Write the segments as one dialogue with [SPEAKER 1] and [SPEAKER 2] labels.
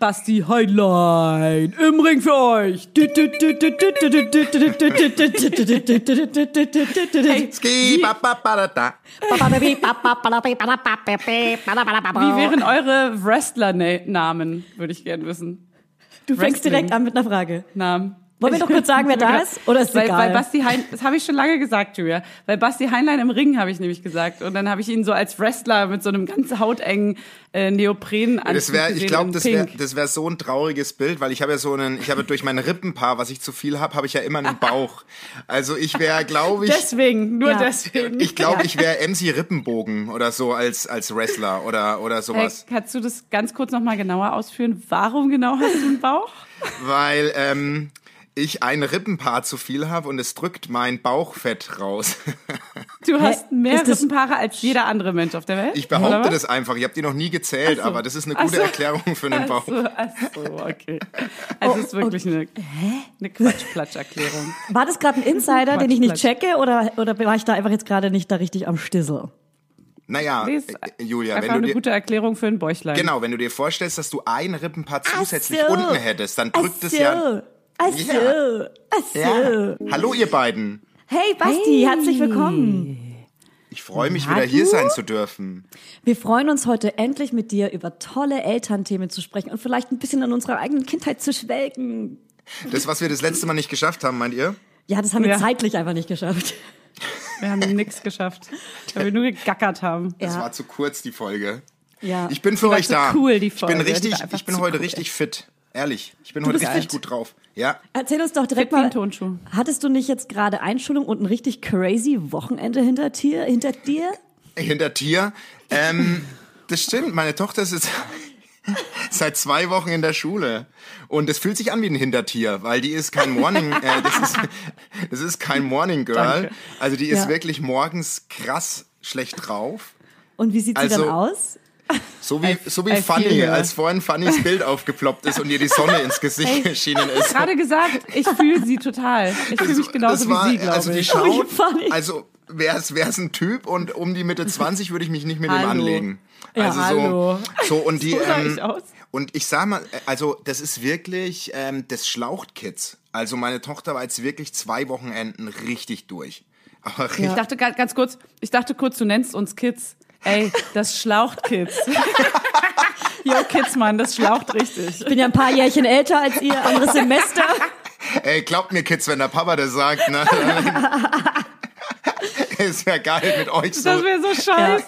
[SPEAKER 1] Basti Heinlein im Ring für euch.
[SPEAKER 2] Ski, ba, ba, ba, da, da.
[SPEAKER 1] Wie
[SPEAKER 3] Wie
[SPEAKER 1] wären eure Wrestler-Namen, würde ich gerne wissen.
[SPEAKER 3] du fängst
[SPEAKER 1] Wrestling.
[SPEAKER 3] direkt an mit einer Frage.
[SPEAKER 1] Namen.
[SPEAKER 3] Wollen wir doch kurz sagen, wer da ist? Oder ist
[SPEAKER 1] weil,
[SPEAKER 3] egal?
[SPEAKER 1] Weil Basti Hein, das habe ich schon lange gesagt, Julia. Weil Basti Heinlein im Ring habe ich nämlich gesagt. Und dann habe ich ihn so als Wrestler mit so einem ganz hautengen äh, Neopren
[SPEAKER 2] Das wäre, ich glaube, das wäre,
[SPEAKER 1] wäre.
[SPEAKER 2] das wäre so ein trauriges Bild, weil ich habe ja so einen, ich habe durch mein Rippenpaar, was ich zu viel habe, habe ich ja immer einen Bauch. Also ich wäre, glaube ich,
[SPEAKER 1] Deswegen, nur
[SPEAKER 3] Ja.
[SPEAKER 1] deswegen.
[SPEAKER 2] ich glaube, ich wäre MC Rippenbogen oder so als als Wrestler oder oder
[SPEAKER 1] Hey,
[SPEAKER 2] sowas,
[SPEAKER 1] Äh, kannst du das ganz kurz nochmal genauer ausführen? Warum genau hast du einen Bauch?
[SPEAKER 2] weil ähm, ich ein Rippenpaar zu viel habe und es drückt mein Bauchfett raus.
[SPEAKER 1] Du hast mehr
[SPEAKER 3] ist das-
[SPEAKER 1] Rippenpaare als jeder andere Mensch auf der Welt.
[SPEAKER 2] Ich
[SPEAKER 1] oder
[SPEAKER 2] behaupte
[SPEAKER 1] was?
[SPEAKER 2] das einfach. Ich habe die noch nie gezählt, aber das ist eine
[SPEAKER 1] Ach
[SPEAKER 2] gute
[SPEAKER 1] so.
[SPEAKER 2] Erklärung für einen Bauch.
[SPEAKER 1] Ach so, ach so, okay. Also es ist
[SPEAKER 3] Oh,
[SPEAKER 1] wirklich eine, eine Quatschplatscherklärung.
[SPEAKER 3] War das gerade ein Insider,
[SPEAKER 1] Quatsch,
[SPEAKER 3] den ich nicht
[SPEAKER 1] Quatsch.
[SPEAKER 3] checke? Oder, oder war ich da einfach jetzt gerade nicht da richtig am Stissel?
[SPEAKER 2] Naja,
[SPEAKER 1] Nee, ist
[SPEAKER 2] äh, Julia,
[SPEAKER 1] Einfach
[SPEAKER 2] wenn
[SPEAKER 1] eine
[SPEAKER 2] du dir,
[SPEAKER 1] gute Erklärung für ein Bäuchlein.
[SPEAKER 2] Genau, wenn du dir vorstellst, dass du ein Rippenpaar
[SPEAKER 3] Ach
[SPEAKER 2] zusätzlich
[SPEAKER 3] so.
[SPEAKER 2] unten hättest, dann
[SPEAKER 3] Ach
[SPEAKER 2] drückt es
[SPEAKER 3] so.
[SPEAKER 2] ja.
[SPEAKER 3] Ach so.
[SPEAKER 2] Ja.
[SPEAKER 3] Ach so.
[SPEAKER 2] ja. Hallo ihr beiden.
[SPEAKER 3] Hey Basti, herzlich willkommen.
[SPEAKER 2] Ich freue mich wieder hier sein zu dürfen.
[SPEAKER 3] Wir freuen uns heute endlich mit dir über tolle Elternthemen zu sprechen und vielleicht ein bisschen an unserer eigenen Kindheit zu schwelgen.
[SPEAKER 2] Das, was wir das letzte Mal nicht geschafft haben, meint ihr?
[SPEAKER 3] Ja, das haben wir
[SPEAKER 1] Ja.
[SPEAKER 3] zeitlich einfach nicht geschafft.
[SPEAKER 1] Wir haben nichts geschafft, weil wir nur gegackert haben.
[SPEAKER 2] Das
[SPEAKER 3] Ja.
[SPEAKER 2] war zu kurz die Folge.
[SPEAKER 3] Ja.
[SPEAKER 2] Ich bin für
[SPEAKER 1] war
[SPEAKER 2] euch
[SPEAKER 1] zu
[SPEAKER 2] da.
[SPEAKER 1] cool, die Folge.
[SPEAKER 2] Ich
[SPEAKER 1] Die
[SPEAKER 2] bin richtig,
[SPEAKER 1] war einfach
[SPEAKER 2] ich bin
[SPEAKER 1] zu
[SPEAKER 2] heute
[SPEAKER 1] cool.
[SPEAKER 2] richtig fit. Ehrlich, ich bin heute
[SPEAKER 1] bist
[SPEAKER 2] richtig
[SPEAKER 1] alt.
[SPEAKER 2] gut drauf. Ja,
[SPEAKER 3] Erzähl uns doch direkt
[SPEAKER 1] Fit wie ein
[SPEAKER 3] mal.
[SPEAKER 1] Turnschuh.
[SPEAKER 3] Hattest du nicht jetzt gerade Einschulung und ein richtig crazy Wochenende hinter dir? Hinter dir?
[SPEAKER 2] hinter Tier. Ähm, das stimmt. Meine Tochter ist jetzt seit zwei Wochen in der Schule und es fühlt sich an wie ein Hintertier, weil die ist kein Morning, äh, das, ist, das ist kein Morning Girl.
[SPEAKER 1] Danke.
[SPEAKER 2] Also die ist
[SPEAKER 3] Ja.
[SPEAKER 2] wirklich morgens krass schlecht drauf.
[SPEAKER 3] Und wie sieht sie
[SPEAKER 2] Also-
[SPEAKER 3] dann aus?
[SPEAKER 2] So wie, so wie
[SPEAKER 1] I feel
[SPEAKER 2] Fanny,
[SPEAKER 1] you.
[SPEAKER 2] als vorhin Fannys Bild aufgeploppt ist und ihr die Sonne ins Gesicht geschienen ist.
[SPEAKER 1] Gerade gesagt, ich fühle sie total. Ich fühle mich genauso
[SPEAKER 2] das war,
[SPEAKER 1] wie sie, glaube
[SPEAKER 2] also die
[SPEAKER 1] ich.
[SPEAKER 2] schaut,
[SPEAKER 3] Wie Fanny.
[SPEAKER 2] also wär's, wär's ein Typ und um die Mitte 20 würde ich mich nicht mit
[SPEAKER 1] Hallo.
[SPEAKER 2] ihm anlegen.
[SPEAKER 1] Ja,
[SPEAKER 2] Also
[SPEAKER 1] hallo.
[SPEAKER 2] so, so und die,
[SPEAKER 1] So sah
[SPEAKER 2] ähm,
[SPEAKER 1] ich aus.
[SPEAKER 2] und ich sag mal, äh, also das ist wirklich, ähm, das schlaucht Kids. Also meine Tochter war jetzt wirklich zwei Wochenenden richtig durch. Aber richtig,
[SPEAKER 1] Ich dachte ga- ganz kurz, ich dachte kurz, du nennst uns Kids. Ey, das schlaucht Kids. Yo, Kids, Mann, das schlaucht richtig.
[SPEAKER 3] Ich bin ja ein paar Jährchen älter als ihr, anderes Semester.
[SPEAKER 2] ey, glaubt mir Kids, wenn der Papa das sagt, ne? Es wäre geil mit euch so.
[SPEAKER 1] Das wäre so scheiße.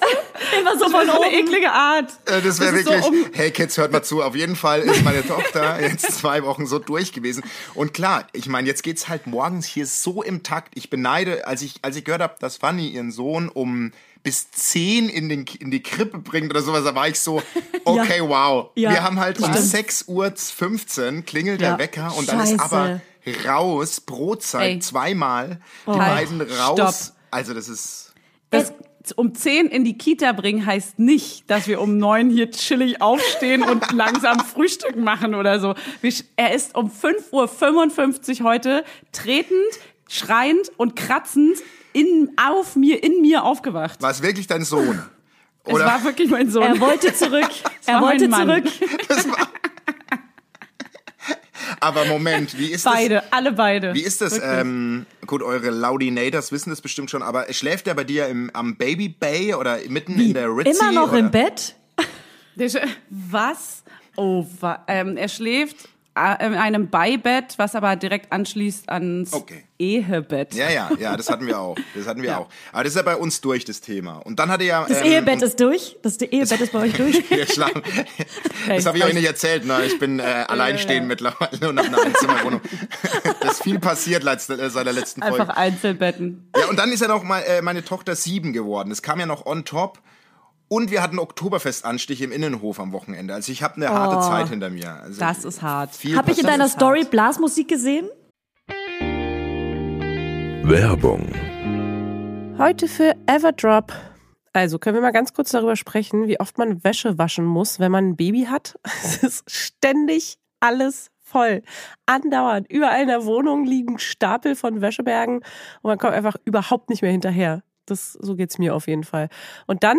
[SPEAKER 3] Immer so von
[SPEAKER 1] So eine
[SPEAKER 3] oben.
[SPEAKER 1] eklige Art.
[SPEAKER 2] Äh, Das wäre
[SPEAKER 1] ist so
[SPEAKER 2] wirklich,
[SPEAKER 1] um-
[SPEAKER 2] hey Kids, hört mal zu, auf jeden Fall ist meine Tochter jetzt zwei Wochen so durch gewesen. Und klar, ich meine, jetzt geht's halt morgens hier so im Takt. Ich beneide, als ich, als ich gehört habe, dass Fanny ihren Sohn um bis zehn in, den, in die Krippe bringt oder sowas, da war ich so, okay, wow.
[SPEAKER 3] Ja,
[SPEAKER 2] Wir haben halt um
[SPEAKER 3] stimmt.
[SPEAKER 2] 6.15 Uhr klingelt
[SPEAKER 3] Ja.
[SPEAKER 2] der Wecker und dann ist
[SPEAKER 3] Scheiße.
[SPEAKER 2] aber raus, Brotzeit,
[SPEAKER 1] Ey.
[SPEAKER 2] zweimal, die
[SPEAKER 1] Halt.
[SPEAKER 2] beiden raus.
[SPEAKER 1] Stopp.
[SPEAKER 2] Also das ist...
[SPEAKER 1] Das um 10 in die Kita bringen heißt nicht, dass wir um 9 hier chillig aufstehen und langsam Frühstück machen oder so. Wir sch- Er ist um 5.55 Uhr heute tretend, schreiend und kratzend in, auf mir, in mir aufgewacht.
[SPEAKER 2] War es wirklich dein Sohn?
[SPEAKER 1] Es war wirklich mein Sohn.
[SPEAKER 3] Er wollte zurück. Er
[SPEAKER 1] war
[SPEAKER 3] wollte
[SPEAKER 1] mein Mann.
[SPEAKER 3] zurück.
[SPEAKER 2] Aber Moment, wie ist das?
[SPEAKER 1] beide, alle beide.
[SPEAKER 2] Wie ist das? Ähm, gut, eure Laudinators wissen das bestimmt schon, aber schläft er bei dir im, am Baby Bay oder mitten in der Ritzy?
[SPEAKER 3] Immer noch
[SPEAKER 2] oder?
[SPEAKER 3] im Bett?
[SPEAKER 1] Der Sch- was? Oh, wa ähm, er schläft äh, in einem Beibett, was aber direkt anschließt ans
[SPEAKER 2] Okay.
[SPEAKER 1] Ehebett.
[SPEAKER 2] Ja, ja, ja, das hatten wir auch. Das hatten wir auch. Aber das ist ja bei uns durch, das Thema. Und dann hatte ja. ähm,
[SPEAKER 3] Das Ehebett ist durch? Das Ehebett ist bei euch durch?
[SPEAKER 2] Wir schlafen. Das habe ich euch nicht erzählt, ne? Ich bin äh, alleinstehend mittlerweile und habe eine Einzimmerwohnung. Das ist viel passiert letzte, äh, seit der letzten Folge.
[SPEAKER 1] Einfach Einzelbetten.
[SPEAKER 2] Ja, und dann ist ja noch mal, äh, meine Tochter sieben geworden. Das kam ja noch on top. Und wir hatten Oktoberfestanstich im Innenhof am Wochenende. Also ich habe eine harte
[SPEAKER 3] Oh.
[SPEAKER 2] Zeit hinter mir. Also
[SPEAKER 1] Das ist hart.
[SPEAKER 2] viel
[SPEAKER 3] Habe ich in
[SPEAKER 2] passiert.
[SPEAKER 3] deiner
[SPEAKER 1] ist hart.
[SPEAKER 3] Story Blasmusik gesehen?
[SPEAKER 4] Werbung.
[SPEAKER 5] Heute für Everdrop. Also können wir mal ganz kurz darüber sprechen, wie oft man Wäsche waschen muss, wenn man ein Baby hat. Es ist ständig alles voll. Andauernd. Überall in der Wohnung liegen Stapel von Wäschebergen und man kommt einfach überhaupt nicht mehr hinterher. Das, so geht's mir auf jeden Fall. Und dann,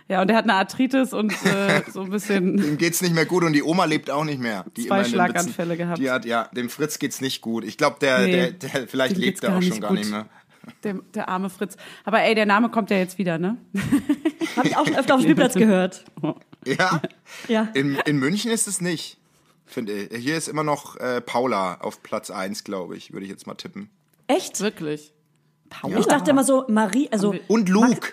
[SPEAKER 1] Ja, und er hat eine Arthritis und äh, so ein bisschen.
[SPEAKER 2] Dem geht's nicht mehr gut und die Oma lebt auch nicht mehr. Die
[SPEAKER 1] Zwei
[SPEAKER 2] immer in den Witzen-
[SPEAKER 1] Schlaganfälle gehabt.
[SPEAKER 2] Die hat, ja, dem Fritz geht's nicht gut. Ich glaube, der,
[SPEAKER 1] Nee,
[SPEAKER 2] der, der, vielleicht
[SPEAKER 1] dem
[SPEAKER 2] lebt
[SPEAKER 1] geht's
[SPEAKER 2] er
[SPEAKER 1] gar
[SPEAKER 2] auch schon
[SPEAKER 1] nicht
[SPEAKER 2] gar
[SPEAKER 1] gut.
[SPEAKER 2] nicht mehr.
[SPEAKER 1] Der, der arme Fritz. Aber ey, der Name kommt ja jetzt wieder, ne?
[SPEAKER 3] Habe ich auch schon öfter auf dem Spielplatz gehört.
[SPEAKER 2] Ja?
[SPEAKER 3] Ja.
[SPEAKER 2] In, in München ist es nicht. Finde ich. Hier ist immer noch äh, Paula auf Platz 1, glaube ich, würde ich jetzt mal tippen.
[SPEAKER 3] Echt?
[SPEAKER 1] Wirklich. Paula.
[SPEAKER 3] Ich dachte immer so, Marie, also
[SPEAKER 2] Und Luke.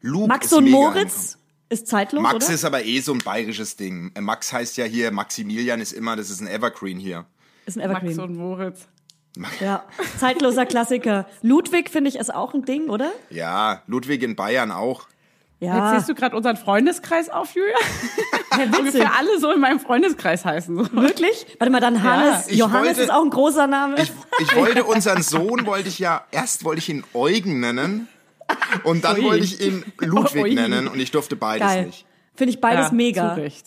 [SPEAKER 2] Luke
[SPEAKER 3] Max
[SPEAKER 2] Oh, ist
[SPEAKER 3] und
[SPEAKER 2] mega
[SPEAKER 3] Moritz ist zeitlos,
[SPEAKER 2] Max
[SPEAKER 3] oder?
[SPEAKER 2] ist aber eh so ein bayerisches Ding. Äh, Max heißt ja hier, Maximilian ist immer, das ist ein Evergreen hier.
[SPEAKER 3] Ist ein
[SPEAKER 1] Max
[SPEAKER 3] Evergreen.
[SPEAKER 1] und Moritz.
[SPEAKER 3] Ja, zeitloser Klassiker. Ludwig, finde ich, ist auch ein Ding, oder?
[SPEAKER 2] Ja, Ludwig in Bayern auch.
[SPEAKER 1] Jetzt
[SPEAKER 3] Ja,
[SPEAKER 1] siehst du gerade unseren Freundeskreis auf, Julia.
[SPEAKER 3] Herr Witzig.
[SPEAKER 1] Ungefähr alle so in meinem Freundeskreis heißen. So.
[SPEAKER 3] Wirklich? Warte mal, dann Hannes.
[SPEAKER 2] ich
[SPEAKER 3] Johannes
[SPEAKER 2] wollte-
[SPEAKER 3] ist auch ein großer Name.
[SPEAKER 2] Ich, ich wollte unseren Sohn, wollte ich ja, erst wollte ich ihn Eugen nennen und dann
[SPEAKER 1] Ui.
[SPEAKER 2] wollte ich ihn Ludwig
[SPEAKER 1] Ui.
[SPEAKER 2] nennen und ich durfte beides
[SPEAKER 3] Geil.
[SPEAKER 2] nicht.
[SPEAKER 3] Finde ich beides
[SPEAKER 1] Ja,
[SPEAKER 3] mega.
[SPEAKER 1] Zu Recht.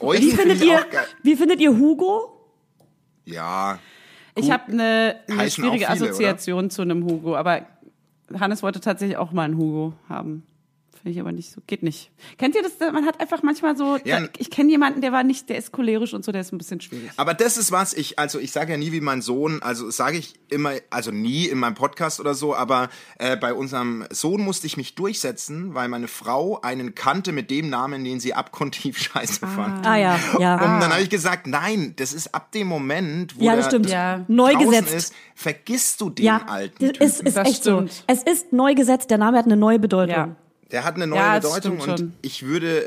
[SPEAKER 2] Eugen
[SPEAKER 3] Wie
[SPEAKER 2] finde
[SPEAKER 3] findet,
[SPEAKER 2] ich
[SPEAKER 3] ihr,
[SPEAKER 2] auch geil.
[SPEAKER 3] wie findet ihr Hugo?
[SPEAKER 2] Ja,
[SPEAKER 1] Ich habe eine, eine
[SPEAKER 2] Heißen auch
[SPEAKER 1] schwierige
[SPEAKER 2] viele, oder?
[SPEAKER 1] Assoziation zu einem Hugo, aber Hannes wollte tatsächlich auch mal einen Hugo haben. Finde ich aber nicht so. Geht nicht. Kennt ihr das? Man hat einfach manchmal so.
[SPEAKER 2] Ja.
[SPEAKER 1] da, ich kenne jemanden, der war nicht, der ist cholerisch und so, der ist ein bisschen schwierig.
[SPEAKER 2] Aber das ist was, ich, also ich sage ja nie wie mein Sohn, also das sage ich immer, also nie in meinem Podcast oder so, aber äh, bei unserem Sohn musste ich mich durchsetzen, weil meine Frau einen kannte mit dem Namen, den sie abgrundtief scheiße fand.
[SPEAKER 3] Ah ja, ja.
[SPEAKER 2] Und dann habe ich gesagt, nein, das ist ab dem Moment, wo
[SPEAKER 3] Ja,
[SPEAKER 2] der
[SPEAKER 3] das stimmt.
[SPEAKER 1] Ja.
[SPEAKER 3] Neu
[SPEAKER 2] draußen
[SPEAKER 3] gesetzt.
[SPEAKER 2] ist, vergisst du den
[SPEAKER 3] ja,
[SPEAKER 2] alten
[SPEAKER 3] das
[SPEAKER 2] Typen.
[SPEAKER 3] ist, ist
[SPEAKER 1] Das
[SPEAKER 3] echt so.
[SPEAKER 1] stimmt.
[SPEAKER 3] Es ist neu gesetzt, der Name hat eine neue Bedeutung.
[SPEAKER 1] Ja.
[SPEAKER 2] der hat eine neue
[SPEAKER 1] Ja, das
[SPEAKER 2] Bedeutung
[SPEAKER 1] stimmt
[SPEAKER 2] und
[SPEAKER 1] schon.
[SPEAKER 2] ich würde,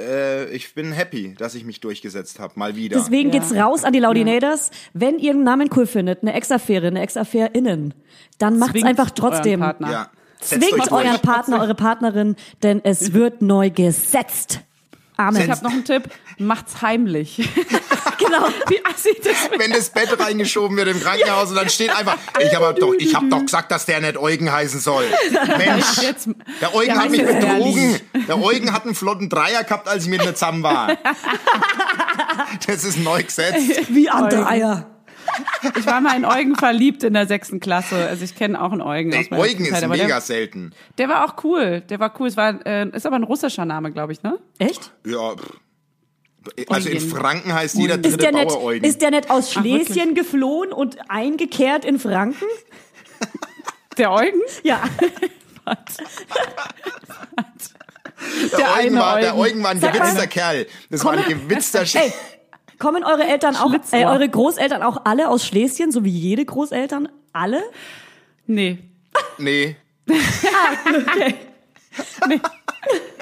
[SPEAKER 2] äh, ich bin happy, dass ich mich durchgesetzt habe, mal wieder.
[SPEAKER 3] Deswegen
[SPEAKER 1] Ja.
[SPEAKER 3] geht's raus an die Laudinators. Wenn ihr einen Namen cool findet, eine Ex-Affäre, eine Ex-Affärinnen, dann macht's
[SPEAKER 1] Zwingt
[SPEAKER 3] einfach
[SPEAKER 1] euren
[SPEAKER 3] trotzdem.
[SPEAKER 1] Partner.
[SPEAKER 2] ja. setzt euch
[SPEAKER 3] Zwingt
[SPEAKER 2] durch.
[SPEAKER 3] euren Partner, eure Partnerin, denn
[SPEAKER 1] Mhm.
[SPEAKER 3] es wird neu gesetzt. Amen.
[SPEAKER 1] Ich habe noch einen Tipp. Macht's heimlich.
[SPEAKER 3] genau.
[SPEAKER 1] Wie assi das wird.
[SPEAKER 2] wenn das Bett reingeschoben wird im Krankenhaus und dann steht einfach, ich habe doch, ich habe doch gesagt, dass der nicht Eugen heißen soll. Mensch,
[SPEAKER 1] Jetzt-
[SPEAKER 2] der Eugen
[SPEAKER 1] Ja,
[SPEAKER 2] hat mich
[SPEAKER 1] Mensch, der
[SPEAKER 2] betrogen.
[SPEAKER 1] liegt.
[SPEAKER 2] Der Eugen hat einen flotten Dreier gehabt, als ich mit mir zusammen war. Das ist neu gesetzt.
[SPEAKER 3] Wie andere Eier.
[SPEAKER 1] Ich war mal in Eugen verliebt in der sechsten Klasse. Also ich kenne auch einen Eugen. aus
[SPEAKER 2] Ey,
[SPEAKER 1] meiner
[SPEAKER 2] Eugen
[SPEAKER 1] Zeit,
[SPEAKER 2] ist
[SPEAKER 1] aber
[SPEAKER 2] mega
[SPEAKER 1] Der,
[SPEAKER 2] selten.
[SPEAKER 1] der war auch cool. Der war cool. Es war, äh, ist aber ein russischer Name, glaube ich, ne?
[SPEAKER 3] Echt?
[SPEAKER 2] Ja. pff. Also in
[SPEAKER 1] Eugen.
[SPEAKER 2] Franken heißt jeder dritte
[SPEAKER 3] Ist der,
[SPEAKER 2] Bauer
[SPEAKER 3] nicht,
[SPEAKER 2] Eugen.
[SPEAKER 3] ist der nicht aus
[SPEAKER 1] wirklich?
[SPEAKER 3] Schlesien geflohen und eingekehrt in Franken?
[SPEAKER 1] Der Eugen?
[SPEAKER 3] Ja.
[SPEAKER 1] der
[SPEAKER 2] Eugen
[SPEAKER 1] eine
[SPEAKER 2] war, der
[SPEAKER 1] Eugen.
[SPEAKER 2] Eugen war ein
[SPEAKER 3] Sag mal.
[SPEAKER 2] gewitzter Kerl. Das war ein gewitzter Sch
[SPEAKER 3] Ey, kommen eure Eltern auch,
[SPEAKER 1] Schlitzohr.
[SPEAKER 3] äh, eure Großeltern auch alle aus Schlesien, so wie jede Großeltern? Alle?
[SPEAKER 1] Nee,
[SPEAKER 2] Nee.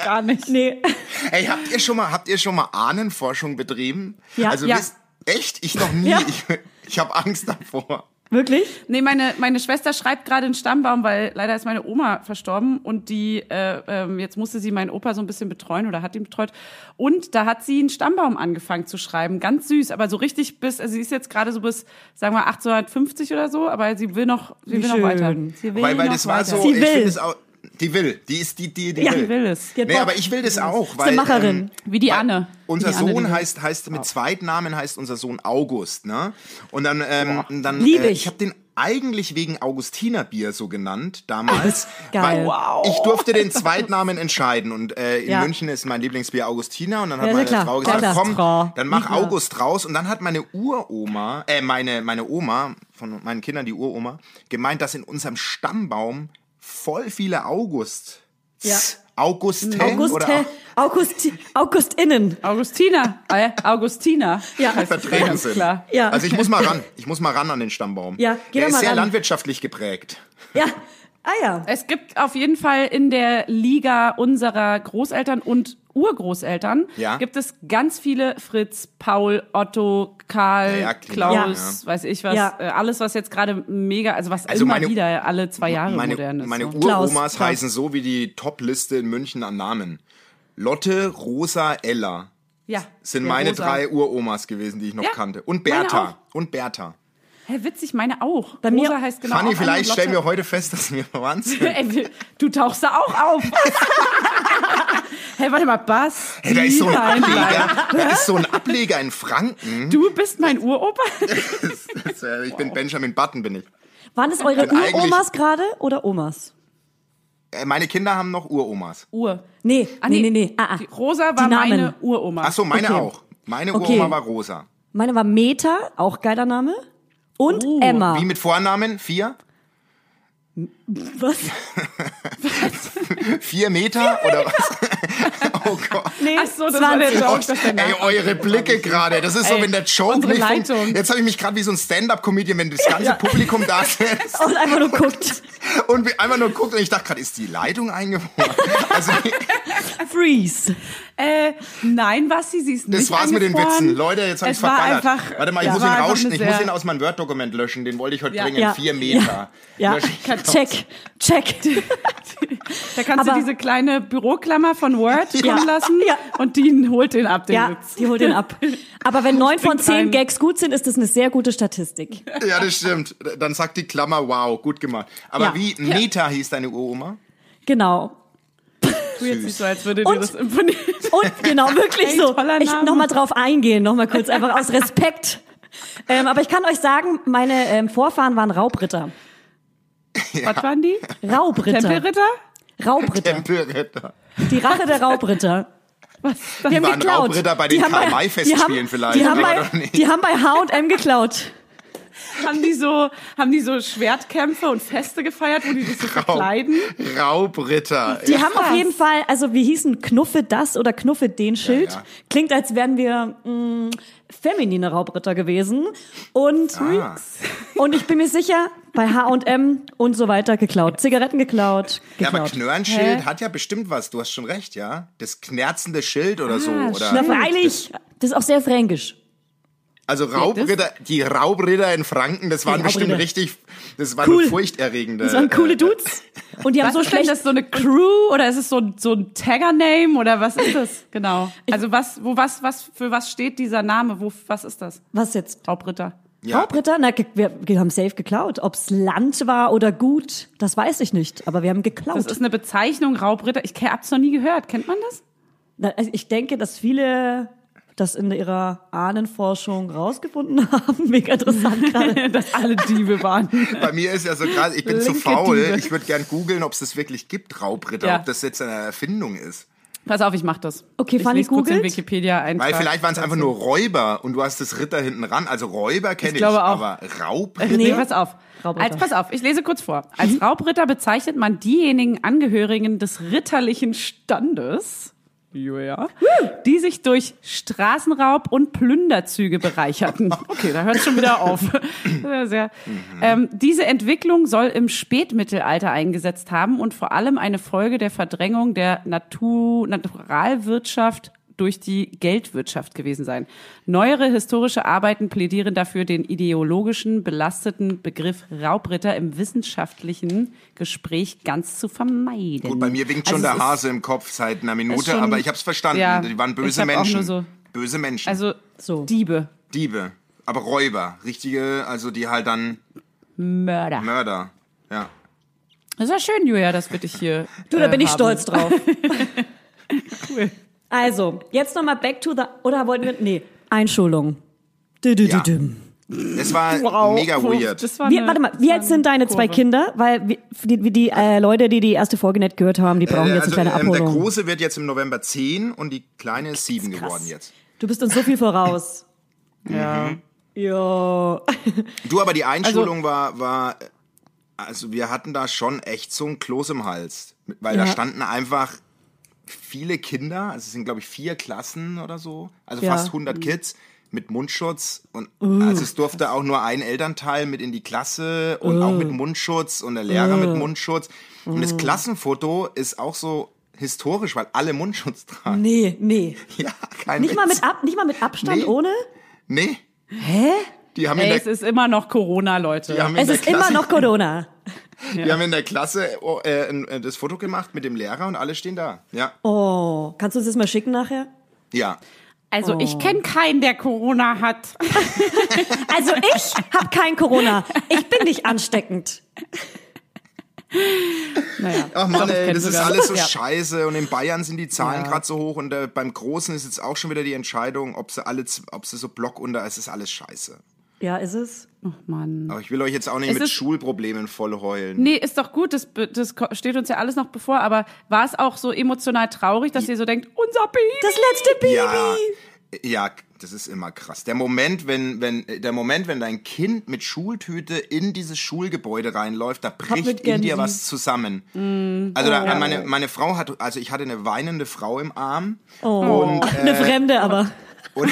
[SPEAKER 1] gar nicht.
[SPEAKER 3] Nee.
[SPEAKER 2] Ey, habt ihr schon mal, habt ihr schon mal Ahnenforschung betrieben?
[SPEAKER 3] Ja.
[SPEAKER 2] also
[SPEAKER 1] Ja.
[SPEAKER 2] wisst, echt? Ich noch nie.
[SPEAKER 3] Ja.
[SPEAKER 2] Ich, ich habe Angst davor.
[SPEAKER 3] Wirklich?
[SPEAKER 1] Nee, meine, meine Schwester schreibt gerade einen Stammbaum, weil leider ist meine Oma verstorben und die, äh, ähm, jetzt musste sie meinen Opa so ein bisschen betreuen oder hat ihn betreut. Und da hat sie einen Stammbaum angefangen zu schreiben. Ganz süß, aber so richtig bis, also sie ist jetzt gerade so bis, sagen wir, 1850 oder so, aber sie will noch, sie will
[SPEAKER 3] schön.
[SPEAKER 1] noch weiter. Sie will
[SPEAKER 2] Weil, weil
[SPEAKER 1] noch
[SPEAKER 2] das war
[SPEAKER 1] weiter.
[SPEAKER 2] so,
[SPEAKER 3] Sie
[SPEAKER 2] ich
[SPEAKER 3] will.
[SPEAKER 2] finde es auch. Die will, die ist die, die, die
[SPEAKER 3] Ja,
[SPEAKER 2] will.
[SPEAKER 1] sie will es.
[SPEAKER 3] Die hat
[SPEAKER 2] Nee,
[SPEAKER 3] Bock.
[SPEAKER 2] aber ich will das auch,
[SPEAKER 3] eine
[SPEAKER 2] weil. ähm,
[SPEAKER 3] Macherin.
[SPEAKER 1] Wie die
[SPEAKER 2] weil
[SPEAKER 1] Anne.
[SPEAKER 2] Unser
[SPEAKER 1] Wie die Anne, die
[SPEAKER 2] Sohn
[SPEAKER 1] will.
[SPEAKER 2] heißt, heißt mit Zweitnamen heißt unser Sohn August, ne? Und dann, ähm, dann
[SPEAKER 3] Lieb
[SPEAKER 2] äh,
[SPEAKER 3] ich.
[SPEAKER 2] ich habe den eigentlich wegen Augustinerbier so genannt damals.
[SPEAKER 3] Geil.
[SPEAKER 2] Weil
[SPEAKER 3] Wow.
[SPEAKER 2] Ich durfte den Zweitnamen entscheiden und äh, in
[SPEAKER 3] Ja.
[SPEAKER 2] München ist mein Lieblingsbier Augustiner und dann hat
[SPEAKER 3] Ja, ist ja klar.
[SPEAKER 2] meine Frau gesagt,
[SPEAKER 3] Klar, klar.
[SPEAKER 2] komm,
[SPEAKER 3] Frau.
[SPEAKER 2] dann mach August raus und dann hat meine Uroma, äh meine meine Oma von meinen Kindern die Uroma gemeint, dass in unserem Stammbaum voll viele August
[SPEAKER 3] Ja. Mhm.
[SPEAKER 2] Auguste,
[SPEAKER 3] August, äh,
[SPEAKER 2] oder
[SPEAKER 3] August, Augustinnen.
[SPEAKER 1] Augustina, äh, Augustina.
[SPEAKER 3] Ja.
[SPEAKER 2] vertreten
[SPEAKER 1] Ganz
[SPEAKER 2] sind.
[SPEAKER 1] klar.
[SPEAKER 3] Ja.
[SPEAKER 2] Also ich muss mal ran, ich muss mal ran an den Stammbaum.
[SPEAKER 3] Ja, geh
[SPEAKER 2] Der
[SPEAKER 3] doch
[SPEAKER 2] ist
[SPEAKER 3] mal
[SPEAKER 2] sehr
[SPEAKER 3] ran.
[SPEAKER 2] landwirtschaftlich geprägt.
[SPEAKER 3] Ja. Ah ja.
[SPEAKER 1] Es gibt auf jeden Fall in der Liga unserer Großeltern und Urgroßeltern
[SPEAKER 2] Ja.
[SPEAKER 1] gibt es ganz viele Fritz, Paul, Otto, Karl,
[SPEAKER 2] Ja, ja, klar.
[SPEAKER 1] Klaus, weiß ich was,
[SPEAKER 3] Ja.
[SPEAKER 1] äh, alles was jetzt gerade mega, also was
[SPEAKER 2] Also
[SPEAKER 1] immer
[SPEAKER 2] meine-
[SPEAKER 1] wieder alle zwei Jahre
[SPEAKER 2] meine
[SPEAKER 1] modern ist.
[SPEAKER 2] meine
[SPEAKER 1] so.
[SPEAKER 3] Klaus,
[SPEAKER 2] Uromas
[SPEAKER 3] Klaus.
[SPEAKER 2] heißen so wie die Top-Liste in München an Namen. Lotte, Rosa, Ella
[SPEAKER 1] ja,
[SPEAKER 2] sind
[SPEAKER 1] der
[SPEAKER 2] meine
[SPEAKER 1] Rosa.
[SPEAKER 2] drei Uromas gewesen, die ich noch
[SPEAKER 1] Ja,
[SPEAKER 2] kannte. Und
[SPEAKER 1] meine
[SPEAKER 2] Bertha. Und Bertha.
[SPEAKER 1] Hä, witzig, meine auch.
[SPEAKER 3] Bei mir-
[SPEAKER 1] Rosa heißt genau.
[SPEAKER 2] Fanny,
[SPEAKER 1] auch
[SPEAKER 2] vielleicht
[SPEAKER 1] Anne
[SPEAKER 2] stellen
[SPEAKER 1] und
[SPEAKER 2] wir heute fest, dass wir verwandt sind.
[SPEAKER 1] Lotte. Ey, du tauchst da auch auf. hey, warte mal, Bass.
[SPEAKER 2] Hey, da ist so ein
[SPEAKER 1] Nein, nein.
[SPEAKER 2] Ableger, da ist so ein Ableger in Franken.
[SPEAKER 1] Du bist mein Uropa.
[SPEAKER 2] Das, das, äh, ich bin Benjamin Button, bin ich.
[SPEAKER 3] Waren es eure
[SPEAKER 2] Denn eigentlich-
[SPEAKER 3] Uromas gerade oder Omas?
[SPEAKER 2] äh, meine Kinder haben noch Uromas.
[SPEAKER 1] Ur.
[SPEAKER 3] Nee,
[SPEAKER 1] Ah,
[SPEAKER 3] nee, nee, nee. Ah,
[SPEAKER 1] Die
[SPEAKER 3] ah.
[SPEAKER 1] Rosa war
[SPEAKER 3] Die Namen.
[SPEAKER 1] meine Uroma.
[SPEAKER 2] Ach so, meine
[SPEAKER 3] Okay.
[SPEAKER 2] auch. Meine
[SPEAKER 3] Okay.
[SPEAKER 2] Uroma war Rosa.
[SPEAKER 3] Meine war Meta, auch geiler Name. Und
[SPEAKER 1] Oh,
[SPEAKER 3] Emma.
[SPEAKER 2] Wie mit Vornamen? Vier?
[SPEAKER 3] Was?
[SPEAKER 2] Vier Meter oder was? oh Gott.
[SPEAKER 1] Nee, Ach so, das war der
[SPEAKER 3] 20.
[SPEAKER 1] Joke, dass der
[SPEAKER 2] Ey,
[SPEAKER 1] Nachbar-
[SPEAKER 2] eure Blicke gerade. Das ist so,
[SPEAKER 1] Ey,
[SPEAKER 2] wenn der Joke
[SPEAKER 1] unsere
[SPEAKER 2] nicht funkt-
[SPEAKER 1] Leitung.
[SPEAKER 2] Jetzt habe ich mich gerade wie so ein Stand-up-Comedian, wenn das ganze Publikum da sitzt
[SPEAKER 3] Und einfach nur guckt.
[SPEAKER 2] und wir einfach nur guckt und ich dachte gerade, ist die Leitung eingefroren? Also,
[SPEAKER 3] Freeze.
[SPEAKER 1] Äh, nein, Basti, sie ist
[SPEAKER 2] das
[SPEAKER 1] nicht
[SPEAKER 2] war's mit den
[SPEAKER 1] angefroren.
[SPEAKER 2] Witzen. Leute, jetzt habe ich
[SPEAKER 1] Es war
[SPEAKER 2] verballert.
[SPEAKER 1] einfach-
[SPEAKER 2] Warte mal, ich
[SPEAKER 1] ja,
[SPEAKER 2] muss ihn
[SPEAKER 1] war einfach
[SPEAKER 2] rauschen.
[SPEAKER 1] eine
[SPEAKER 2] Ich muss
[SPEAKER 1] sehr-
[SPEAKER 2] ihn aus meinem Word-Dokument löschen. Den wollte ich heute
[SPEAKER 1] Ja.
[SPEAKER 2] bringen.
[SPEAKER 3] Ja.
[SPEAKER 2] Vier Meter.
[SPEAKER 3] Ja,
[SPEAKER 2] Lösche ich
[SPEAKER 3] ja.
[SPEAKER 2] raus.
[SPEAKER 3] check, check.
[SPEAKER 1] Da kannst
[SPEAKER 3] Aber-
[SPEAKER 1] du diese kleine Büroklammer von Word
[SPEAKER 2] Ja.
[SPEAKER 1] kommen lassen
[SPEAKER 3] Ja.
[SPEAKER 1] und die holt den ab, den
[SPEAKER 3] Ja,
[SPEAKER 1] Witz.
[SPEAKER 3] die holt ihn ab. Aber wenn neun von
[SPEAKER 1] Bringt
[SPEAKER 3] zehn
[SPEAKER 1] einen.
[SPEAKER 3] Gags gut sind, ist das eine sehr gute Statistik.
[SPEAKER 2] Ja, das stimmt. Dann sagt die Klammer, wow, gut gemacht. Aber
[SPEAKER 3] Ja.
[SPEAKER 2] wie Meta hieß deine Uroma?
[SPEAKER 3] Genau.
[SPEAKER 1] Du jetzt nicht so, als würde dir
[SPEAKER 3] Und-
[SPEAKER 1] das imponieren.
[SPEAKER 3] Und genau, wirklich
[SPEAKER 1] Ey,
[SPEAKER 3] so.
[SPEAKER 1] toller
[SPEAKER 3] Ich
[SPEAKER 1] Name.
[SPEAKER 3] nochmal drauf eingehen, nochmal kurz, einfach aus Respekt. Ähm, aber ich kann euch sagen, meine ähm, Vorfahren waren Raubritter.
[SPEAKER 1] Was waren die?
[SPEAKER 3] Raubritter.
[SPEAKER 1] Tempelritter?
[SPEAKER 3] Raubritter.
[SPEAKER 2] Tempelritter.
[SPEAKER 3] Die Rache der Raubritter.
[SPEAKER 1] Die
[SPEAKER 3] haben
[SPEAKER 2] waren
[SPEAKER 3] geklaut.
[SPEAKER 2] Raubritter bei
[SPEAKER 3] Die
[SPEAKER 2] den
[SPEAKER 3] haben bei-
[SPEAKER 2] Karl-May-Festspielen
[SPEAKER 3] die haben-
[SPEAKER 2] vielleicht,
[SPEAKER 3] Die haben
[SPEAKER 2] aber
[SPEAKER 3] bei,
[SPEAKER 2] doch nicht.
[SPEAKER 3] die haben bei H&M geklaut.
[SPEAKER 1] Haben die so, haben die so Schwertkämpfe und Feste gefeiert, wo die sich so
[SPEAKER 2] Genau.
[SPEAKER 1] verkleiden?
[SPEAKER 2] Raubritter.
[SPEAKER 3] Die haben auf jeden Fall, also wir hießen Knuffe das oder Knuffe den Schild.
[SPEAKER 2] ja.
[SPEAKER 3] Klingt, als wären wir mh, feminine Raubritter gewesen. Und,
[SPEAKER 2] Ah.
[SPEAKER 3] und ich bin mir sicher, bei H&M und so weiter geklaut. Zigaretten geklaut,
[SPEAKER 2] Ja, aber
[SPEAKER 3] geklaut.
[SPEAKER 2] Knörnschild hat ja bestimmt was. Du hast schon recht, ja? Das knerzende Schild
[SPEAKER 1] Ah,
[SPEAKER 2] oder so.
[SPEAKER 3] Na
[SPEAKER 2] Oder?
[SPEAKER 3] freilich, das ist auch sehr fränkisch.
[SPEAKER 2] Also Raubritter, die Raubritter in Franken, das waren
[SPEAKER 3] Die
[SPEAKER 2] bestimmt
[SPEAKER 3] Raubritter.
[SPEAKER 2] richtig, das war
[SPEAKER 3] Cool.
[SPEAKER 2] eine furchterregende. äh,
[SPEAKER 3] Das waren coole Dudes. Und die haben
[SPEAKER 1] Was
[SPEAKER 3] so
[SPEAKER 1] ist denn
[SPEAKER 3] schlecht...
[SPEAKER 1] das so eine Crew oder ist es so, so ein Tagger-Name oder was ist das? Genau. Also was, wo, was, was, für was steht dieser Name? Wo, was ist das?
[SPEAKER 3] Was jetzt?
[SPEAKER 1] Raubritter.
[SPEAKER 2] Ja.
[SPEAKER 3] Raubritter? Na, ge- wir, wir haben safe geklaut. Ob's Land war oder gut, das weiß ich nicht. Aber wir haben
[SPEAKER 1] Das
[SPEAKER 3] geklaut.
[SPEAKER 1] ist eine Bezeichnung, Raubritter. Ich ke- hab's noch nie gehört. Kennt man das?
[SPEAKER 3] Na, also ich denke, dass viele das in ihrer Ahnenforschung rausgefunden haben. Mega interessant gerade.
[SPEAKER 1] Dass alle Diebe waren.
[SPEAKER 2] Bei mir ist ja so krass, ich bin zu
[SPEAKER 1] Linke
[SPEAKER 2] faul.
[SPEAKER 1] Diebe.
[SPEAKER 2] Ich würde gern googeln, ob es das wirklich gibt, Raubritter,
[SPEAKER 1] Ja.
[SPEAKER 2] ob das jetzt eine Erfindung ist.
[SPEAKER 1] Pass auf, ich mach das.
[SPEAKER 3] Okay,
[SPEAKER 1] ich
[SPEAKER 3] Fanny
[SPEAKER 1] lese kurz den
[SPEAKER 3] googelt.
[SPEAKER 1] Wikipedia ein.
[SPEAKER 2] Weil vielleicht waren es einfach nur Räuber und du hast das Ritter hinten ran. Also Räuber kenne ich,
[SPEAKER 1] glaube auch. Äh,
[SPEAKER 2] aber Raubritter.
[SPEAKER 1] Nee, Mhm.
[SPEAKER 3] Nee.
[SPEAKER 1] pass auf.
[SPEAKER 3] Raubritter.
[SPEAKER 1] Als, pass auf, ich lese kurz vor. Als Raubritter bezeichnet man diejenigen Angehörigen des ritterlichen Standes, ja, die sich durch Straßenraub und Plünderzüge bereicherten. Okay, da hört schon wieder auf. Sehr, sehr.
[SPEAKER 2] Mhm.
[SPEAKER 1] Ähm, diese Entwicklung soll im Spätmittelalter eingesetzt haben und vor allem eine Folge der Verdrängung der Natur Naturalwirtschaft durch die Geldwirtschaft gewesen sein. Neuere historische Arbeiten plädieren dafür, den ideologischen belasteten Begriff Raubritter im wissenschaftlichen Gespräch ganz zu vermeiden.
[SPEAKER 2] Gut, bei mir winkt schon
[SPEAKER 1] Also es
[SPEAKER 2] der
[SPEAKER 1] ist-
[SPEAKER 2] Hase im Kopf seit einer Minute,
[SPEAKER 1] schon-
[SPEAKER 2] aber ich habe es verstanden.
[SPEAKER 1] Ja,
[SPEAKER 2] die waren
[SPEAKER 1] ich
[SPEAKER 2] böse
[SPEAKER 1] hab auch nur
[SPEAKER 2] Menschen.
[SPEAKER 1] so-
[SPEAKER 2] Böse Menschen.
[SPEAKER 1] Also
[SPEAKER 3] So.
[SPEAKER 1] Diebe,
[SPEAKER 2] Diebe. Aber Räuber. Richtige, also die halt dann
[SPEAKER 1] Mörder.
[SPEAKER 2] Mörder. Ja.
[SPEAKER 1] Das war schön, Julia, dass wir dich hier. äh,
[SPEAKER 3] Du, da bin ich
[SPEAKER 1] haben.
[SPEAKER 3] stolz drauf. Also, jetzt nochmal back to the, oder wollten wir, nee, Einschulung. Dü, dü,
[SPEAKER 2] Ja.
[SPEAKER 3] dü, düm.
[SPEAKER 2] Das war mega weird. Äh,
[SPEAKER 1] Das war
[SPEAKER 3] Wir,
[SPEAKER 1] eine-
[SPEAKER 3] warte mal,
[SPEAKER 1] das
[SPEAKER 3] wie
[SPEAKER 1] war
[SPEAKER 3] alt sind
[SPEAKER 1] eine
[SPEAKER 3] deine zwei
[SPEAKER 1] Kurve.
[SPEAKER 3] Kinder? Weil wir, die, wie die äh, Leute, die die erste Folge nicht gehört haben, die brauchen
[SPEAKER 2] Äh,
[SPEAKER 3] jetzt eine kleine
[SPEAKER 1] also,
[SPEAKER 2] ähm, der
[SPEAKER 3] Abholung.
[SPEAKER 2] Große wird jetzt im November 10 und die Kleine ist 7 geworden jetzt.
[SPEAKER 3] du bist uns so viel voraus.
[SPEAKER 1] Ja.
[SPEAKER 3] Ja.
[SPEAKER 2] Du, aber die
[SPEAKER 3] Also
[SPEAKER 2] Einschulung war, war, also wir hatten da schon echt so ein Kloß im Hals. Weil da
[SPEAKER 3] Ja.
[SPEAKER 2] standen einfach viele Kinder, also es sind glaube ich vier Klassen oder so, also
[SPEAKER 3] Ja. Mhm. Uh,
[SPEAKER 2] fast 100 Kids mit Mundschutz und also es durfte auch nur ein Elternteil mit in die Klasse und
[SPEAKER 3] Uh.
[SPEAKER 2] auch mit Mundschutz und der Lehrer mit Mundschutz. Und das Klassenfoto ist auch so historisch, weil alle Mundschutz tragen.
[SPEAKER 3] Nee, nee.
[SPEAKER 2] Ja, kein
[SPEAKER 3] Mhm. Nicht mal
[SPEAKER 2] Witz.
[SPEAKER 3] mit, ab, nicht mal mit Abstand
[SPEAKER 2] Nee.
[SPEAKER 3] ohne?
[SPEAKER 2] Nee. Hä? Die haben
[SPEAKER 1] Ey,
[SPEAKER 2] in
[SPEAKER 1] es
[SPEAKER 2] der,
[SPEAKER 1] ist immer noch Corona, Leute.
[SPEAKER 2] die haben in
[SPEAKER 3] Es
[SPEAKER 2] der
[SPEAKER 3] ist immer
[SPEAKER 2] Klasse-
[SPEAKER 3] noch Corona.
[SPEAKER 2] Wir haben in der Klasse oh, äh, ein- äh, das Foto gemacht mit dem Lehrer und alle stehen da. Ja.
[SPEAKER 3] Oh, kannst du uns das mal schicken nachher?
[SPEAKER 2] Ja.
[SPEAKER 1] Also ich
[SPEAKER 3] Oh.
[SPEAKER 1] kenne keinen, der Corona hat.
[SPEAKER 3] Also ich habe kein Corona. Ich bin nicht ansteckend.
[SPEAKER 1] Naja.
[SPEAKER 2] Ach man,
[SPEAKER 1] Doch, ich
[SPEAKER 2] ey,
[SPEAKER 1] kenn
[SPEAKER 2] das ist
[SPEAKER 1] sogar-
[SPEAKER 2] alles so
[SPEAKER 1] Ja.
[SPEAKER 2] scheiße und in Bayern sind die Zahlen gerade so hoch und äh, beim Großen ist jetzt auch schon wieder die Entscheidung, ob sie alle, z- ob sie so Block unter, es ist alles scheiße.
[SPEAKER 3] Ja, ist es.
[SPEAKER 1] Ach Mann.
[SPEAKER 2] Aber ich will euch jetzt auch nicht
[SPEAKER 1] Es
[SPEAKER 2] mit
[SPEAKER 1] ist-
[SPEAKER 2] Schulproblemen voll heulen.
[SPEAKER 1] Nee, ist doch gut, das, be- das ko- steht uns ja alles noch bevor, aber war es auch so emotional traurig, dass ihr so denkt, unser Baby?
[SPEAKER 3] Das letzte Baby.
[SPEAKER 2] Ja, ja, das ist immer krass. Der Moment, wenn, wenn, der Moment, wenn dein Kind mit Schultüte in dieses Schulgebäude reinläuft, da bricht in
[SPEAKER 3] Gänse.
[SPEAKER 2] dir was zusammen.
[SPEAKER 1] Mm.
[SPEAKER 2] Also da, meine, meine Frau hat, also ich hatte eine weinende Frau im Arm.
[SPEAKER 3] Oh.
[SPEAKER 2] äh,
[SPEAKER 3] Eine Fremde, aber.
[SPEAKER 2] Und,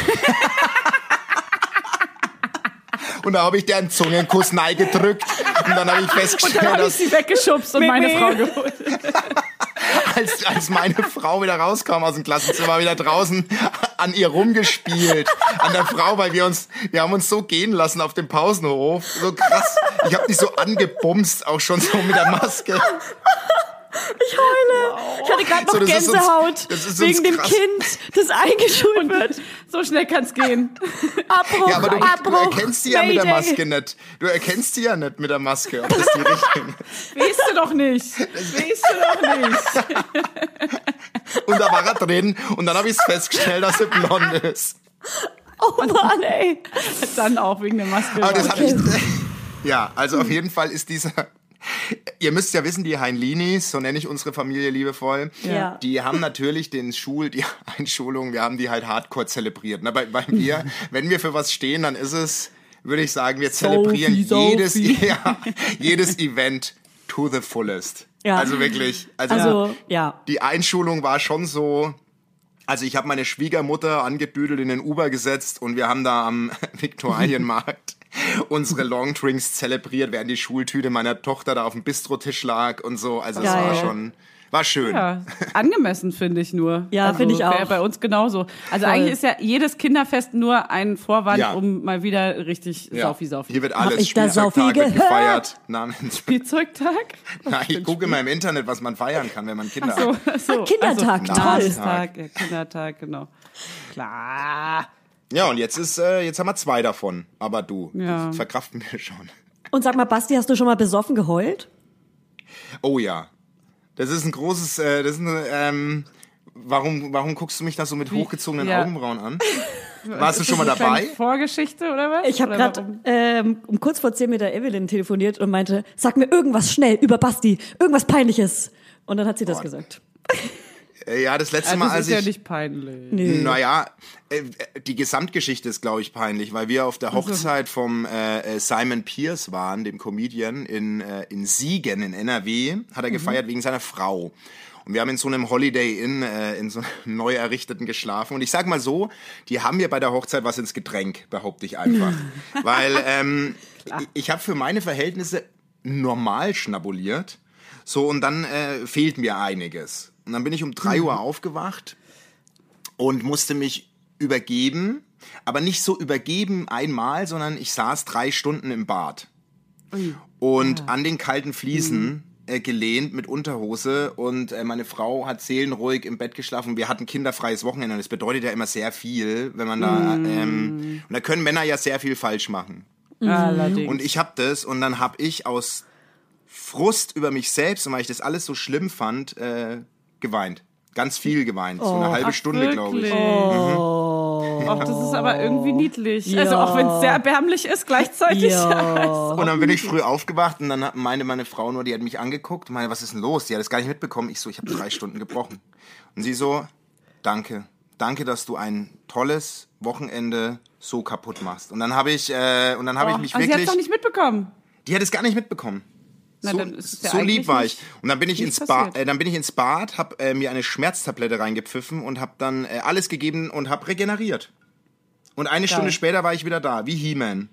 [SPEAKER 2] und da habe ich dir einen Zungenkuss neigedrückt. Und dann habe ich festgestellt,
[SPEAKER 1] Dann habe ich
[SPEAKER 2] dass
[SPEAKER 1] sie weggeschubst und meine
[SPEAKER 5] Mimi.
[SPEAKER 1] Frau geholt.
[SPEAKER 2] als, als meine Frau wieder rauskam aus dem Klassenzimmer, wieder draußen an ihr rumgespielt. An der Frau, weil wir uns, wir haben uns so gehen lassen auf dem Pausenhof. So krass. Ich habe dich so angebumst, auch schon so mit der Maske.
[SPEAKER 3] Ich heule. Ich hatte gerade noch
[SPEAKER 2] So, das ist uns-
[SPEAKER 3] Gänsehaut
[SPEAKER 2] das ist uns
[SPEAKER 3] wegen dem
[SPEAKER 2] krass.
[SPEAKER 3] Kind, das eingeschult wird.
[SPEAKER 1] So schnell kann's gehen.
[SPEAKER 3] Abbruch,
[SPEAKER 2] Ja, aber du, du
[SPEAKER 3] Abbruch.
[SPEAKER 2] erkennst die ja mit der
[SPEAKER 3] Mayday.
[SPEAKER 2] Maske nicht. Du erkennst die ja nicht mit der Maske, ob das die richtige
[SPEAKER 1] Weißt du doch nicht. Weißt du doch nicht.
[SPEAKER 2] Und da war er drin und dann habe ich festgestellt, dass sie blond ist.
[SPEAKER 3] Oh Mann, ey.
[SPEAKER 1] Dann auch wegen der Maske.
[SPEAKER 2] Aber das hab ich, ja, also auf jeden Fall ist dieser. Ihr müsst ja wissen, die Heinlinis, so nenne ich unsere Familie liebevoll,
[SPEAKER 3] Ja.
[SPEAKER 2] die haben natürlich den Schul, die Einschulung, wir haben die halt hardcore zelebriert. Ne? Bei, bei mir, wenn wir für was stehen, dann ist es, würde ich sagen, wir zelebrieren
[SPEAKER 1] Sophie.
[SPEAKER 2] jedes, ja, jedes Event to the fullest.
[SPEAKER 3] Ja.
[SPEAKER 2] Also wirklich. Also,
[SPEAKER 3] Also, ja.
[SPEAKER 2] die Einschulung war schon so. Also ich habe meine Schwiegermutter angedüdelt in den Uber gesetzt und wir haben da am Viktualienmarkt unsere Longdrinks zelebriert, während die Schultüte meiner Tochter da auf dem Bistrotisch lag und so. Also es war
[SPEAKER 3] Geil.
[SPEAKER 2] schon, war schön.
[SPEAKER 1] Ja, angemessen finde ich nur.
[SPEAKER 3] Ja,
[SPEAKER 1] also,
[SPEAKER 3] finde ich auch.
[SPEAKER 1] Wäre bei uns genauso. Also eigentlich ist ja jedes Kinderfest nur ein Vorwand,
[SPEAKER 2] Ja.
[SPEAKER 1] um mal wieder richtig
[SPEAKER 2] Ja.
[SPEAKER 1] Saufi Saufi.
[SPEAKER 2] Hier wird alles
[SPEAKER 3] ich da Saufi
[SPEAKER 2] Spielzeugtag wird
[SPEAKER 3] gehört?
[SPEAKER 2] gefeiert. Namens.
[SPEAKER 1] Spielzeugtag?
[SPEAKER 2] Na, ich gucke immer im Internet, was man feiern kann, wenn man Kinder
[SPEAKER 1] So,
[SPEAKER 2] hat.
[SPEAKER 1] so.
[SPEAKER 3] Ah, Kindertag,
[SPEAKER 1] also,
[SPEAKER 3] toll.
[SPEAKER 1] Namenstag, ja, Kindertag, genau. Klar.
[SPEAKER 2] Ja, und jetzt ist, äh, jetzt haben wir zwei davon. Aber du,
[SPEAKER 1] Ja.
[SPEAKER 2] das verkraften wir schon.
[SPEAKER 3] Und sag mal, Basti, hast du schon mal besoffen geheult?
[SPEAKER 2] Oh ja. Das ist ein großes, äh, das ist ein, ähm, warum, warum guckst du mich da so mit hochgezogenen
[SPEAKER 1] Ja.
[SPEAKER 2] Augenbrauen an? Warst du schon mal
[SPEAKER 1] Eine kleine
[SPEAKER 2] dabei?
[SPEAKER 1] Vorgeschichte oder was?
[SPEAKER 3] Ich habe
[SPEAKER 1] Oder
[SPEAKER 3] gerade
[SPEAKER 1] warum?
[SPEAKER 3] ähm, um kurz vor 10 mit der Evelyn telefoniert und meinte, sag mir irgendwas schnell über Basti, irgendwas Peinliches. Und dann hat sie das
[SPEAKER 2] Boah.
[SPEAKER 3] gesagt.
[SPEAKER 2] Äh, ja, das letzte
[SPEAKER 1] Also,
[SPEAKER 2] Mal,
[SPEAKER 1] das
[SPEAKER 2] als
[SPEAKER 1] ist ja
[SPEAKER 2] ich.
[SPEAKER 1] nicht peinlich.
[SPEAKER 2] Naja, äh, die Gesamtgeschichte ist, glaube ich, peinlich, weil wir auf der Hochzeit vom äh, äh, Simon Pierce waren, dem Comedian, in, äh, in Siegen in NRW, hat er gefeiert wegen seiner Frau. Und wir haben in so einem Holiday Inn, äh, in so einem neu errichteten geschlafen. Und ich sag mal so, die haben mir bei der Hochzeit was ins Getränk, behaupte ich einfach. Weil ähm, ich, ich habe für meine Verhältnisse normal schnabuliert. So, und dann äh, fehlt mir einiges. Und dann bin ich um drei Uhr aufgewacht und musste mich übergeben, aber nicht so übergeben einmal, sondern ich saß drei Stunden im Bad und an den kalten Fliesen äh, gelehnt mit Unterhose und äh, meine Frau hat seelenruhig im Bett geschlafen. Wir hatten kinderfreies Wochenende und das bedeutet ja immer sehr viel, wenn man da ähm, und da können Männer ja sehr viel falsch machen.
[SPEAKER 1] Mhm. Allerdings.
[SPEAKER 2] Und ich hab das und dann hab ich aus Frust über mich selbst und weil ich das alles so schlimm fand, äh, geweint. Ganz viel geweint. so eine halbe Stunde, glaube ich.
[SPEAKER 1] Wirklich?
[SPEAKER 3] Oh.
[SPEAKER 1] Ach, das ist aber irgendwie niedlich. Also auch wenn es sehr erbärmlich ist gleichzeitig.
[SPEAKER 2] Und dann bin ich früh aufgewacht und dann hat- meinte meine Frau nur, die hat mich angeguckt und meine, was ist denn los? Die hat das gar nicht mitbekommen. Ich so, ich habe drei Stunden gebrochen. Und sie so, danke. Danke, dass du ein tolles Wochenende so kaputt machst. Und dann habe ich, äh, und dann habe ich mich
[SPEAKER 1] also sie hat
[SPEAKER 2] wirklich.
[SPEAKER 1] es doch nicht mitbekommen.
[SPEAKER 2] Die hat es gar nicht mitbekommen.
[SPEAKER 1] Na,
[SPEAKER 2] so
[SPEAKER 1] dann ist es ja
[SPEAKER 2] so
[SPEAKER 1] eigentlich
[SPEAKER 2] lieb war ich.
[SPEAKER 1] nicht-
[SPEAKER 2] Und dann bin ich ins
[SPEAKER 1] nicht
[SPEAKER 2] Bad,
[SPEAKER 1] passiert.
[SPEAKER 2] äh, dann bin ich ins Bad, hab äh, mir eine Schmerztablette reingepfiffen und hab dann äh, alles gegeben und hab regeneriert. Und eine Stunde später war ich wieder da, wie He-Man.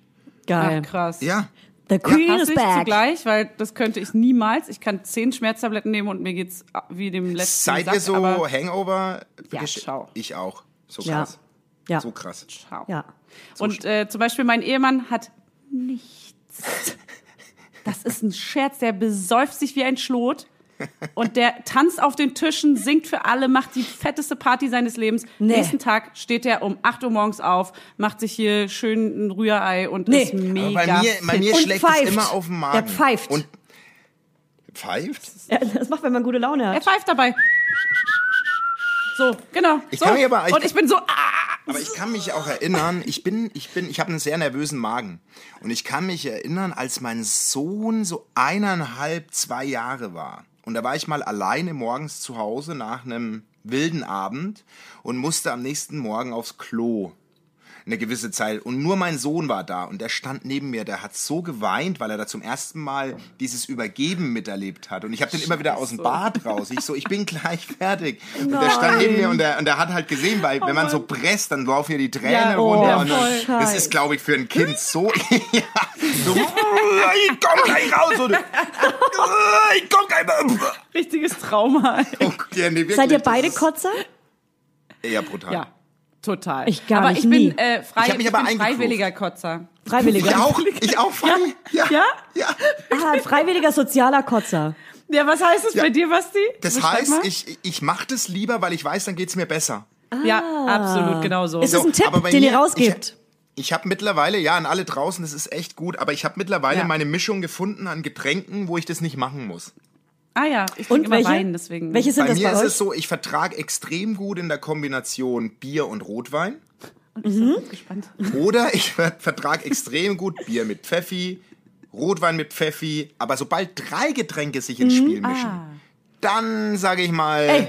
[SPEAKER 3] Geil.
[SPEAKER 1] Ach, krass.
[SPEAKER 2] Ja.
[SPEAKER 3] The Queen is
[SPEAKER 1] Hasse ich
[SPEAKER 3] back.
[SPEAKER 1] zugleich, weil das könnte ich niemals. Ich kann zehn Schmerztabletten nehmen und mir geht's wie dem letzten
[SPEAKER 2] Seid
[SPEAKER 1] Sack,
[SPEAKER 2] ihr so
[SPEAKER 1] aber-
[SPEAKER 2] Hangover?
[SPEAKER 1] Ja,
[SPEAKER 2] Gesch-
[SPEAKER 1] schau.
[SPEAKER 2] Ich auch. So
[SPEAKER 3] Ja.
[SPEAKER 2] krass.
[SPEAKER 3] Ja.
[SPEAKER 2] So krass.
[SPEAKER 1] Schau.
[SPEAKER 3] Ja.
[SPEAKER 1] Und äh, zum Beispiel mein Ehemann hat nichts. Das ist ein Scherz, der besäuft sich wie ein Schlot. Und der tanzt auf den Tischen, singt für alle, macht die fetteste Party seines Lebens.
[SPEAKER 3] Nee.
[SPEAKER 1] Nächsten Tag steht er um 8 Uhr morgens auf, macht sich hier schön ein Rührei und
[SPEAKER 3] Nee.
[SPEAKER 1] ist
[SPEAKER 3] Aber bei
[SPEAKER 1] mega
[SPEAKER 2] Aber bei mir, bei
[SPEAKER 1] fit.
[SPEAKER 2] mir
[SPEAKER 3] Und
[SPEAKER 2] schlägt
[SPEAKER 3] pfeift.
[SPEAKER 2] es immer auf den Magen.
[SPEAKER 3] Der pfeift.
[SPEAKER 2] Und pfeift?
[SPEAKER 3] Ja, das macht, wenn man gute Laune
[SPEAKER 1] Er
[SPEAKER 3] hat.
[SPEAKER 1] pfeift dabei. So, genau.
[SPEAKER 2] Ich
[SPEAKER 1] so.
[SPEAKER 2] kann mich aber- ich-
[SPEAKER 1] und ich bin so, ah,
[SPEAKER 2] Aber ich kann mich auch erinnern, ich bin, ich bin, ich habe einen sehr nervösen Magen. Und ich kann mich erinnern, als mein Sohn so eineinhalb, zwei Jahre war. Und da war ich mal alleine morgens zu Hause nach einem wilden Abend und musste am nächsten Morgen aufs Klo eine gewisse Zeit. Und nur mein Sohn war da und der stand neben mir. Der hat so geweint, weil er da zum ersten Mal dieses Übergeben miterlebt hat. Und ich habe den immer wieder aus dem Bad raus. Ich so, ich bin gleich fertig. Und der stand neben mir und der, und der hat halt gesehen, weil wenn man so presst, dann laufen hier die Tränen
[SPEAKER 1] oh,
[SPEAKER 2] runter.
[SPEAKER 1] ja,
[SPEAKER 2] und dann,
[SPEAKER 3] voll.
[SPEAKER 2] das ist, glaube ich, für ein Kind so. ja, so ich komm gleich raus. Und, ich komm gleich raus.
[SPEAKER 1] Richtiges Trauma.
[SPEAKER 2] Oh, ja, nee, wirklich,
[SPEAKER 3] Seid ihr
[SPEAKER 2] das
[SPEAKER 3] beide
[SPEAKER 2] ist-
[SPEAKER 3] Kotzer?
[SPEAKER 2] Ja, brutal.
[SPEAKER 1] Ja, total.
[SPEAKER 3] Ich gar
[SPEAKER 1] aber
[SPEAKER 3] nicht,
[SPEAKER 1] ich
[SPEAKER 3] nie.
[SPEAKER 1] bin, äh, frei,
[SPEAKER 2] Ich hab mich aber
[SPEAKER 1] bin
[SPEAKER 2] eingekrooft.
[SPEAKER 1] freiwilliger Kotzer.
[SPEAKER 3] Freiwilliger.
[SPEAKER 2] Ich auch, ich auch, Fanny. Ja?
[SPEAKER 1] Ja?
[SPEAKER 2] ja.
[SPEAKER 3] Ah, ein freiwilliger sozialer Kotzer.
[SPEAKER 1] Ja, was heißt es bei dir, Basti?
[SPEAKER 2] Das
[SPEAKER 1] Beschreib
[SPEAKER 2] heißt,
[SPEAKER 1] mal.
[SPEAKER 2] ich, ich mache das lieber, weil ich weiß, dann geht's mir besser.
[SPEAKER 1] Ja, absolut, genau so.
[SPEAKER 3] Ist das
[SPEAKER 2] So,
[SPEAKER 3] ein Tipp,
[SPEAKER 2] aber bei
[SPEAKER 3] den
[SPEAKER 2] mir-
[SPEAKER 3] ihr rausgebt?
[SPEAKER 2] Ich habe mittlerweile, ja, an alle draußen, das ist echt gut, aber ich habe mittlerweile
[SPEAKER 1] Ja.
[SPEAKER 2] meine Mischung gefunden an Getränken, wo ich das nicht machen muss.
[SPEAKER 1] ah ja, ich trinke
[SPEAKER 3] Und
[SPEAKER 1] immer
[SPEAKER 3] welche?
[SPEAKER 1] Wein, deswegen.
[SPEAKER 3] Welche sind
[SPEAKER 2] bei
[SPEAKER 3] das
[SPEAKER 2] mir
[SPEAKER 3] bei
[SPEAKER 2] ist
[SPEAKER 3] euch?
[SPEAKER 2] es so, ich vertrage extrem gut in der Kombination Bier und Rotwein.
[SPEAKER 3] Mhm.
[SPEAKER 1] Gespannt.
[SPEAKER 2] Oder ich ver- vertrag extrem gut Bier mit Pfeffi, Rotwein mit Pfeffi. Aber sobald drei Getränke sich ins Spiel mischen, dann sage ich mal,
[SPEAKER 3] Ey,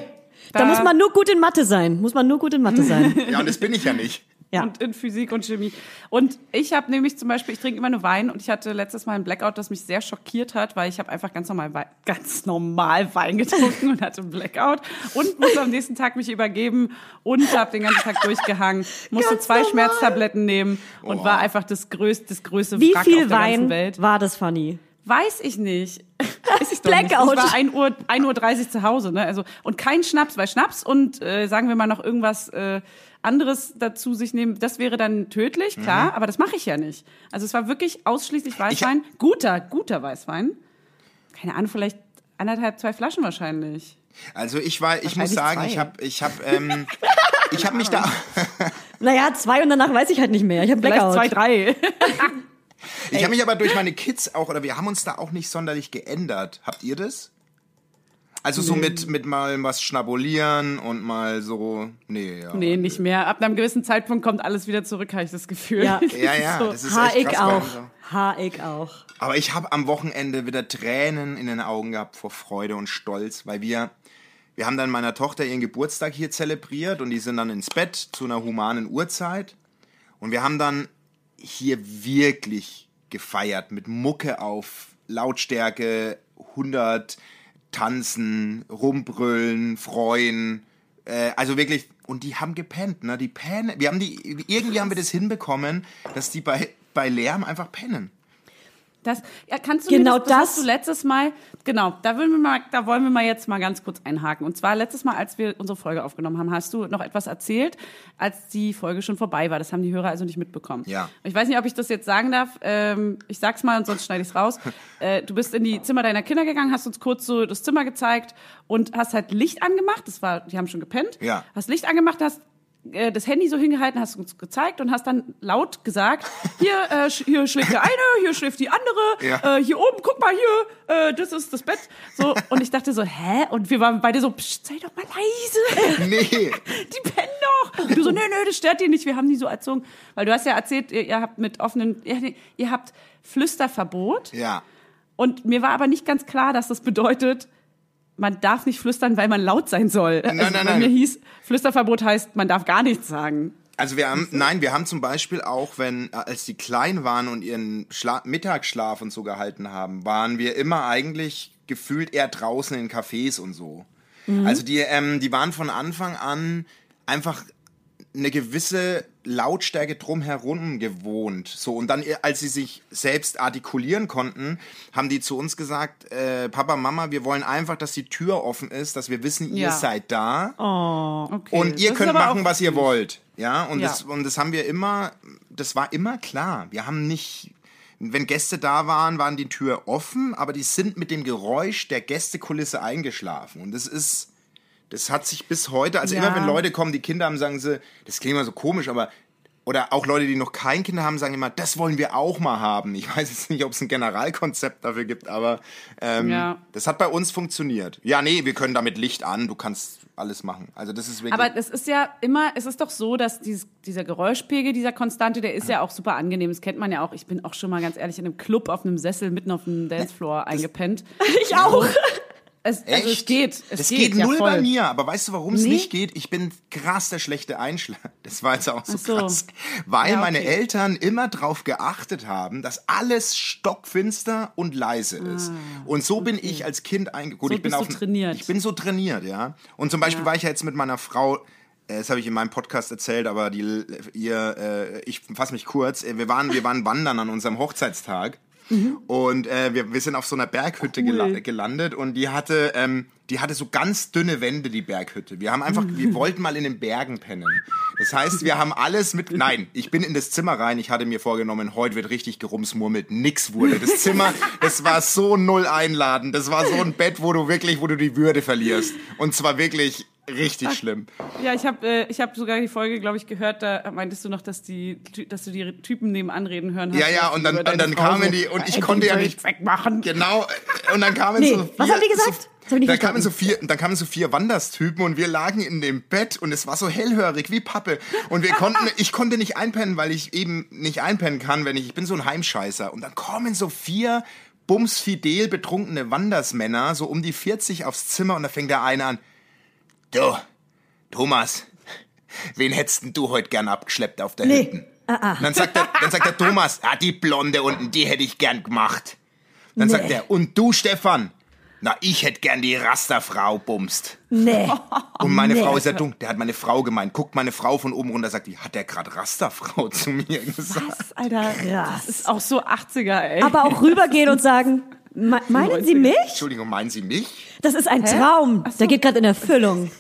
[SPEAKER 3] da, muss man nur gut in Mathe sein. Muss man nur gut in Mathe sein.
[SPEAKER 2] ja, und das bin ich ja nicht.
[SPEAKER 3] Ja.
[SPEAKER 1] Und in Physik und Chemie. Und ich habe nämlich zum Beispiel, ich trinke immer nur Wein und ich hatte letztes Mal einen Blackout, das mich sehr schockiert hat, weil ich habe einfach ganz normal, Wei- ganz normal Wein getrunken und hatte einen Blackout und musste am nächsten Tag mich übergeben und habe den ganzen Tag durchgehangen, musste
[SPEAKER 3] Ganz
[SPEAKER 1] zwei
[SPEAKER 3] normal.
[SPEAKER 1] Schmerztabletten nehmen und
[SPEAKER 2] Boah.
[SPEAKER 1] war einfach das größte, das größte
[SPEAKER 3] Wie
[SPEAKER 1] Wrack auf
[SPEAKER 3] viel
[SPEAKER 1] der ganzen
[SPEAKER 3] Wein
[SPEAKER 1] Welt.
[SPEAKER 3] war das, Fanny?
[SPEAKER 1] Weiß ich nicht. Weiß ich
[SPEAKER 3] Blackout.
[SPEAKER 1] Nicht. Ich war 1 Uhr, 1 Uhr 30 zu Hause, ne? Also, und kein Schnaps, weil Schnaps und, äh, sagen wir mal noch irgendwas, äh, anderes dazu sich nehmen, das wäre dann tödlich,
[SPEAKER 3] Mhm.
[SPEAKER 1] klar, aber das mache ich ja nicht. Also es war wirklich ausschließlich Weißwein, guter, guter Weißwein. Keine Ahnung, vielleicht anderthalb, zwei Flaschen wahrscheinlich.
[SPEAKER 2] Also ich war, ich muss
[SPEAKER 1] Wahrscheinlich
[SPEAKER 2] sagen,
[SPEAKER 1] zwei.
[SPEAKER 2] ich habe, ich habe, ähm, ich habe mich da,
[SPEAKER 3] Naja, zwei und danach weiß ich halt nicht mehr. Ich habe
[SPEAKER 1] Vielleicht
[SPEAKER 3] Blackout.
[SPEAKER 1] zwei, drei.
[SPEAKER 2] ich habe mich aber durch meine Kids auch, oder wir haben uns da auch nicht sonderlich geändert. Habt ihr das? Also so mit, mit mal was schnabulieren und mal so, nee, ja.
[SPEAKER 1] nee, nicht mehr. Ab einem gewissen Zeitpunkt kommt alles wieder zurück, habe ich das Gefühl.
[SPEAKER 3] Ja.
[SPEAKER 2] Ja, ja, das ist
[SPEAKER 3] Ha,
[SPEAKER 2] echt
[SPEAKER 3] ich
[SPEAKER 2] krass bei uns
[SPEAKER 3] auch. Ha, ich auch.
[SPEAKER 2] Aber ich habe am Wochenende wieder Tränen in den Augen gehabt vor Freude und Stolz, weil wir, wir haben dann meiner Tochter ihren Geburtstag hier zelebriert und die sind dann ins Bett zu einer humanen Uhrzeit. Und wir haben dann hier wirklich gefeiert mit Mucke auf Lautstärke 100, tanzen, rumbrüllen, freuen. Äh, also wirklich, und die haben gepennt, ne? Die pennen. Wir haben die, irgendwie haben wir das hinbekommen, dass die bei, bei Lärm einfach pennen.
[SPEAKER 1] Das, ja, kannst du
[SPEAKER 3] Genau
[SPEAKER 1] mir das, das, hast
[SPEAKER 3] das.
[SPEAKER 1] du letztes Mal, genau, da wollen wir mal, da wollen wir mal jetzt mal ganz kurz einhaken. Und zwar letztes Mal, als wir unsere Folge aufgenommen haben, hast du noch etwas erzählt, als die Folge schon vorbei war. Das haben die Hörer also nicht mitbekommen.
[SPEAKER 2] Ja.
[SPEAKER 1] Und Ich weiß nicht, ob ich das jetzt sagen darf. Ähm, ich sag's mal und sonst schneide ich's raus. Äh, du bist in die Zimmer deiner Kinder gegangen, hast uns kurz so das Zimmer gezeigt und hast halt Licht angemacht. Das war, die haben schon gepennt.
[SPEAKER 2] Ja.
[SPEAKER 1] Hast Licht angemacht, hast äh, das Handy so hingehalten, hast uns gezeigt und hast dann laut gesagt, hier, äh, sch- hier schläft der eine, hier schläft die andere,
[SPEAKER 2] Ja.
[SPEAKER 1] äh, hier oben, guck mal hier, äh, das ist das Bett. So, und ich dachte so, hä? Und wir waren beide so, Psst, sei doch mal leise.
[SPEAKER 2] Nee.
[SPEAKER 1] Die pennen doch. Und du so, nö, nö, das stört die nicht. Wir haben die so erzogen. Weil du hast ja erzählt, ihr, ihr habt mit offenen, ihr, ihr habt Flüsterverbot.
[SPEAKER 2] Ja.
[SPEAKER 1] Und mir war aber nicht ganz klar, dass das bedeutet, man darf nicht flüstern, weil man laut sein soll. Nein, also
[SPEAKER 2] nein,
[SPEAKER 1] bei
[SPEAKER 2] nein.
[SPEAKER 1] mir hieß, Flüsterverbot heißt, man darf gar nichts sagen.
[SPEAKER 2] Also wir haben, nein, wir haben zum Beispiel auch, wenn, äh, als die klein waren und ihren Schla Mittagsschlaf und so gehalten haben, waren wir immer eigentlich gefühlt eher draußen in Cafés und so. Also die, ähm, die waren von Anfang an einfach eine gewisse Lautstärke drumherum gewohnt. So, und dann, äh, als sie sich selbst artikulieren konnten, haben die zu uns gesagt, äh, Papa, Mama, wir wollen einfach, dass die Tür offen ist, dass wir wissen, ihr
[SPEAKER 1] Ja.
[SPEAKER 2] seid da.
[SPEAKER 1] Okay.
[SPEAKER 2] Und ihr
[SPEAKER 1] das
[SPEAKER 2] könnt
[SPEAKER 1] ist aber
[SPEAKER 2] machen,
[SPEAKER 1] auch-
[SPEAKER 2] was ihr wollt. Ja, und,
[SPEAKER 1] Ja.
[SPEAKER 2] Das, und das haben wir immer, das war immer klar. Wir haben nicht, wenn Gäste da waren, waren die Tür offen, aber die sind mit dem Geräusch der Gästekulisse eingeschlafen. Und das ist, das hat sich bis heute, also
[SPEAKER 1] Ja.
[SPEAKER 2] immer wenn Leute kommen, die Kinder haben, sagen sie, das klingt immer so komisch, aber oder auch Leute, die noch kein Kind haben, sagen immer, das wollen wir auch mal haben. Ich weiß jetzt nicht, ob es ein Generalkonzept dafür gibt, aber ähm,
[SPEAKER 1] Ja.
[SPEAKER 2] das hat bei uns funktioniert. Ja, nee, wir können damit Licht an, du kannst alles machen. Also das ist wirklich.
[SPEAKER 1] Aber es ist ja immer, es ist doch so, dass dieses, dieser Geräuschpegel, dieser Konstante, der ist ja auch super angenehm. Das kennt man ja auch. Ich bin auch schon mal ganz ehrlich in einem Club auf einem Sessel mitten auf dem Dancefloor eingepennt. Ich auch. Es, also es geht. Es
[SPEAKER 2] das
[SPEAKER 1] geht,
[SPEAKER 2] geht, null
[SPEAKER 1] ja voll.
[SPEAKER 2] bei mir, aber weißt du, warum es
[SPEAKER 1] Nee.
[SPEAKER 2] nicht geht? Ich bin krass der schlechte Einschlag. Das war jetzt auch so,
[SPEAKER 1] Ach so.
[SPEAKER 2] krass. Weil
[SPEAKER 1] Ja, okay.
[SPEAKER 2] meine Eltern immer drauf geachtet haben, dass alles stockfinster und leise ist. Und so bin ich als Kind eingeguckt.
[SPEAKER 1] Ah, So
[SPEAKER 2] ich bin
[SPEAKER 1] bist du
[SPEAKER 2] auf,
[SPEAKER 1] trainiert.
[SPEAKER 2] Ich bin so trainiert, ja. Und zum Beispiel war ich ja jetzt mit meiner Frau. äh, Das habe ich in meinem Podcast erzählt, aber die, ihr, äh, ich fasse mich kurz. Äh, Wir waren, wir waren wandern an unserem Hochzeitstag und äh, wir, wir sind auf so einer Berghütte gela gelandet und die hatte, ähm, die hatte so ganz dünne Wände, die Berghütte. Wir haben einfach, wir wollten mal in den Bergen pennen. Das heißt, wir haben alles mit. Nein, ich bin in das Zimmer rein. Ich hatte mir vorgenommen, heute wird richtig gerumsmurmelt. Nix wurde. Das Zimmer, das war so null einladen. Das war so ein Bett, wo du wirklich, wo du die Würde verlierst. Und zwar wirklich richtig schlimm.
[SPEAKER 1] Ja, ich habe äh, ich hab sogar die Folge, glaube ich, gehört. Da meintest du noch, dass, die, dass du die Typen nebenan reden hören hast.
[SPEAKER 2] Ja, ja, und dann-
[SPEAKER 1] Über deine
[SPEAKER 2] und dann
[SPEAKER 1] Frau
[SPEAKER 2] kamen die und ich
[SPEAKER 1] "Ey,
[SPEAKER 2] konnte ja
[SPEAKER 1] soll
[SPEAKER 2] nicht-
[SPEAKER 1] ich wegmachen.
[SPEAKER 2] Genau. Und dann kamen
[SPEAKER 3] Nee,
[SPEAKER 2] so vier,
[SPEAKER 3] was haben die gesagt?
[SPEAKER 2] So,
[SPEAKER 3] Das hab ich nicht
[SPEAKER 2] da
[SPEAKER 3] verstanden.
[SPEAKER 2] kamen so vier, dann kamen so vier Wanderstypen und wir lagen in dem Bett und es war so hellhörig wie Pappe und wir konnten, ich konnte nicht einpennen, weil ich eben nicht einpennen kann, wenn ich, ich bin so ein Heimscheißer und dann kommen so vier bumsfidel betrunkene Wandersmänner so um die 40 aufs Zimmer und da fängt der eine an, du, Thomas, wen hättest denn du heute gern abgeschleppt auf der
[SPEAKER 3] Nee.
[SPEAKER 2] Hütten? Und Dann sagt, der, dann sagt der Thomas, ah, die Blonde unten, die hätte ich gern gemacht. Dann sagt er, und du, Stefan? Na, ich hätte gern die Rasterfrau bumst.
[SPEAKER 3] Nee.
[SPEAKER 2] Und meine Frau ist ja dumm. Der hat meine Frau gemeint. Guckt meine Frau von oben runter, sagt die, hat der gerade Rasterfrau zu mir gesagt?
[SPEAKER 1] Was, Alter?
[SPEAKER 3] Krass.
[SPEAKER 1] Ist auch so 80er, ey.
[SPEAKER 3] Aber auch rübergehen und sagen, "Me- meinen Sie mich?
[SPEAKER 2] Entschuldigung, meinen Sie mich?
[SPEAKER 3] Das ist ein Traum. Der geht gerade in Erfüllung.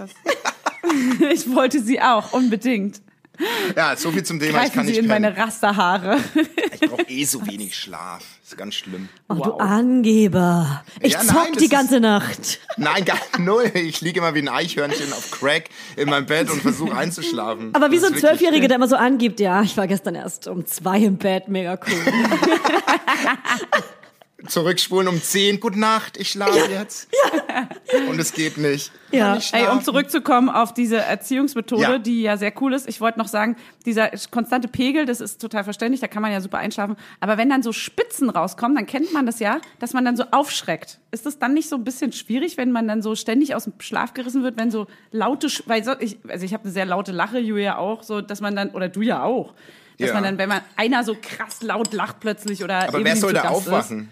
[SPEAKER 1] ich wollte sie auch, unbedingt.
[SPEAKER 2] Ja, so viel zum Thema. ich
[SPEAKER 1] Greifen
[SPEAKER 2] kann
[SPEAKER 1] sie
[SPEAKER 2] nicht
[SPEAKER 1] in meine
[SPEAKER 2] pennen.
[SPEAKER 1] Rasterhaare.
[SPEAKER 2] Ich brauche eh so wenig Schlaf. Ist ganz schlimm.
[SPEAKER 3] Oh, du Angeber. Ich
[SPEAKER 2] Ja, nein,
[SPEAKER 3] zock
[SPEAKER 2] das
[SPEAKER 3] die
[SPEAKER 2] ist-
[SPEAKER 3] ganze Nacht.
[SPEAKER 2] Nein, gar null. Ich liege immer wie ein Eichhörnchen auf Crack in meinem Bett und versuche einzuschlafen.
[SPEAKER 3] Aber wie
[SPEAKER 2] Das
[SPEAKER 3] so ein
[SPEAKER 2] ist wirklich-
[SPEAKER 3] Zwölfjähriger, der immer so angibt, ja, ich war gestern erst um zwei im Bett, mega cool.
[SPEAKER 2] Zurückspulen um 10. Gute Nacht, ich schlafe jetzt. Und es geht nicht.
[SPEAKER 3] Ja.
[SPEAKER 1] Ey, um zurückzukommen auf diese Erziehungsmethode,
[SPEAKER 2] Ja.
[SPEAKER 1] die ja sehr cool ist. Ich wollte noch sagen, dieser konstante Pegel, das ist total verständlich, da kann man ja super einschlafen. Aber wenn dann so Spitzen rauskommen, dann kennt man das ja, dass man dann so aufschreckt. Ist das dann nicht so ein bisschen schwierig, wenn man dann so ständig aus dem Schlaf gerissen wird, wenn so laute, Sch- weil so, ich, also ich habe eine sehr laute Lache, Julia auch, so, dass man dann, oder du ja auch, dass
[SPEAKER 2] Ja.
[SPEAKER 1] man dann, wenn man einer so krass laut lacht plötzlich oder
[SPEAKER 2] Aber
[SPEAKER 1] Evelyn
[SPEAKER 2] wer soll
[SPEAKER 1] zu
[SPEAKER 2] da
[SPEAKER 1] Gast ist.
[SPEAKER 2] aufwachen?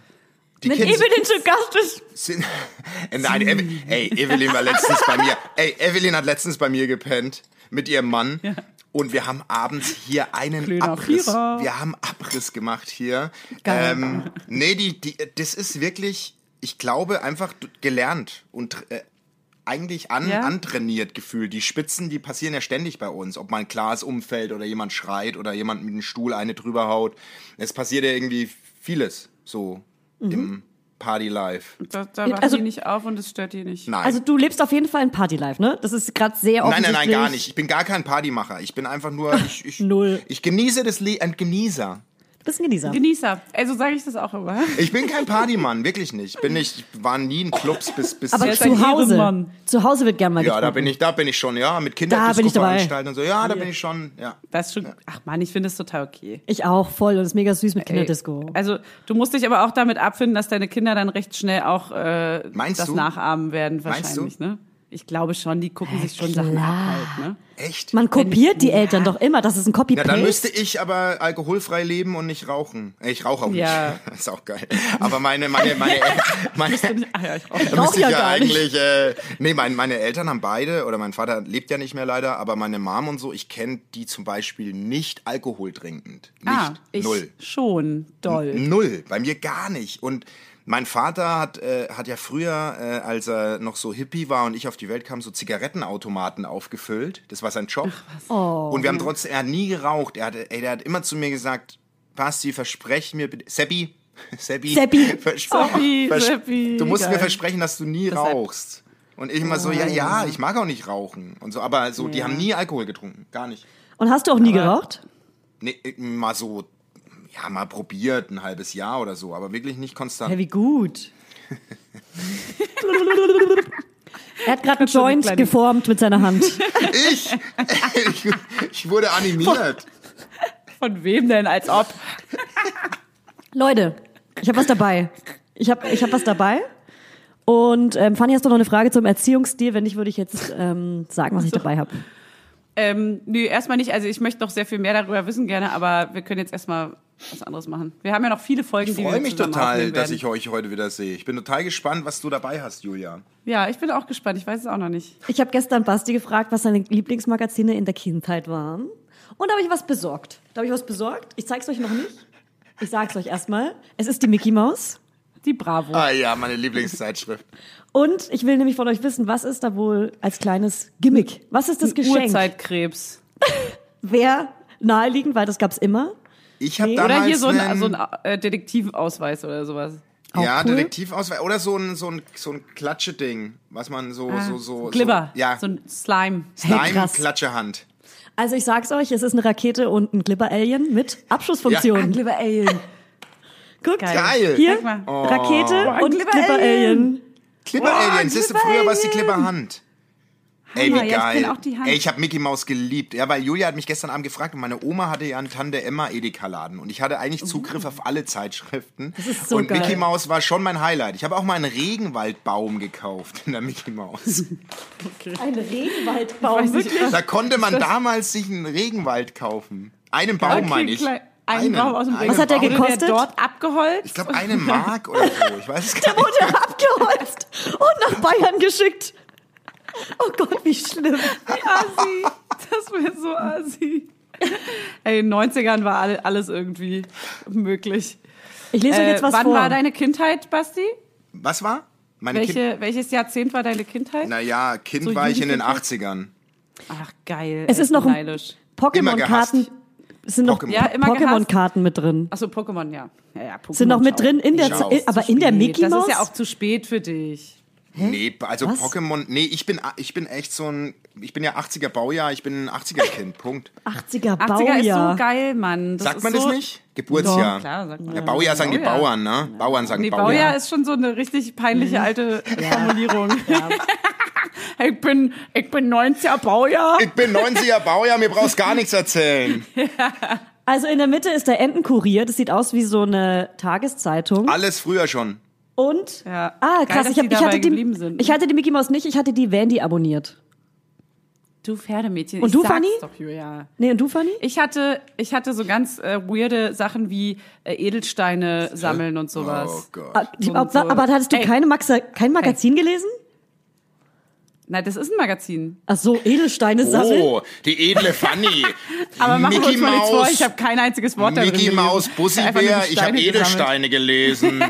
[SPEAKER 2] Die
[SPEAKER 3] Wenn
[SPEAKER 2] Kids-
[SPEAKER 3] Evelyn zu Gast ist.
[SPEAKER 2] sind. Nein, Eve ey, Evelyn war letztens bei mir. Ey, Evelyn hat letztens bei mir gepennt mit ihrem Mann. Und wir haben abends hier einen
[SPEAKER 1] Kleiner
[SPEAKER 2] Abriss.
[SPEAKER 1] Vierer.
[SPEAKER 2] Wir haben Abriss gemacht hier.
[SPEAKER 3] Geil.
[SPEAKER 2] Ähm, nee, die, die, das ist wirklich, ich glaube, einfach d- gelernt und äh, eigentlich an,
[SPEAKER 1] Ja?
[SPEAKER 2] antrainiert gefühlt. Die Spitzen, die passieren ja ständig bei uns. Ob mal ein Glas umfällt oder jemand schreit oder jemand mit einem Stuhl eine drüber haut. Es passiert ja irgendwie vieles so
[SPEAKER 1] Mhm.
[SPEAKER 2] im Party-Life.
[SPEAKER 1] Da, da wachen
[SPEAKER 3] Also-
[SPEAKER 1] die nicht auf und das stört die nicht.
[SPEAKER 2] Nein.
[SPEAKER 3] Also du lebst auf jeden Fall ein Partylife, ne? Das ist gerade sehr
[SPEAKER 2] Nein, nein,
[SPEAKER 3] offensichtlich.
[SPEAKER 2] nein, gar nicht. Ich bin gar kein Partymacher. Ich bin einfach nur. Ich, ich,
[SPEAKER 3] Null.
[SPEAKER 2] Ich genieße das Leben. Ein Genießer.
[SPEAKER 3] Du bist ein Genießer.
[SPEAKER 1] Genießer. Also sage ich das auch immer.
[SPEAKER 2] Ich bin kein Partymann, wirklich nicht. Bin ich, ich war nie in Clubs bis. bis
[SPEAKER 3] Aber
[SPEAKER 1] Der ist ein
[SPEAKER 3] zu Hause.
[SPEAKER 1] Ehrenmann.
[SPEAKER 3] Zu Hause wird gern mal
[SPEAKER 2] ja, da
[SPEAKER 3] getrunken.
[SPEAKER 2] bin ich, da bin ich schon, ja, mit Kindern
[SPEAKER 3] Da bin ich dabei.
[SPEAKER 2] und so. Ja, da bin ich schon, ja.
[SPEAKER 1] Das ist schon, ach man, ich finde es total okay.
[SPEAKER 3] Ich auch, voll. Und ist mega süß mit
[SPEAKER 1] Ey,
[SPEAKER 2] Äh,
[SPEAKER 3] Kinderdisco.
[SPEAKER 1] Also du musst dich aber auch damit abfinden, dass deine Kinder dann recht schnell auch äh,
[SPEAKER 2] Meinst
[SPEAKER 1] das
[SPEAKER 2] du?
[SPEAKER 1] nachahmen werden
[SPEAKER 2] Meinst
[SPEAKER 1] wahrscheinlich, ne? Ich glaube schon, die gucken sich schon Sachen ab halt, ne?
[SPEAKER 2] Echt?
[SPEAKER 3] Man kopiert die Eltern doch immer. Das ist ein
[SPEAKER 2] ja, dann
[SPEAKER 3] Copy-Paste.
[SPEAKER 2] müsste ich aber alkoholfrei leben und nicht rauchen. Ich rauche auch nicht.
[SPEAKER 1] Ja.
[SPEAKER 2] Ist auch geil. Aber meine, meine, meine, meine,
[SPEAKER 1] Ach ja, ich rauche.
[SPEAKER 2] Da müsste ich
[SPEAKER 3] ja
[SPEAKER 2] ja,
[SPEAKER 3] gar nicht.
[SPEAKER 2] eigentlich. Äh, nee, mein, meine Eltern haben beide, oder mein Vater lebt ja nicht mehr leider, aber meine Mom und so, ich kenne die zum Beispiel nicht alkoholtrinkend. Nicht.
[SPEAKER 1] Ah, ich
[SPEAKER 2] Null.
[SPEAKER 1] schon doll.
[SPEAKER 2] Null. Bei mir gar nicht. Und mein Vater hat, äh, hat ja früher, äh, als er noch so Hippie war und ich auf die Welt kam, so Zigarettenautomaten aufgefüllt. Das war sein Job.
[SPEAKER 1] Oh.
[SPEAKER 2] und wir haben trotzdem, er hat nie geraucht. Er hat, ey, der hat immer zu mir gesagt, Basti, versprech mir bitte, Seppi, Seppi,
[SPEAKER 3] Seppi.
[SPEAKER 2] Vers
[SPEAKER 1] Seppi,
[SPEAKER 2] Vers
[SPEAKER 1] Seppi,
[SPEAKER 2] du musst
[SPEAKER 1] geil.
[SPEAKER 2] mir versprechen, dass du nie
[SPEAKER 1] heißt-
[SPEAKER 2] rauchst. Und ich immer so, ja, ja, ich mag auch nicht rauchen und so, aber so, die haben nie Alkohol getrunken, gar nicht.
[SPEAKER 3] Und hast du auch nie geraucht?
[SPEAKER 2] nee, äh, mal so, ja, mal probiert, ein halbes Jahr oder so, aber wirklich nicht konstant.
[SPEAKER 3] Ja, wie gut. er hat gerade einen
[SPEAKER 1] schon eine
[SPEAKER 3] Joint
[SPEAKER 1] kleine-
[SPEAKER 3] geformt mit seiner Hand.
[SPEAKER 2] Ich, ich, ich wurde animiert.
[SPEAKER 1] Von wem denn? Als ob.
[SPEAKER 3] Leute, ich habe was dabei. Ich habe ich hab was dabei. Und ähm, Fanny, hast du noch eine Frage zum Erziehungsstil? Wenn nicht, würde ich jetzt ähm, sagen, was ich dabei habe.
[SPEAKER 1] Ähm, nö, erstmal nicht. Also ich möchte noch sehr viel mehr darüber wissen gerne, aber wir können jetzt erstmal was anderes machen. Wir haben ja noch viele Folgen,
[SPEAKER 2] Ich
[SPEAKER 1] die wir
[SPEAKER 2] freue mich
[SPEAKER 1] zusammen
[SPEAKER 2] total,
[SPEAKER 1] aufnehmen
[SPEAKER 2] dass
[SPEAKER 1] werden.
[SPEAKER 2] ich euch heute wieder sehe. Ich bin total gespannt, was du dabei hast, Julia.
[SPEAKER 1] Ja, ich bin auch gespannt. Ich weiß es auch noch nicht.
[SPEAKER 3] Ich habe gestern Basti gefragt, was seine Lieblingsmagazine in der Kindheit waren. Und da habe ich was besorgt. Da habe ich was besorgt. Ich zeig's euch noch nicht. Ich sag's euch erstmal. Es ist die Mickey Maus.
[SPEAKER 1] Die Bravo.
[SPEAKER 2] Ah ja, meine Lieblingszeitschrift.
[SPEAKER 3] Und ich will nämlich von euch wissen, was ist da wohl als kleines Gimmick? Was ist das Geschenk?
[SPEAKER 1] Uhrzeitkrebs.
[SPEAKER 3] Wer naheliegend, weil das gab's immer.
[SPEAKER 2] Ich habe damals
[SPEAKER 1] Oder hier so ein,
[SPEAKER 2] einen-
[SPEAKER 1] so ein äh, Detektivausweis oder sowas.
[SPEAKER 3] Auch
[SPEAKER 2] ja,
[SPEAKER 3] cool.
[SPEAKER 2] Detektivauswahl oder so ein so ein so ein Klatscheding, was man so so so
[SPEAKER 1] Ah, Glibber.
[SPEAKER 2] so, ja,
[SPEAKER 1] So ein Slime.
[SPEAKER 3] Hey,
[SPEAKER 2] Slime
[SPEAKER 3] krass.
[SPEAKER 2] Klatschehand.
[SPEAKER 3] Also ich sag's euch, es ist eine Rakete und ein Glibber-Alien mit Abschussfunktion.
[SPEAKER 1] Glibber Alien.
[SPEAKER 3] Guckt,
[SPEAKER 2] Geil. Oh.
[SPEAKER 3] hier,
[SPEAKER 1] Sag mal.
[SPEAKER 3] Rakete
[SPEAKER 1] ein
[SPEAKER 3] und
[SPEAKER 1] Glibber-Alien.
[SPEAKER 3] Glibber-Alien.
[SPEAKER 2] Clipper Alien, siehst du früher war es die Clipper Hand. Ey,
[SPEAKER 1] Hammer,
[SPEAKER 2] wie
[SPEAKER 1] ja, ich
[SPEAKER 2] geil.
[SPEAKER 1] kenn auch die Hand.
[SPEAKER 2] Ey, ich habe Mickey Maus geliebt. Ja, weil Julia hat mich gestern Abend gefragt und meine Oma hatte ja einen Tante Emma Edeka Laden und ich hatte eigentlich
[SPEAKER 1] Oh.
[SPEAKER 2] Zugriff auf alle Zeitschriften. Das
[SPEAKER 3] ist so
[SPEAKER 2] und
[SPEAKER 3] geil.
[SPEAKER 2] Mickey Maus war schon mein Highlight. Ich habe auch mal einen Regenwaldbaum gekauft in der Mickey Maus.
[SPEAKER 3] Ein Regenwaldbaum, wirklich.
[SPEAKER 2] Da konnte man damals sich einen Regenwald kaufen. Einen Baum
[SPEAKER 1] Okay,
[SPEAKER 2] meine ich.
[SPEAKER 1] klein- einen Baum aus dem Regenwald.
[SPEAKER 2] einen
[SPEAKER 3] Was hat der
[SPEAKER 2] Baum.
[SPEAKER 1] Wurde
[SPEAKER 3] Kostet?
[SPEAKER 1] der dort abgeholzt?
[SPEAKER 2] Ich glaube, eine Mark oder so. Ich weiß es gar nicht.
[SPEAKER 3] Wurde abgeholzt und nach Bayern geschickt. Oh Gott, wie schlimm.
[SPEAKER 1] assi. Das wäre so assi. Ey, in den 90ern war alle- alles irgendwie möglich.
[SPEAKER 3] Ich lese euch
[SPEAKER 1] Äh,
[SPEAKER 3] jetzt was
[SPEAKER 1] wann
[SPEAKER 3] vor.
[SPEAKER 1] war deine Kindheit, Basti?
[SPEAKER 2] Was war? Meine Kind.
[SPEAKER 1] Welche, welches Jahrzehnt war deine Kindheit?
[SPEAKER 2] Naja, Kind
[SPEAKER 1] So
[SPEAKER 2] war ich in den
[SPEAKER 1] Jugendliche?
[SPEAKER 2] 80ern.
[SPEAKER 1] Ach, geil.
[SPEAKER 3] Es
[SPEAKER 1] ey,
[SPEAKER 3] ist noch ein-
[SPEAKER 1] neidisch.
[SPEAKER 2] Immer
[SPEAKER 3] Pokémon-Karten
[SPEAKER 2] gehasst.
[SPEAKER 3] es sind noch
[SPEAKER 2] Pokémon.
[SPEAKER 1] Ja, immer
[SPEAKER 3] Pokémon-Karten mit drin.
[SPEAKER 1] Achso, Pokémon, ja. ja, ja Pokémon
[SPEAKER 3] Sind noch mit
[SPEAKER 1] schau.
[SPEAKER 3] drin in der,
[SPEAKER 2] Schau.
[SPEAKER 3] Ze- aber in der
[SPEAKER 1] Nee,
[SPEAKER 3] Mickey
[SPEAKER 1] Das
[SPEAKER 3] Maus.
[SPEAKER 1] ist ja auch zu spät für dich.
[SPEAKER 2] Nee, also
[SPEAKER 3] Was?
[SPEAKER 2] Pokémon, nee, ich bin, ich bin echt so ein, ich bin ja 80er Baujahr, ich bin ein 80er Kind, Punkt.
[SPEAKER 3] 80er
[SPEAKER 1] 80er ist so
[SPEAKER 3] Baujahr.
[SPEAKER 1] geil, Mann. Das
[SPEAKER 2] Sagt
[SPEAKER 1] ist
[SPEAKER 2] man
[SPEAKER 1] so,
[SPEAKER 2] das nicht? Geburtsjahr.
[SPEAKER 1] Doch, klar, sagt man.
[SPEAKER 2] Ja, Baujahr sagen die
[SPEAKER 1] Baujahr.
[SPEAKER 2] Bauern, ne? Bauern sagen
[SPEAKER 1] Nee, Baujahr,
[SPEAKER 2] Baujahr.
[SPEAKER 1] ist schon so eine richtig peinliche alte Formulierung. ich, bin, ich bin 90er Baujahr.
[SPEAKER 2] Ich bin 90er Baujahr, mir brauchst gar nichts erzählen.
[SPEAKER 3] also in der Mitte ist der Entenkurier. Das sieht aus wie so eine Tageszeitung.
[SPEAKER 2] Alles früher schon.
[SPEAKER 3] Und
[SPEAKER 1] Ja.
[SPEAKER 3] ah
[SPEAKER 1] Geil,
[SPEAKER 3] krass,
[SPEAKER 1] dass
[SPEAKER 3] ich, hab,
[SPEAKER 1] die
[SPEAKER 3] ich
[SPEAKER 1] dabei
[SPEAKER 3] hatte
[SPEAKER 1] geblieben
[SPEAKER 3] die
[SPEAKER 1] sind.
[SPEAKER 3] ich hatte die Mickey Maus nicht, ich hatte die Wendy abonniert.
[SPEAKER 1] Du Pferdemädchen.
[SPEAKER 3] Und
[SPEAKER 1] ich
[SPEAKER 3] du,
[SPEAKER 1] sag's
[SPEAKER 3] Fanny?
[SPEAKER 1] Doch, Julia.
[SPEAKER 3] Nee, und du Fanny?
[SPEAKER 1] Ich hatte, ich hatte so ganz äh, weirde Sachen wie äh, Edelsteine sammeln und sowas.
[SPEAKER 2] Oh Gott.
[SPEAKER 3] Ah, die,
[SPEAKER 1] so-
[SPEAKER 3] aber,
[SPEAKER 1] so-
[SPEAKER 3] aber hattest du
[SPEAKER 1] Ey.
[SPEAKER 3] keine Maxa, kein Magazin gelesen?
[SPEAKER 1] Nein, das ist ein Magazin.
[SPEAKER 3] Ach so, Edelsteine sammeln.
[SPEAKER 2] Oh, die edle Fanny.
[SPEAKER 1] Aber machen wir
[SPEAKER 2] Mickey
[SPEAKER 1] uns mal nichts vor,
[SPEAKER 2] Maus,
[SPEAKER 1] ich habe kein einziges Wort darin
[SPEAKER 2] Mickey
[SPEAKER 1] gelesen.
[SPEAKER 2] Maus,
[SPEAKER 1] Einfach nur
[SPEAKER 2] Bussibär,
[SPEAKER 1] die
[SPEAKER 2] ich habe
[SPEAKER 1] Steine gesammelt.
[SPEAKER 2] Edelsteine gelesen.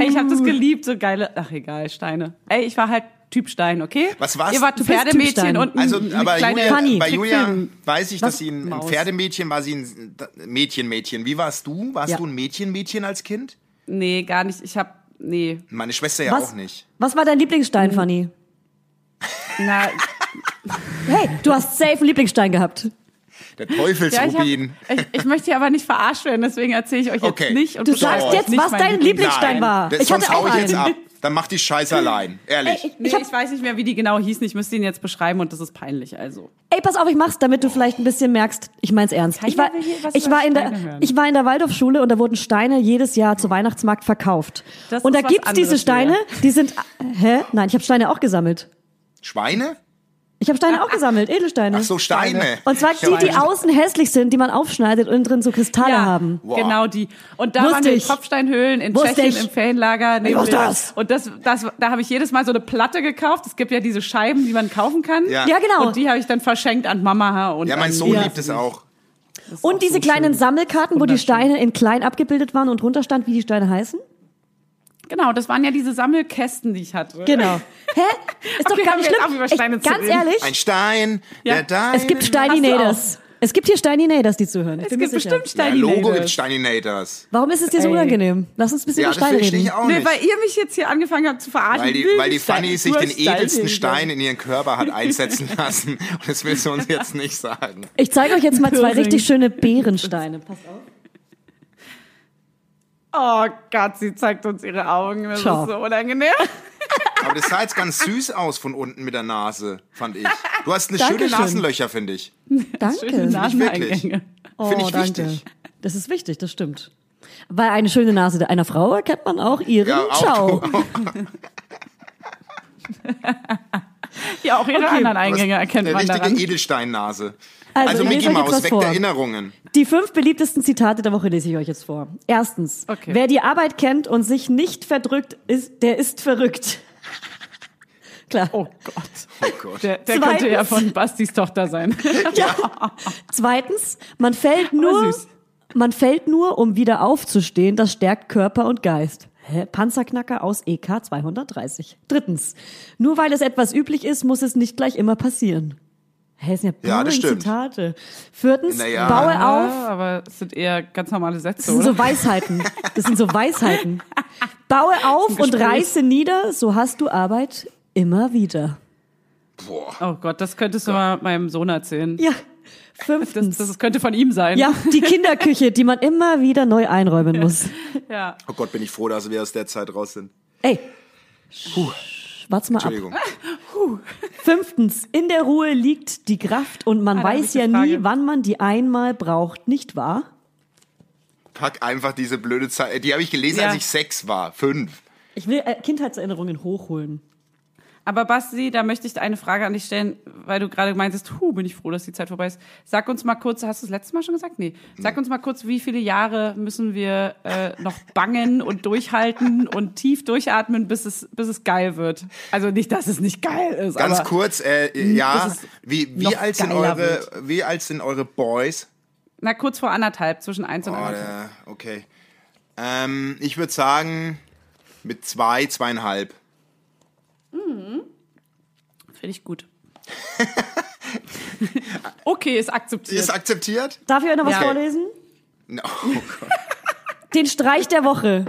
[SPEAKER 1] Ey, ich habe das geliebt, so geile, ach egal, Steine. Ey, ich war halt Typ Stein, okay?
[SPEAKER 2] Was warst
[SPEAKER 1] Ihr wart
[SPEAKER 3] du? Du bist Typ
[SPEAKER 1] Pferdemädchen
[SPEAKER 3] Stein.
[SPEAKER 1] und ein-
[SPEAKER 2] Also,
[SPEAKER 1] eine
[SPEAKER 2] aber
[SPEAKER 1] kleine
[SPEAKER 2] Julia,
[SPEAKER 3] Fanny.
[SPEAKER 2] bei Julia
[SPEAKER 1] Trickfilm.
[SPEAKER 2] weiß ich, dass sie ein ein
[SPEAKER 1] Maus.
[SPEAKER 2] Pferdemädchen war, sie ein Mädchen-Mädchen. Wie warst du? Warst
[SPEAKER 3] Ja.
[SPEAKER 2] du ein Mädchen-Mädchen als Kind?
[SPEAKER 1] Nee, gar nicht. Ich habe nee.
[SPEAKER 2] Meine Schwester ja
[SPEAKER 3] Was,
[SPEAKER 2] auch nicht.
[SPEAKER 3] was war dein Lieblingsstein, Fanny?
[SPEAKER 1] Na,
[SPEAKER 3] Hey, du hast safe einen Lieblingsstein gehabt.
[SPEAKER 2] Der
[SPEAKER 1] ja, ich, hab,
[SPEAKER 2] Teufelsrubin.
[SPEAKER 1] ich, ich möchte hier aber nicht verarscht werden, deswegen erzähle ich euch jetzt
[SPEAKER 2] Okay.
[SPEAKER 1] nicht. Und
[SPEAKER 3] Du
[SPEAKER 1] bitte
[SPEAKER 3] sagst
[SPEAKER 1] auch
[SPEAKER 3] jetzt,
[SPEAKER 1] nicht
[SPEAKER 3] was
[SPEAKER 1] meinen
[SPEAKER 3] dein Lieblingsstein war.
[SPEAKER 2] das,
[SPEAKER 3] ich hatte
[SPEAKER 2] sonst hau
[SPEAKER 3] auch
[SPEAKER 2] ich jetzt
[SPEAKER 3] einen. Äh,
[SPEAKER 2] ab. Dann mach die Scheiße allein. Ehrlich.
[SPEAKER 3] Ey, ich,
[SPEAKER 1] Nee,
[SPEAKER 3] ich
[SPEAKER 1] ich,
[SPEAKER 3] hab,
[SPEAKER 1] weiß nicht mehr, wie die genau hießen. Ich müsste ihn jetzt beschreiben und das ist peinlich. Also
[SPEAKER 3] ey, pass auf, ich mach's, damit du vielleicht ein bisschen merkst, ich mein's ernst. Ich war,
[SPEAKER 1] will hier was
[SPEAKER 3] ich
[SPEAKER 1] über
[SPEAKER 3] war in der,
[SPEAKER 1] Steine hören.
[SPEAKER 3] ich war in der Waldorfschule und da wurden Steine jedes Jahr zu Weihnachtsmarkt verkauft.
[SPEAKER 1] Das
[SPEAKER 3] und da
[SPEAKER 1] ist was
[SPEAKER 3] gibt's diese
[SPEAKER 1] anderes,
[SPEAKER 3] Steine, die sind, hä? Nein, ich habe Steine auch gesammelt.
[SPEAKER 2] Schweine?
[SPEAKER 3] Ich habe
[SPEAKER 1] Ah,
[SPEAKER 3] Steine auch gesammelt, Edelsteine.
[SPEAKER 2] Ach so, Steine.
[SPEAKER 3] Und zwar
[SPEAKER 2] Ich hab
[SPEAKER 3] die, die
[SPEAKER 2] einen-
[SPEAKER 3] außen hässlich sind, die man aufschneidet und innen drin so Kristalle haben.
[SPEAKER 2] Wow.
[SPEAKER 1] genau die. Und da
[SPEAKER 3] Wusste
[SPEAKER 1] waren die
[SPEAKER 3] ich.
[SPEAKER 1] Tropfsteinhöhlen in
[SPEAKER 3] Wusste
[SPEAKER 1] Tschechien
[SPEAKER 3] ich.
[SPEAKER 1] im Ferienlager. neben
[SPEAKER 3] wusste
[SPEAKER 1] mir.
[SPEAKER 3] das.
[SPEAKER 1] Und das, das, da habe ich jedes Mal so eine Platte gekauft. Es gibt ja diese Scheiben, die man kaufen kann.
[SPEAKER 2] Ja.
[SPEAKER 3] Ja, genau.
[SPEAKER 1] Und die habe ich dann verschenkt an Mama und
[SPEAKER 2] Ja, mein
[SPEAKER 1] an-
[SPEAKER 2] Sohn
[SPEAKER 3] Ja.
[SPEAKER 2] liebt es auch.
[SPEAKER 3] Und diese kleinen Sammelkarten, wo die Steine in klein abgebildet waren und drunter stand, wie die Steine heißen.
[SPEAKER 1] Genau, das waren ja diese Sammelkästen, die ich hatte.
[SPEAKER 3] Genau. Hä? Ist doch
[SPEAKER 1] Okay,
[SPEAKER 3] gar
[SPEAKER 1] haben
[SPEAKER 3] nicht
[SPEAKER 1] wir jetzt
[SPEAKER 3] schlimm.
[SPEAKER 1] auch über
[SPEAKER 3] Ich,
[SPEAKER 1] Steine zu
[SPEAKER 3] ganz
[SPEAKER 1] reden.
[SPEAKER 3] ehrlich,
[SPEAKER 2] Ein Stein,
[SPEAKER 1] Ja.
[SPEAKER 2] der da.
[SPEAKER 3] es gibt
[SPEAKER 1] Hast du
[SPEAKER 3] Steininators. Es gibt hier Steininators, die zuhören. Ich
[SPEAKER 1] Es
[SPEAKER 3] bin
[SPEAKER 1] gibt
[SPEAKER 3] mir sicher.
[SPEAKER 1] bestimmt
[SPEAKER 2] Ja,
[SPEAKER 1] Steine.
[SPEAKER 2] Logo gibt Steininators.
[SPEAKER 3] Warum ist es dir so
[SPEAKER 1] Ey.
[SPEAKER 3] unangenehm? Lass uns ein bisschen
[SPEAKER 2] Ja,
[SPEAKER 3] über
[SPEAKER 2] das
[SPEAKER 3] Steine
[SPEAKER 2] verstehe
[SPEAKER 3] reden.
[SPEAKER 2] ich auch
[SPEAKER 1] Nee,
[SPEAKER 2] nicht.
[SPEAKER 1] weil ihr mich jetzt hier angefangen habt zu verarschen.
[SPEAKER 2] Weil die,
[SPEAKER 1] Will
[SPEAKER 2] weil die
[SPEAKER 1] ich Steine-
[SPEAKER 2] Fanny sich
[SPEAKER 1] nur
[SPEAKER 2] den
[SPEAKER 1] Steine
[SPEAKER 2] edelsten
[SPEAKER 1] hingehen.
[SPEAKER 2] Stein in ihren Körper hat einsetzen lassen. Und das willst du uns jetzt nicht sagen.
[SPEAKER 3] Ich zeige euch jetzt mal zwei
[SPEAKER 1] Thüringen.
[SPEAKER 3] richtig schöne Bärensteine. Pass auf.
[SPEAKER 1] Oh Gott, sie zeigt uns ihre Augen. Das
[SPEAKER 3] Ciao.
[SPEAKER 1] ist so unangenehm.
[SPEAKER 2] Aber das sah jetzt ganz süß aus von unten mit der Nase, fand ich. Du hast eine schöne
[SPEAKER 3] Dankeschön.
[SPEAKER 2] Nasenlöcher, finde ich.
[SPEAKER 3] Danke.
[SPEAKER 2] wirklich.
[SPEAKER 1] Naseneingänge.
[SPEAKER 2] Finde ich
[SPEAKER 3] Oh, danke.
[SPEAKER 2] wichtig.
[SPEAKER 3] Das ist wichtig, das stimmt. Weil eine schöne Nase einer Frau erkennt man auch ihren
[SPEAKER 2] Ja, auch
[SPEAKER 3] Ciao.
[SPEAKER 2] du.
[SPEAKER 1] Ja, auch ihre anderen Eingänge erkennt
[SPEAKER 2] Eine
[SPEAKER 1] man
[SPEAKER 2] richtige E-
[SPEAKER 1] daran.
[SPEAKER 2] Edelsteinnase.
[SPEAKER 3] Also,
[SPEAKER 2] Also,
[SPEAKER 3] ich lese
[SPEAKER 2] Mickey
[SPEAKER 3] euch jetzt
[SPEAKER 2] Maus,
[SPEAKER 3] was
[SPEAKER 2] weg
[SPEAKER 3] vor.
[SPEAKER 2] der Erinnerungen.
[SPEAKER 3] Die fünf beliebtesten Zitate der Woche lese ich euch jetzt vor. Erstens.
[SPEAKER 1] Okay.
[SPEAKER 3] Wer die Arbeit kennt und sich nicht verdrückt, ist, der ist verrückt. Klar.
[SPEAKER 1] Oh Gott.
[SPEAKER 2] Oh Gott.
[SPEAKER 1] Der, der
[SPEAKER 3] Zweitens-
[SPEAKER 1] könnte ja von Bastis Tochter sein.
[SPEAKER 3] Zweitens, man fällt nur,
[SPEAKER 1] süß.
[SPEAKER 3] man fällt nur, um wieder aufzustehen. Das stärkt Körper und Geist. Hä? Panzerknacker aus EK 230. Drittens, nur weil es etwas üblich ist, muss es nicht gleich immer passieren. Hä, das sind ja,
[SPEAKER 2] Ja, das
[SPEAKER 3] boring
[SPEAKER 2] stimmt.
[SPEAKER 3] Zitate. Viertens,
[SPEAKER 2] Naja.
[SPEAKER 3] baue auf,
[SPEAKER 1] Ja, aber es sind eher ganz normale Sätze,
[SPEAKER 3] Das sind
[SPEAKER 1] oder?
[SPEAKER 3] so Weisheiten. Das sind so Weisheiten. Baue auf und
[SPEAKER 1] Gespräch.
[SPEAKER 3] reiße nieder, so hast du Arbeit immer wieder.
[SPEAKER 2] Boah.
[SPEAKER 1] Oh Gott, das könntest du mal meinem Sohn erzählen.
[SPEAKER 3] Ja.
[SPEAKER 1] Das,
[SPEAKER 3] Fünftens.
[SPEAKER 1] das könnte von ihm sein.
[SPEAKER 3] ja, die Kinderküche, die man immer wieder neu einräumen muss.
[SPEAKER 1] ja.
[SPEAKER 2] Oh Gott, bin ich froh, dass wir aus der Zeit raus sind.
[SPEAKER 3] Ey. Wart's mal ab.
[SPEAKER 2] Entschuldigung.
[SPEAKER 3] Fünftens. In der Ruhe liegt die Kraft und man
[SPEAKER 1] Ah, da hab ich
[SPEAKER 3] weiß ja
[SPEAKER 1] eine
[SPEAKER 3] nie,
[SPEAKER 1] Frage.
[SPEAKER 3] wann man die einmal braucht, nicht wahr?
[SPEAKER 2] Pack einfach diese blöde Zeit. Die habe ich gelesen,
[SPEAKER 1] Ja.
[SPEAKER 2] als ich sechs war. Fünf.
[SPEAKER 3] Ich will äh, Kindheitserinnerungen hochholen.
[SPEAKER 1] Aber Basti, da möchte ich eine Frage an dich stellen, weil du gerade meintest, hu, bin ich froh, dass die Zeit vorbei ist. Sag uns mal kurz, hast du das letzte Mal schon gesagt? Nee. Sag uns mal kurz, wie viele Jahre müssen wir äh, noch bangen und durchhalten und tief durchatmen, bis es, bis es geil wird. Also nicht, dass es nicht geil ist,
[SPEAKER 2] Ganz
[SPEAKER 1] aber
[SPEAKER 2] kurz, äh, ja,
[SPEAKER 1] das ist
[SPEAKER 2] wie, wie,
[SPEAKER 1] noch
[SPEAKER 2] alt sind
[SPEAKER 1] geiler
[SPEAKER 2] eure, wie alt sind eure Boys?
[SPEAKER 1] na kurz vor anderthalb, zwischen eins und
[SPEAKER 2] Oh,
[SPEAKER 1] anderthalb.
[SPEAKER 2] da- okay. Ähm, ich würde sagen, mit zwei, zweieinhalb.
[SPEAKER 1] Finde ich gut. okay, ist akzeptiert.
[SPEAKER 2] Ist akzeptiert?
[SPEAKER 3] Darf ich euch noch was
[SPEAKER 1] Ja.
[SPEAKER 3] vorlesen?
[SPEAKER 2] No. Oh Gott.
[SPEAKER 3] Den Streich der Woche.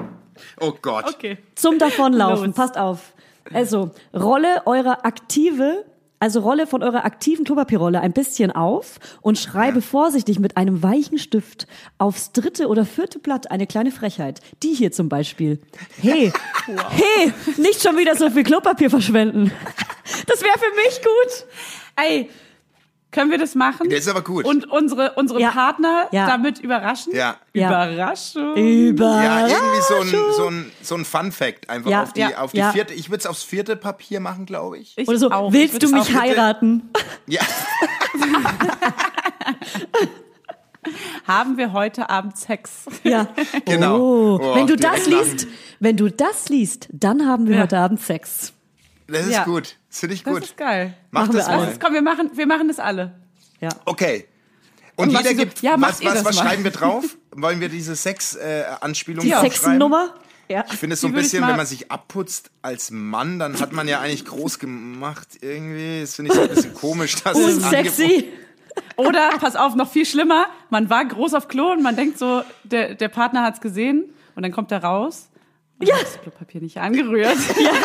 [SPEAKER 2] Oh Gott.
[SPEAKER 1] okay.
[SPEAKER 3] zum Davonlaufen.
[SPEAKER 1] Los.
[SPEAKER 3] Passt auf. Also, Rolle eurer aktive, also Rolle von eurer aktiven Klopapierrolle ein bisschen auf und schreibe vorsichtig mit einem weichen Stift aufs dritte oder vierte Blatt eine kleine Frechheit. Die hier zum Beispiel. Hey, hey, nicht schon wieder so viel Klopapier verschwenden. Das wäre für mich gut.
[SPEAKER 1] Ey, können wir das machen?
[SPEAKER 2] Der ist aber gut.
[SPEAKER 1] Und unsere, unsere
[SPEAKER 3] Ja.
[SPEAKER 1] Partner
[SPEAKER 3] Ja.
[SPEAKER 1] damit überraschen?
[SPEAKER 2] Ja.
[SPEAKER 3] Ja.
[SPEAKER 1] Überraschung.
[SPEAKER 3] Über.
[SPEAKER 2] ja, irgendwie so ein, so ein, so ein Fun-Fact. Einfach
[SPEAKER 3] Ja,
[SPEAKER 2] auf die,
[SPEAKER 1] Ah. ja,
[SPEAKER 2] auf die
[SPEAKER 3] ja.
[SPEAKER 2] vierte. Ich würde es aufs vierte Papier machen, glaube ich.
[SPEAKER 1] Ich
[SPEAKER 3] Oder so,
[SPEAKER 1] auch. Ich
[SPEAKER 3] willst
[SPEAKER 1] würd
[SPEAKER 3] du
[SPEAKER 1] es
[SPEAKER 3] mich
[SPEAKER 1] auch.
[SPEAKER 3] heiraten?
[SPEAKER 2] Ja.
[SPEAKER 1] Haben wir heute Abend Sex?
[SPEAKER 3] Ja.
[SPEAKER 2] Genau.
[SPEAKER 3] Oh.
[SPEAKER 2] Oh,
[SPEAKER 3] wenn du das
[SPEAKER 2] direkt
[SPEAKER 3] liest, wenn du das liest, dann haben wir
[SPEAKER 1] Ja.
[SPEAKER 3] heute Abend Sex.
[SPEAKER 2] Das ist
[SPEAKER 1] Ja.
[SPEAKER 2] gut. Das finde ich
[SPEAKER 1] Das
[SPEAKER 2] gut.
[SPEAKER 1] ist geil.
[SPEAKER 2] Mach
[SPEAKER 3] Machen wir
[SPEAKER 2] das
[SPEAKER 3] alle.
[SPEAKER 1] Das
[SPEAKER 2] mal.
[SPEAKER 1] ist, komm, wir machen, wir machen das alle.
[SPEAKER 2] Okay. Und,
[SPEAKER 1] Und was
[SPEAKER 2] jeder
[SPEAKER 1] ist so-
[SPEAKER 2] gibt,
[SPEAKER 1] ja, macht
[SPEAKER 2] was,
[SPEAKER 1] ihr
[SPEAKER 2] was,
[SPEAKER 1] das
[SPEAKER 2] was
[SPEAKER 1] mal.
[SPEAKER 2] schreiben wir drauf? Wollen wir diese Sex-Anspielung
[SPEAKER 3] Die
[SPEAKER 2] äh, draufschreiben?
[SPEAKER 3] Sexennummer? Ja.
[SPEAKER 2] Ich finde es so
[SPEAKER 1] Die
[SPEAKER 2] ein
[SPEAKER 1] würd ich
[SPEAKER 2] bisschen,
[SPEAKER 1] mal-
[SPEAKER 2] wenn man sich abputzt als Mann, dann hat man ja eigentlich groß gemacht irgendwie. Das finde ich so ein bisschen komisch, dass es angeboten-
[SPEAKER 3] Unsexy.
[SPEAKER 1] Oder, pass auf, noch viel schlimmer, man war groß auf Klo und man denkt so, der, der Partner hat's gesehen und dann kommt er raus und hat das Klopapier nicht angerührt.
[SPEAKER 2] Ja,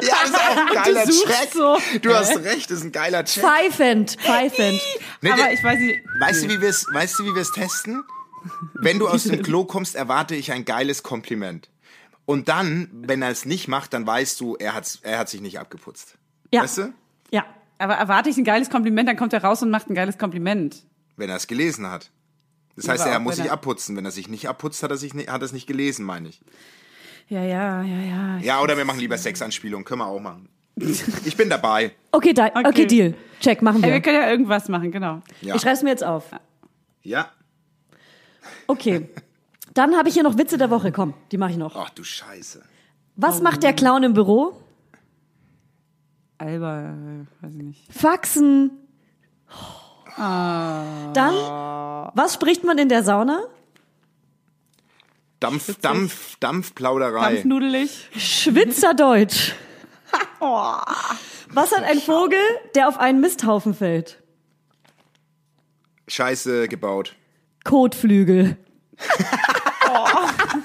[SPEAKER 2] das ist auch ein geiler
[SPEAKER 1] suchst
[SPEAKER 2] Check.
[SPEAKER 1] so.
[SPEAKER 2] Du hast recht, das ist ein geiler Check.
[SPEAKER 3] Pfeifend, pfeifend.
[SPEAKER 2] Nee,
[SPEAKER 1] Aber
[SPEAKER 2] wir-
[SPEAKER 1] ich weiß nicht,
[SPEAKER 2] weißt, du, wie wir's, weißt du, wie wir es testen? Wenn du aus dem Klo kommst, erwarte ich ein geiles Kompliment. Und dann, wenn er es nicht macht, dann weißt du, er, hat's, er hat sich nicht abgeputzt.
[SPEAKER 3] Ja.
[SPEAKER 2] Weißt du?
[SPEAKER 3] Ja.
[SPEAKER 1] aber erwarte ich ein geiles Kompliment, dann kommt er raus und macht ein geiles Kompliment.
[SPEAKER 2] Wenn er es gelesen hat. Das heißt,
[SPEAKER 1] Aber
[SPEAKER 2] er
[SPEAKER 1] auch
[SPEAKER 2] muss
[SPEAKER 1] wenn
[SPEAKER 2] sich
[SPEAKER 1] er-
[SPEAKER 2] abputzen. Wenn er sich nicht abputzt, hat er, sich nicht, hat er es nicht gelesen, meine ich.
[SPEAKER 1] Ja, ja, ja, ja.
[SPEAKER 2] Ja, oder wir machen lieber Sexanspielung. Können wir auch machen. Ich bin dabei.
[SPEAKER 3] Okay, da, okay.
[SPEAKER 1] Okay.
[SPEAKER 3] Deal. Check, machen wir.
[SPEAKER 1] Ey, wir können ja irgendwas machen, genau.
[SPEAKER 2] Ja.
[SPEAKER 3] Ich schreib's mir jetzt auf.
[SPEAKER 2] ja.
[SPEAKER 3] Okay. Dann habe ich hier noch Witze der Woche. Komm, die mache ich noch.
[SPEAKER 2] Ach du Scheiße.
[SPEAKER 3] Was macht der Clown im Büro?
[SPEAKER 1] Alba, äh, weiß ich nicht.
[SPEAKER 3] Faxen. Dann, was spricht man in der Sauna?
[SPEAKER 2] Dampf, Dampf, Dampfplauderei.
[SPEAKER 1] Dampfnudelig.
[SPEAKER 3] Schwitzerdeutsch. Was hat ein Vogel, der auf einen Misthaufen fällt?
[SPEAKER 2] Scheiße gebaut.
[SPEAKER 3] Kotflügel.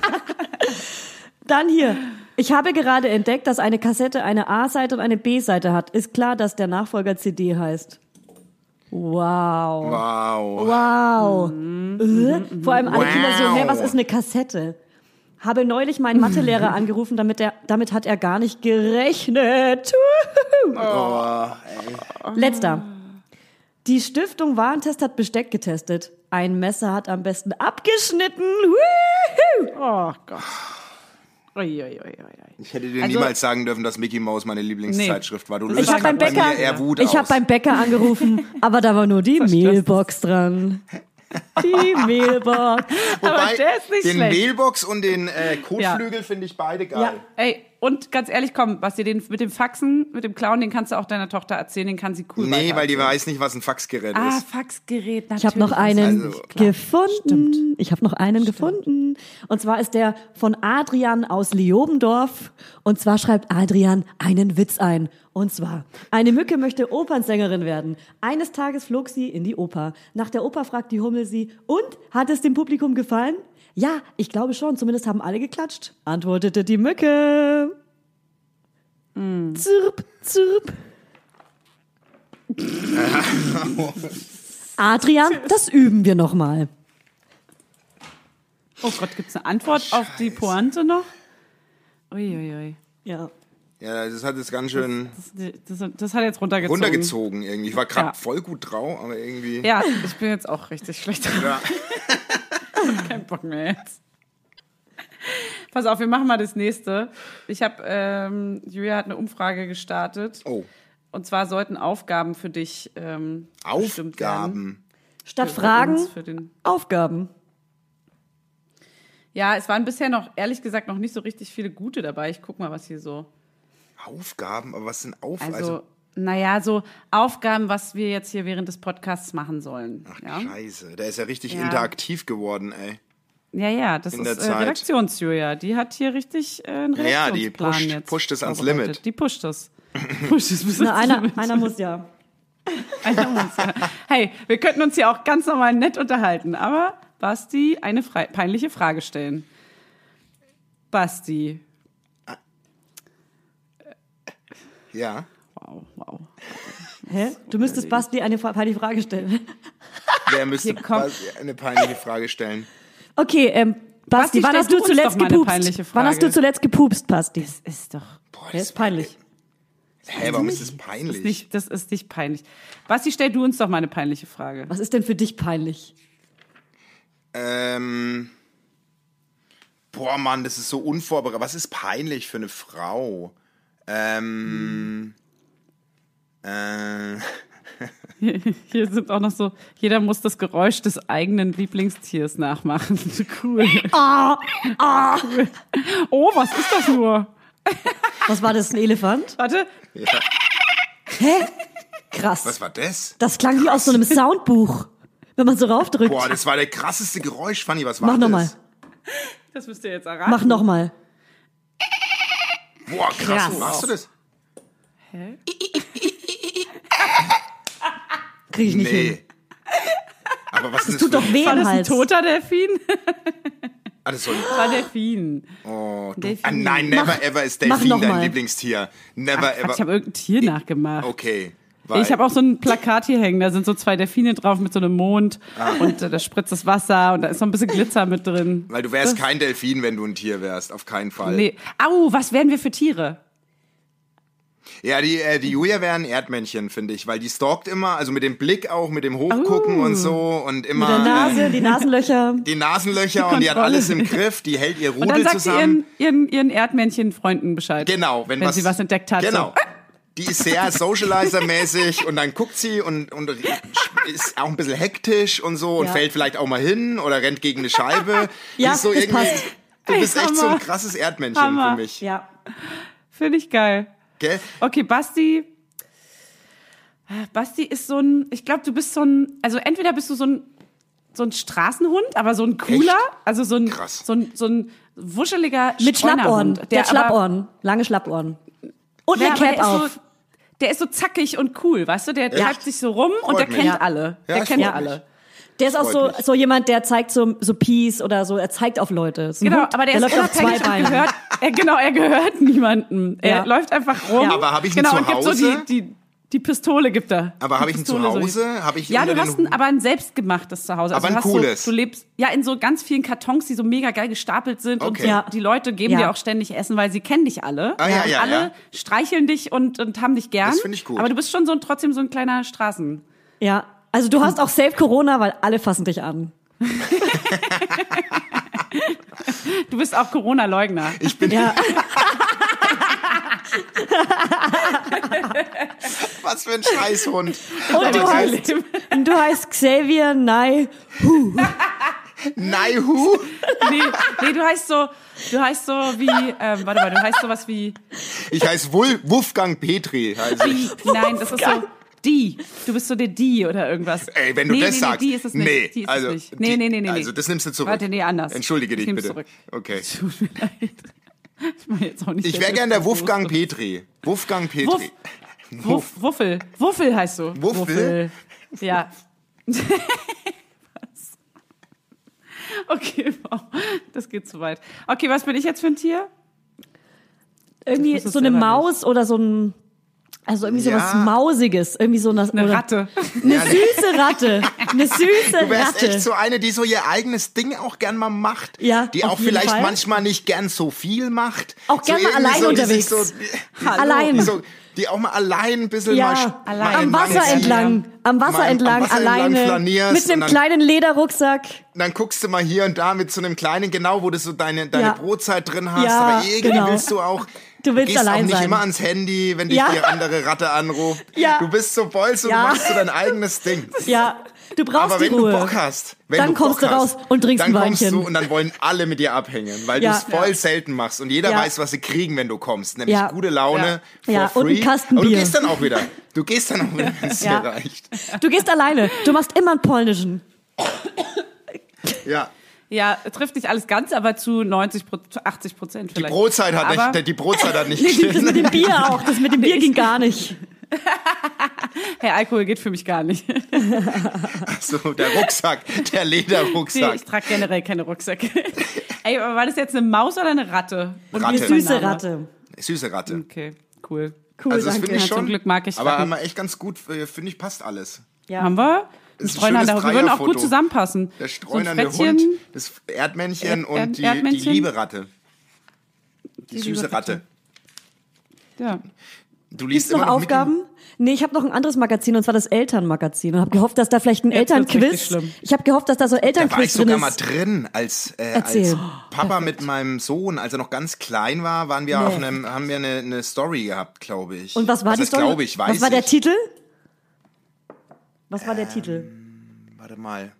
[SPEAKER 3] Dann hier. Ich habe gerade entdeckt, dass eine Kassette eine A-Seite und eine B-Seite hat. Ist klar, dass der Nachfolger CD heißt. Wow.
[SPEAKER 1] Oh.
[SPEAKER 3] Wow.
[SPEAKER 2] Wow.
[SPEAKER 3] Äh? Vor allem alle Kinder so,
[SPEAKER 2] Mhm, Wow.
[SPEAKER 3] hä, was ist eine Kassette? Habe neulich meinen Mathelehrer angerufen, damit, er, damit hat er gar nicht gerechnet.
[SPEAKER 2] Oh,
[SPEAKER 3] Letzter. Die Stiftung Warentest hat Besteck getestet. Ein Messer hat am besten abgeschnitten. Wuhu!
[SPEAKER 1] Oh Gott. Uiuiuiui. Ui, ui, ui.
[SPEAKER 2] Ich hätte dir
[SPEAKER 1] Also-
[SPEAKER 2] niemals sagen dürfen, dass Mickey Mouse meine Lieblingszeitschrift war. Du löst
[SPEAKER 3] Ich habe beim
[SPEAKER 2] grad bei
[SPEAKER 3] Bäcker,
[SPEAKER 2] mir eher Wut
[SPEAKER 3] ich
[SPEAKER 2] aus.
[SPEAKER 3] habe beim Bäcker angerufen, aber da war nur die Mehlbox dran. Die Mehlbox.
[SPEAKER 2] Wobei,
[SPEAKER 1] Aber der ist nicht
[SPEAKER 2] den
[SPEAKER 1] schlecht.
[SPEAKER 2] Mehlbox und den äh, Kotflügel finde ich beide geil.
[SPEAKER 1] Ey, und ganz ehrlich, komm, was dir den mit dem Faxen, mit dem Clown, den kannst du auch deiner Tochter erzählen, den kann sie cool
[SPEAKER 2] Nee, weil die
[SPEAKER 1] weitererzählen.
[SPEAKER 2] weiß nicht, was ein Faxgerät
[SPEAKER 1] Ah,
[SPEAKER 2] ist.
[SPEAKER 1] Faxgerät, natürlich.
[SPEAKER 3] Ich habe noch einen
[SPEAKER 2] Also,
[SPEAKER 3] gefunden. Ich habe noch einen gefunden. Und zwar ist der von Adrian aus Leobendorf. Und zwar schreibt Adrian einen Witz ein. Und zwar, eine Mücke möchte Opernsängerin werden. Eines Tages flog sie in die Oper. Nach der Oper fragt die Hummel sie, und hat es dem Publikum gefallen? Ja, ich glaube schon. Zumindest haben alle geklatscht. Antwortete die Mücke. Zirp, zirp. Adrian, das üben wir nochmal.
[SPEAKER 1] Oh Gott, gibt's eine Antwort auf die Pointe noch? Uiuiui.
[SPEAKER 3] Ja.
[SPEAKER 2] Ja, das hat es ganz schön
[SPEAKER 1] Das, das, das hat jetzt runtergezogen.
[SPEAKER 2] runtergezogen irgendwie. Ich war gerade
[SPEAKER 1] Ja.
[SPEAKER 2] voll gut drauf, aber irgendwie.
[SPEAKER 1] Ja, ich bin jetzt auch richtig schlecht drauf.
[SPEAKER 2] Ja.
[SPEAKER 1] Kein Bock mehr jetzt. Pass auf, wir machen mal das nächste. Ich habe, ähm, Julia hat eine Umfrage gestartet.
[SPEAKER 2] Oh.
[SPEAKER 1] Und zwar sollten Aufgaben für dich ähm, bestimmt werden.
[SPEAKER 2] Aufgaben.
[SPEAKER 3] Statt
[SPEAKER 1] Für
[SPEAKER 3] Fragen,
[SPEAKER 1] uns, Für den
[SPEAKER 3] Aufgaben.
[SPEAKER 1] ja, es waren bisher noch, ehrlich gesagt, noch nicht so richtig viele gute dabei. Ich guck mal, was hier so.
[SPEAKER 2] Aufgaben? Aber was sind Aufgaben?
[SPEAKER 1] Also, naja, so Aufgaben, was wir jetzt hier während des Podcasts machen sollen.
[SPEAKER 2] Ach,
[SPEAKER 1] ja?
[SPEAKER 2] scheiße. Der ist ja richtig
[SPEAKER 1] Ja.
[SPEAKER 2] interaktiv geworden, ey.
[SPEAKER 1] ja, ja, das ist
[SPEAKER 2] In der
[SPEAKER 1] äh,
[SPEAKER 2] Zeit.
[SPEAKER 1] Redaktionsjulia. Die hat hier richtig äh, einen
[SPEAKER 2] Ja, ja, die
[SPEAKER 1] Redaktionsplan
[SPEAKER 2] pusht-
[SPEAKER 1] jetzt
[SPEAKER 2] pusht es ans
[SPEAKER 1] vorbereitet.
[SPEAKER 2] Limit.
[SPEAKER 1] Die pusht es. pusht es bis
[SPEAKER 3] Na,
[SPEAKER 1] ans
[SPEAKER 3] einer,
[SPEAKER 1] Limit.
[SPEAKER 3] einer muss ja.
[SPEAKER 1] Einer muss, ja. Hey, wir könnten uns hier auch ganz normal nett unterhalten, aber Basti, eine frei- peinliche Frage stellen. Basti.
[SPEAKER 2] Ja.
[SPEAKER 1] Wow, wow.
[SPEAKER 3] Hä? Äh, Du müsstest Basti eine Fra- peinliche Frage stellen.
[SPEAKER 2] Wer müsste
[SPEAKER 1] Hier kommt-
[SPEAKER 2] was- eine peinliche Frage stellen?
[SPEAKER 3] Okay, ähm, Basti,
[SPEAKER 1] Basti,
[SPEAKER 3] wann
[SPEAKER 1] stell
[SPEAKER 3] hast du,
[SPEAKER 1] du uns
[SPEAKER 3] zuletzt
[SPEAKER 1] doch mal eine peinliche
[SPEAKER 3] gepupst? Wann
[SPEAKER 1] Frage.
[SPEAKER 3] hast du zuletzt gepupst, Basti?
[SPEAKER 1] Ist doch.
[SPEAKER 2] Boah,
[SPEAKER 3] Der ist peinlich.
[SPEAKER 2] Hä, warum ist das peinlich?
[SPEAKER 1] Ist nicht, das ist nicht peinlich. Basti, stell du uns doch mal eine peinliche Frage.
[SPEAKER 3] Was ist denn für dich peinlich?
[SPEAKER 2] Ähm. Boah, Mann, das ist so unvorbereitet. Was ist peinlich für eine Frau? Ähm. Äh,
[SPEAKER 1] Hier sind auch noch so, jeder muss das Geräusch des eigenen Lieblingstiers nachmachen. Cool.
[SPEAKER 3] Ah, ah.
[SPEAKER 1] Oh, was ist das nur?
[SPEAKER 3] Was war das, ein Elefant?
[SPEAKER 1] Warte,
[SPEAKER 3] Hä? Krass.
[SPEAKER 2] was war das?
[SPEAKER 3] Das klang wie aus so einem Soundbuch, wenn man so raufdrückt.
[SPEAKER 2] Boah, das war der krasseste Geräusch, Fanny. Was war
[SPEAKER 3] Mach
[SPEAKER 2] das?
[SPEAKER 3] nochmal,
[SPEAKER 1] das müsst ihr jetzt erraten.
[SPEAKER 3] mach nochmal.
[SPEAKER 2] Boah, krass.
[SPEAKER 3] Krass.
[SPEAKER 2] Wie machst du das?
[SPEAKER 3] Krieg ich nicht hin.
[SPEAKER 2] Nee. Aber was ist das?
[SPEAKER 3] Tut
[SPEAKER 2] für-
[SPEAKER 3] doch weh
[SPEAKER 1] War
[SPEAKER 3] im
[SPEAKER 1] das ein
[SPEAKER 3] Hals.
[SPEAKER 1] toter Delfin?
[SPEAKER 2] Ah, das soll
[SPEAKER 1] War Delfin.
[SPEAKER 2] Oh, du,
[SPEAKER 1] Delfin.
[SPEAKER 2] ah, nein, never
[SPEAKER 3] Mach-
[SPEAKER 2] ever ist
[SPEAKER 3] mach
[SPEAKER 2] Delfin
[SPEAKER 3] noch
[SPEAKER 2] dein
[SPEAKER 3] mal.
[SPEAKER 2] Lieblingstier. Never
[SPEAKER 1] Ach, ich habe
[SPEAKER 2] ever.
[SPEAKER 1] irgendein Tier
[SPEAKER 2] Oh
[SPEAKER 1] nachgemacht.
[SPEAKER 2] Okay.
[SPEAKER 1] Ich habe auch so ein Plakat hier hängen, da sind so zwei Delfine drauf mit so einem Mond und äh, da spritzt das Wasser und da ist so ein bisschen Glitzer mit drin.
[SPEAKER 2] weil du wärst kein Delfin, wenn du ein Tier wärst, auf keinen Fall.
[SPEAKER 1] Nee. Au, was wären wir für Tiere?
[SPEAKER 2] Ja, die, äh, die Julia wäre ein Erdmännchen, finde ich, weil die stalkt immer, also mit dem Blick auch, mit dem Hochgucken
[SPEAKER 1] Oh.
[SPEAKER 2] und so und
[SPEAKER 3] Mit der
[SPEAKER 2] immer äh,
[SPEAKER 3] Nase, die Nasenlöcher.
[SPEAKER 2] die Nasenlöcher und die hat
[SPEAKER 1] Kontrolle.
[SPEAKER 2] alles im Griff, die hält ihr
[SPEAKER 1] Und dann
[SPEAKER 2] Rudel
[SPEAKER 1] sagt sie
[SPEAKER 2] zusammen.
[SPEAKER 1] ihren, ihren, ihren Erdmännchen-Freunden Bescheid.
[SPEAKER 2] Genau, wenn, was,
[SPEAKER 1] sie was entdeckt hat.
[SPEAKER 2] Genau.
[SPEAKER 1] So.
[SPEAKER 2] Die ist sehr socializer-mäßig und dann guckt sie und, und ist auch ein bisschen hektisch und so und
[SPEAKER 3] Ja.
[SPEAKER 2] fällt vielleicht auch mal hin oder rennt gegen eine Scheibe. Die
[SPEAKER 3] Ja,
[SPEAKER 2] ist so
[SPEAKER 3] das
[SPEAKER 2] irgendwie-
[SPEAKER 3] passt.
[SPEAKER 2] Du bist echt so ein
[SPEAKER 1] Hammer.
[SPEAKER 2] krasses Erdmännchen
[SPEAKER 1] Hammer.
[SPEAKER 2] für mich.
[SPEAKER 3] Ja.
[SPEAKER 1] Finde ich geil.
[SPEAKER 2] Gell?
[SPEAKER 1] Okay, Basti. Basti ist so ein, ich glaube, du bist so ein, also entweder bist du so ein, so ein Straßenhund, aber so ein cooler,
[SPEAKER 2] Echt?
[SPEAKER 1] also so ein,
[SPEAKER 2] Krass.
[SPEAKER 1] so ein, so ein wuscheliger
[SPEAKER 3] Mit Schlappohren.
[SPEAKER 1] Streunerhund,
[SPEAKER 3] Der,
[SPEAKER 1] der
[SPEAKER 3] hat
[SPEAKER 1] aber-
[SPEAKER 3] Schlappohren. Lange Schlappohren. Und eine
[SPEAKER 1] aber der
[SPEAKER 3] Cap
[SPEAKER 1] ist
[SPEAKER 3] auf.
[SPEAKER 1] So, der ist so zackig und cool, weißt du? Der treibt sich so rum und
[SPEAKER 2] Freut
[SPEAKER 1] der
[SPEAKER 2] mich.
[SPEAKER 1] kennt
[SPEAKER 2] Ja.
[SPEAKER 1] alle.
[SPEAKER 2] Ja,
[SPEAKER 1] der
[SPEAKER 2] es
[SPEAKER 1] kennt
[SPEAKER 2] freut
[SPEAKER 1] alle.
[SPEAKER 2] mich.
[SPEAKER 3] Der ist auch so,
[SPEAKER 2] Freut mich.
[SPEAKER 3] so jemand, der zeigt so, so Peace oder so, er zeigt auf Leute. Ist ein
[SPEAKER 1] Genau,
[SPEAKER 3] Hund,
[SPEAKER 1] aber der, ist
[SPEAKER 3] läuft auf zwei
[SPEAKER 1] unabhängig und
[SPEAKER 3] Beinen.
[SPEAKER 1] gehört, er, genau, er gehört niemandem. Er
[SPEAKER 3] Ja.
[SPEAKER 1] läuft einfach rum.
[SPEAKER 3] Ja.
[SPEAKER 2] Aber habe ich ihn
[SPEAKER 1] genau,
[SPEAKER 2] zu
[SPEAKER 1] und gibt so
[SPEAKER 2] Hause?
[SPEAKER 1] die, die, die Pistole gibt er.
[SPEAKER 2] Aber
[SPEAKER 1] Die
[SPEAKER 2] habe ich ihn zu
[SPEAKER 1] Pistole so die-
[SPEAKER 2] Hause? Habe ich ihn
[SPEAKER 1] ja,
[SPEAKER 2] unter
[SPEAKER 1] du
[SPEAKER 2] den
[SPEAKER 1] hast ein,
[SPEAKER 2] Hu-
[SPEAKER 1] aber ein selbstgemachtes zu Hause.
[SPEAKER 2] Aber ein
[SPEAKER 1] du hast
[SPEAKER 2] cooles.
[SPEAKER 1] So, du lebst ja in so ganz vielen Kartons, die so mega geil gestapelt sind und
[SPEAKER 2] Okay.
[SPEAKER 1] so,
[SPEAKER 3] Ja.
[SPEAKER 1] die Leute geben
[SPEAKER 3] Ja.
[SPEAKER 1] dir auch ständig Essen, weil sie kennen dich alle.
[SPEAKER 2] Ah, ja, ja,
[SPEAKER 1] und alle
[SPEAKER 2] ja.
[SPEAKER 1] streicheln dich und, und haben dich gern.
[SPEAKER 2] Das finde ich gut.
[SPEAKER 1] Aber du bist schon so ein, trotzdem so ein kleiner Straßen.
[SPEAKER 3] Ja. Also du hast auch safe Corona, weil alle fassen dich an.
[SPEAKER 1] Du bist auch Corona-Leugner.
[SPEAKER 2] Ich bin,
[SPEAKER 3] Ja.
[SPEAKER 2] was für ein Scheißhund.
[SPEAKER 3] Und du heißt, und du heißt Xavier Nye.
[SPEAKER 2] Naihu.
[SPEAKER 1] Nee, nee, du heißt so, du heißt so wie, ähm, warte mal, du heißt sowas wie,
[SPEAKER 2] Ich heiße Wul Wolfgang Petri. Also ich.
[SPEAKER 1] die, nein, das ist so die. Du bist so der die oder irgendwas.
[SPEAKER 2] Ey, wenn du
[SPEAKER 1] nee,
[SPEAKER 2] das
[SPEAKER 1] nee,
[SPEAKER 2] sagst.
[SPEAKER 1] Nee, die ist es nicht.
[SPEAKER 2] Nee,
[SPEAKER 1] die ist
[SPEAKER 2] also,
[SPEAKER 1] es nicht. Nee,
[SPEAKER 2] die-
[SPEAKER 1] nee, nee, nee.
[SPEAKER 2] Also, das nimmst du zurück.
[SPEAKER 1] Warte, nee, anders.
[SPEAKER 2] Entschuldige
[SPEAKER 1] Ich
[SPEAKER 2] dich
[SPEAKER 1] nehm's
[SPEAKER 2] bitte.
[SPEAKER 1] Zurück.
[SPEAKER 2] Okay.
[SPEAKER 1] Tut mir leid. Ich war jetzt auch nicht
[SPEAKER 2] Ich wäre gern der Wolfgang Petri. Wolfgang Petri.
[SPEAKER 1] Wuff, Wuffel. Wuffel heißt so.
[SPEAKER 2] Wuffel?
[SPEAKER 1] Ja. Was? Okay, wow. das geht zu weit. Okay, was bin ich jetzt für ein Tier?
[SPEAKER 3] Irgendwie
[SPEAKER 1] Ich wusste es
[SPEAKER 3] so eine
[SPEAKER 1] selber
[SPEAKER 3] Maus oder so ein, also irgendwie so was
[SPEAKER 2] Ja.
[SPEAKER 3] Mausiges. Irgendwie so eine,
[SPEAKER 1] Eine
[SPEAKER 3] oder
[SPEAKER 1] Ratte.
[SPEAKER 3] Eine süße Ratte. Eine süße
[SPEAKER 2] Du wärst
[SPEAKER 3] Ratte.
[SPEAKER 2] echt so eine, die so ihr eigenes Ding auch gern mal macht.
[SPEAKER 3] Ja,
[SPEAKER 2] Die
[SPEAKER 3] auf
[SPEAKER 2] auch
[SPEAKER 3] jeden
[SPEAKER 2] vielleicht
[SPEAKER 3] Fall.
[SPEAKER 2] manchmal nicht gern so viel macht.
[SPEAKER 3] Auch gern
[SPEAKER 2] so
[SPEAKER 3] mal
[SPEAKER 2] irgendwie
[SPEAKER 3] allein
[SPEAKER 2] so, die
[SPEAKER 3] unterwegs.
[SPEAKER 2] sich So, die,
[SPEAKER 1] Hallo.
[SPEAKER 3] Allein.
[SPEAKER 2] die so, die auch mal allein ein bisschen mal, sch-
[SPEAKER 3] ja,
[SPEAKER 1] allein.
[SPEAKER 2] mal
[SPEAKER 3] am Wasser
[SPEAKER 2] entlang
[SPEAKER 3] entlang,
[SPEAKER 2] zieht.
[SPEAKER 3] am Wasser
[SPEAKER 2] Mal am
[SPEAKER 3] entlang,
[SPEAKER 2] Wasser entlang
[SPEAKER 3] alleine,
[SPEAKER 2] flanierst
[SPEAKER 3] mit
[SPEAKER 2] und
[SPEAKER 3] einem
[SPEAKER 2] dann-
[SPEAKER 3] kleinen Lederrucksack.
[SPEAKER 2] dann guckst du mal hier und da mit so einem kleinen, genau, wo du so deine, deine
[SPEAKER 3] Ja.
[SPEAKER 2] Brotzeit drin hast,
[SPEAKER 3] Ja,
[SPEAKER 2] aber irgendwie
[SPEAKER 3] genau.
[SPEAKER 2] willst du auch.
[SPEAKER 3] Du willst
[SPEAKER 2] gehst
[SPEAKER 3] allein
[SPEAKER 2] auch nicht
[SPEAKER 3] sein.
[SPEAKER 2] immer ans Handy, wenn dich
[SPEAKER 3] Ja.
[SPEAKER 2] die andere Ratte anruft.
[SPEAKER 3] Ja.
[SPEAKER 2] Du bist so bolz und
[SPEAKER 3] Ja.
[SPEAKER 2] du machst so dein eigenes Ding.
[SPEAKER 3] Ja, du brauchst
[SPEAKER 2] Aber wenn
[SPEAKER 3] die Ruhe.
[SPEAKER 2] du Bock hast, wenn
[SPEAKER 3] Dann
[SPEAKER 2] du Bock
[SPEAKER 3] kommst du
[SPEAKER 2] hast,
[SPEAKER 3] raus und trinkst
[SPEAKER 2] dann
[SPEAKER 3] ein
[SPEAKER 2] kommst
[SPEAKER 3] Weinchen.
[SPEAKER 2] du und dann wollen alle mit dir abhängen, weil
[SPEAKER 3] Ja.
[SPEAKER 2] du es voll selten machst und jeder
[SPEAKER 3] Ja.
[SPEAKER 2] weiß, was sie kriegen, wenn du kommst, nämlich
[SPEAKER 3] Ja.
[SPEAKER 2] gute Laune, for
[SPEAKER 3] Ja,
[SPEAKER 2] free.
[SPEAKER 3] und einen Kasten
[SPEAKER 2] Aber du
[SPEAKER 3] Bier.
[SPEAKER 2] gehst dann auch wieder. Du gehst dann auch wieder, wenn es
[SPEAKER 3] Ja.
[SPEAKER 2] dir reicht.
[SPEAKER 3] Du gehst alleine. Du machst immer einen polnischen.
[SPEAKER 2] Ja.
[SPEAKER 1] Ja, trifft nicht alles ganz, aber zu 90, Pro- zu 80 Prozent
[SPEAKER 2] Die
[SPEAKER 1] vielleicht.
[SPEAKER 2] Brotzeit hat
[SPEAKER 1] Äh, aber
[SPEAKER 2] nicht, die Brotzeit hat nicht
[SPEAKER 3] Das
[SPEAKER 2] gestimmt.
[SPEAKER 3] mit dem Bier auch. Das mit dem Bier ging gar nicht.
[SPEAKER 1] Hey, Alkohol geht für mich gar nicht.
[SPEAKER 2] So, Also, der Rucksack, der
[SPEAKER 1] Nee,
[SPEAKER 2] Lederrucksack.
[SPEAKER 1] ich trage generell keine Rucksäcke. Ey, aber war das jetzt eine Maus oder eine Ratte? Und wie
[SPEAKER 2] Ratte.
[SPEAKER 1] ist mein
[SPEAKER 3] Süße
[SPEAKER 1] Name?
[SPEAKER 3] Ratte.
[SPEAKER 2] Süße Ratte.
[SPEAKER 1] Okay, cool.
[SPEAKER 3] Cool,
[SPEAKER 2] also das
[SPEAKER 3] danke.
[SPEAKER 2] finde ich
[SPEAKER 1] Ja,
[SPEAKER 2] schon.
[SPEAKER 1] zum Glück mag ich
[SPEAKER 2] aber
[SPEAKER 1] Ratten.
[SPEAKER 2] haben wir echt ganz gut, äh, finde ich, passt alles.
[SPEAKER 3] Ja.
[SPEAKER 1] Haben wir? Ein
[SPEAKER 2] Ist ein
[SPEAKER 1] Streuner
[SPEAKER 2] schönes
[SPEAKER 1] da- Wir würden auch
[SPEAKER 2] Dreierfoto.
[SPEAKER 1] gut zusammenpassen.
[SPEAKER 2] Der
[SPEAKER 1] so ein
[SPEAKER 2] streunernde
[SPEAKER 1] Frettchen,
[SPEAKER 2] Hund, das Erdmännchen
[SPEAKER 1] Erd-
[SPEAKER 2] und die, die
[SPEAKER 1] Erdmännchen.
[SPEAKER 2] liebe Ratte. Die,
[SPEAKER 1] liebe
[SPEAKER 2] süße
[SPEAKER 1] Ratte.
[SPEAKER 2] Ratte.
[SPEAKER 1] Ja.
[SPEAKER 2] Du
[SPEAKER 3] Gibt's
[SPEAKER 2] liest
[SPEAKER 3] noch
[SPEAKER 2] immer noch Mickey-
[SPEAKER 3] Aufgaben? Nee, ich habe noch ein anderes Magazin und zwar das Elternmagazin und habe gehofft, dass da vielleicht ein
[SPEAKER 1] Jetzt wird's richtig
[SPEAKER 3] Elternquiz.
[SPEAKER 1] schlimm.
[SPEAKER 3] Ich habe gehofft, dass da so ein
[SPEAKER 2] Da war ich
[SPEAKER 3] Elternquiz drin
[SPEAKER 2] sogar mal
[SPEAKER 3] ist.
[SPEAKER 2] drin, als, äh, als
[SPEAKER 3] Erzähl. Oh,
[SPEAKER 2] Papa mit meinem Sohn, als er noch ganz klein war, waren wir auf einem, haben wir eine, eine Story gehabt, glaube ich.
[SPEAKER 3] Und was war
[SPEAKER 2] das
[SPEAKER 3] die Story?
[SPEAKER 2] glaube ich, weiß
[SPEAKER 3] was war der
[SPEAKER 2] ich. Ähm,
[SPEAKER 3] Titel? Was war der Titel?
[SPEAKER 2] Warte mal.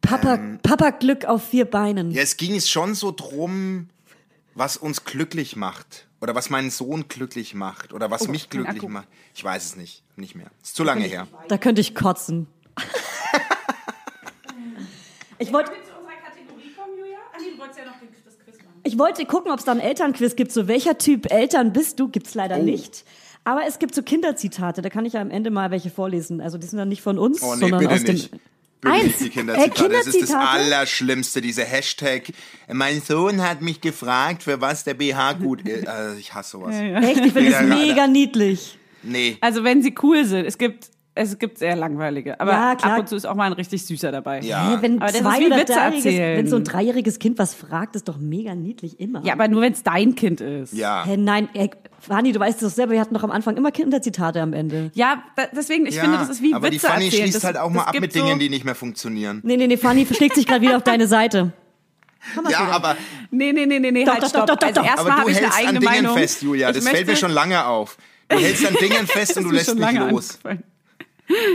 [SPEAKER 3] Papa, Papa Glück auf vier Beinen.
[SPEAKER 2] Ja, es ging es schon so drum, was uns glücklich macht. Oder was meinen Sohn glücklich macht. Oder
[SPEAKER 3] Oh,
[SPEAKER 2] was mich glücklich
[SPEAKER 1] Akku.
[SPEAKER 2] macht. Ich weiß es nicht. Nicht mehr. Ist zu lange her.
[SPEAKER 3] Da könnte ich kotzen. ich wollte Ah, ich wollte gucken, ob es da ein Elternquiz gibt. So, welcher Typ Eltern bist du? Gibt's
[SPEAKER 2] Oh.
[SPEAKER 3] leider nicht. Aber es gibt so Kinderzitate. Da kann ich ja am Ende mal welche vorlesen. Also die sind dann nicht von uns,
[SPEAKER 2] Oh nee,
[SPEAKER 3] sondern
[SPEAKER 2] bitte
[SPEAKER 3] aus dem.
[SPEAKER 2] nicht. Bitte
[SPEAKER 3] Eins.
[SPEAKER 2] nicht die Kinderzitate.
[SPEAKER 3] Äh,
[SPEAKER 2] Das ist das
[SPEAKER 3] Kinderzitate?
[SPEAKER 2] Allerschlimmste, diese Hashtag. Mein Sohn hat mich gefragt, für was der BH gut ist. Also ich hasse sowas.
[SPEAKER 3] Echt, ich finde
[SPEAKER 2] Jeder
[SPEAKER 3] es
[SPEAKER 2] Radler.
[SPEAKER 3] mega niedlich.
[SPEAKER 2] Nee.
[SPEAKER 1] Also wenn sie cool sind, es gibt, es gibt sehr langweilige, aber
[SPEAKER 3] Ja, klar.
[SPEAKER 1] ab und zu ist auch mal ein richtig süßer dabei.
[SPEAKER 2] Ja.
[SPEAKER 3] Hä, wenn
[SPEAKER 1] Aber das ist
[SPEAKER 3] zwei
[SPEAKER 1] wie
[SPEAKER 3] oder
[SPEAKER 1] Witze
[SPEAKER 3] dreijähriges,
[SPEAKER 1] erzählen.
[SPEAKER 3] wenn so ein dreijähriges Kind was fragt, ist doch mega niedlich immer.
[SPEAKER 1] Ja, aber nur wenn es dein Kind ist.
[SPEAKER 2] Ja.
[SPEAKER 3] Hä, nein, ey, Fanny, du weißt es doch selber. Wir hatten doch am Anfang immer Kinderzitate am Ende.
[SPEAKER 1] Ja, da, deswegen, ich
[SPEAKER 2] ja.
[SPEAKER 1] finde, das ist wie
[SPEAKER 2] Aber die
[SPEAKER 1] Witze
[SPEAKER 2] Fanny
[SPEAKER 1] erzählen.
[SPEAKER 2] schließt
[SPEAKER 1] das,
[SPEAKER 2] halt auch
[SPEAKER 1] das
[SPEAKER 2] mal ab
[SPEAKER 1] gibt
[SPEAKER 2] mit
[SPEAKER 1] so,
[SPEAKER 2] Dingen, die nicht mehr funktionieren.
[SPEAKER 3] Nee, nee, nee, Fanny verschlägt sich gerade wieder auf deine Seite.
[SPEAKER 2] Ja, aber,
[SPEAKER 1] Nee, nee, nee, nee, nee,
[SPEAKER 3] Doch,
[SPEAKER 1] halt,
[SPEAKER 3] doch, doch,
[SPEAKER 1] stopp.
[SPEAKER 3] doch, doch,
[SPEAKER 1] also
[SPEAKER 3] doch.
[SPEAKER 2] aber
[SPEAKER 1] erstmal
[SPEAKER 2] du
[SPEAKER 1] habe ich eine
[SPEAKER 2] hältst an
[SPEAKER 1] eigene
[SPEAKER 2] Dingen
[SPEAKER 1] Meinung.
[SPEAKER 2] fest, Julia.
[SPEAKER 1] Ich
[SPEAKER 2] Das fällt mir
[SPEAKER 1] möchte-
[SPEAKER 2] schon lange auf. Du hältst an Dingen fest und du
[SPEAKER 1] ist mir
[SPEAKER 2] lässt
[SPEAKER 1] schon
[SPEAKER 2] nicht
[SPEAKER 1] lange
[SPEAKER 2] los.
[SPEAKER 1] angefallen.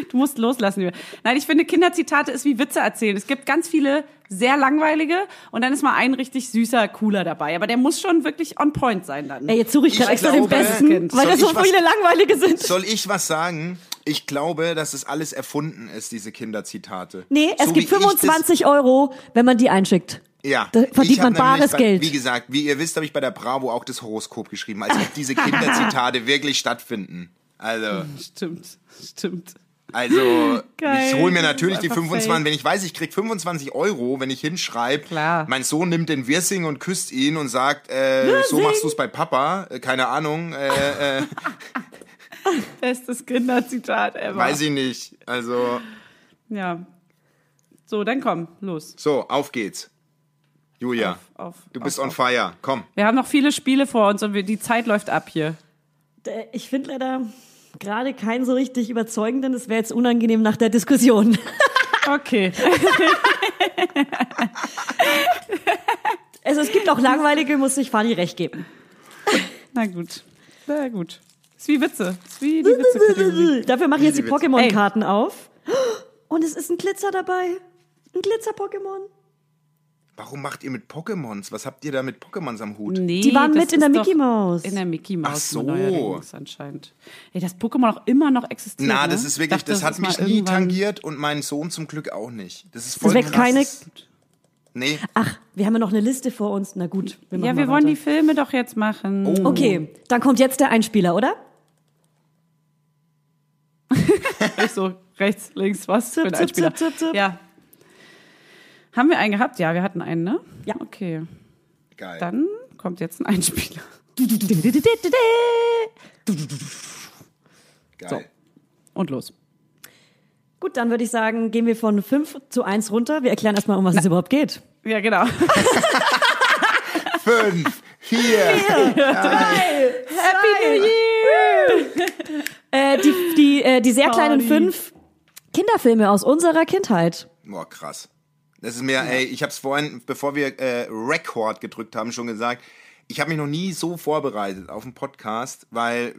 [SPEAKER 1] Du musst loslassen. Julia. Nein, ich finde, Kinderzitate ist wie Witze erzählen. Es gibt ganz viele sehr langweilige und dann ist mal ein richtig süßer, cooler dabei. Aber der muss schon wirklich on point sein dann.
[SPEAKER 3] Ey, jetzt suche ich gerade
[SPEAKER 2] Ich
[SPEAKER 3] extra den
[SPEAKER 2] glaube,
[SPEAKER 3] besten,
[SPEAKER 2] soll
[SPEAKER 3] weil da
[SPEAKER 2] ich
[SPEAKER 3] so
[SPEAKER 2] was-
[SPEAKER 3] viele langweilige sind.
[SPEAKER 2] Soll ich was sagen? Ich glaube, dass es alles erfunden ist, diese Kinderzitate.
[SPEAKER 3] nee, es
[SPEAKER 2] So
[SPEAKER 3] gibt
[SPEAKER 2] wie ich das-
[SPEAKER 3] 25 Euro, wenn man die einschickt.
[SPEAKER 2] Ja.
[SPEAKER 3] Da
[SPEAKER 2] Ich
[SPEAKER 3] verdient
[SPEAKER 2] hab
[SPEAKER 3] man
[SPEAKER 2] nämlich
[SPEAKER 3] bares
[SPEAKER 2] bei,
[SPEAKER 3] Geld.
[SPEAKER 2] Wie gesagt, wie ihr wisst, habe ich bei der Bravo auch das Horoskop geschrieben, als ob diese Kinderzitate wirklich stattfinden. Also,
[SPEAKER 1] Stimmt, stimmt.
[SPEAKER 2] Also
[SPEAKER 5] Geil,
[SPEAKER 2] ich hole mir
[SPEAKER 5] das
[SPEAKER 2] natürlich
[SPEAKER 5] ist
[SPEAKER 2] die
[SPEAKER 5] einfach
[SPEAKER 2] 25,
[SPEAKER 5] fake.
[SPEAKER 2] wenn ich weiß, ich krieg 25 Euro, wenn ich hinschreibe,
[SPEAKER 5] Klar.
[SPEAKER 2] mein Sohn nimmt den Wirsing und küsst ihn und sagt, äh, so machst du es bei Papa, Äh, keine Ahnung, äh, äh,
[SPEAKER 1] Bestes Kinderzitat ever.
[SPEAKER 2] weiß ich nicht. Also
[SPEAKER 1] Ja. So, dann komm, los.
[SPEAKER 2] so, auf geht's. Julia,
[SPEAKER 1] Auf,
[SPEAKER 2] du
[SPEAKER 1] auf,
[SPEAKER 2] bist
[SPEAKER 1] auf.
[SPEAKER 2] on fire, komm.
[SPEAKER 1] Wir haben noch viele Spiele vor uns und wir, die Zeit läuft ab hier.
[SPEAKER 3] Äh, Ich finde leider gerade keinen so richtig überzeugenden. Das wäre jetzt unangenehm nach der Diskussion.
[SPEAKER 1] Okay.
[SPEAKER 3] Also es gibt auch langweilige, muss ich Fanny recht geben.
[SPEAKER 1] Na gut. Na gut. Ist wie Witze. Ist wie die Witze.
[SPEAKER 3] Dafür mache ich jetzt die
[SPEAKER 2] Easy Witz.
[SPEAKER 3] Pokémon-Karten auf. Und es ist ein Glitzer dabei. Ein Glitzer-Pokémon.
[SPEAKER 2] Warum macht ihr mit Pokémons? Was habt ihr da mit Pokémons am Hut?
[SPEAKER 1] Nee,
[SPEAKER 3] Die waren
[SPEAKER 1] das
[SPEAKER 3] mit in der
[SPEAKER 1] ist doch
[SPEAKER 3] Mickey Mouse.
[SPEAKER 1] In der Mickey Mouse.
[SPEAKER 2] so.
[SPEAKER 1] neuerdings Anscheinend. Ey, das Pokémon auch immer noch existiert.
[SPEAKER 2] Na,
[SPEAKER 1] ne?
[SPEAKER 2] das ist wirklich,
[SPEAKER 1] Dachte,
[SPEAKER 2] das, hat
[SPEAKER 1] ist mal
[SPEAKER 2] mich nie
[SPEAKER 1] irgendwann-
[SPEAKER 2] tangiert und meinen Sohn zum Glück auch nicht. Das ist voll
[SPEAKER 3] Das weckt
[SPEAKER 2] krass.
[SPEAKER 3] keine.
[SPEAKER 2] Nee,
[SPEAKER 1] Ah,
[SPEAKER 3] Ach, wir haben ja noch eine Liste vor uns. Na gut. Wir
[SPEAKER 1] Ja, wir wollen die Filme doch jetzt machen.
[SPEAKER 2] Oh.
[SPEAKER 3] Okay, dann kommt jetzt der Einspieler, oder?
[SPEAKER 1] Ich so Also rechts, links, was für
[SPEAKER 3] Zip,
[SPEAKER 1] ein
[SPEAKER 3] zip,
[SPEAKER 1] Einspieler.
[SPEAKER 3] zip, zip, zip.
[SPEAKER 1] Ja. Haben wir einen gehabt? Ja, wir hatten einen, ne?
[SPEAKER 3] Ja.
[SPEAKER 1] Okay.
[SPEAKER 2] geil.
[SPEAKER 1] Dann kommt jetzt ein Einspieler.
[SPEAKER 2] geil.
[SPEAKER 1] Und los.
[SPEAKER 3] Gut, dann würde ich sagen, gehen wir von 5 zu 1 runter. Wir erklären erstmal, um was es überhaupt geht.
[SPEAKER 1] Ja, genau.
[SPEAKER 2] Fünf, vier.
[SPEAKER 1] Happy New Year!
[SPEAKER 3] Äh, die, die, äh, die sehr kleinen fünf Kinderfilme aus unserer Kindheit.
[SPEAKER 2] Boah, krass. Das ist mir, ey, ich hab's vorhin, bevor wir äh, Record gedrückt haben, schon gesagt, ich habe mich noch nie so vorbereitet auf einen Podcast, weil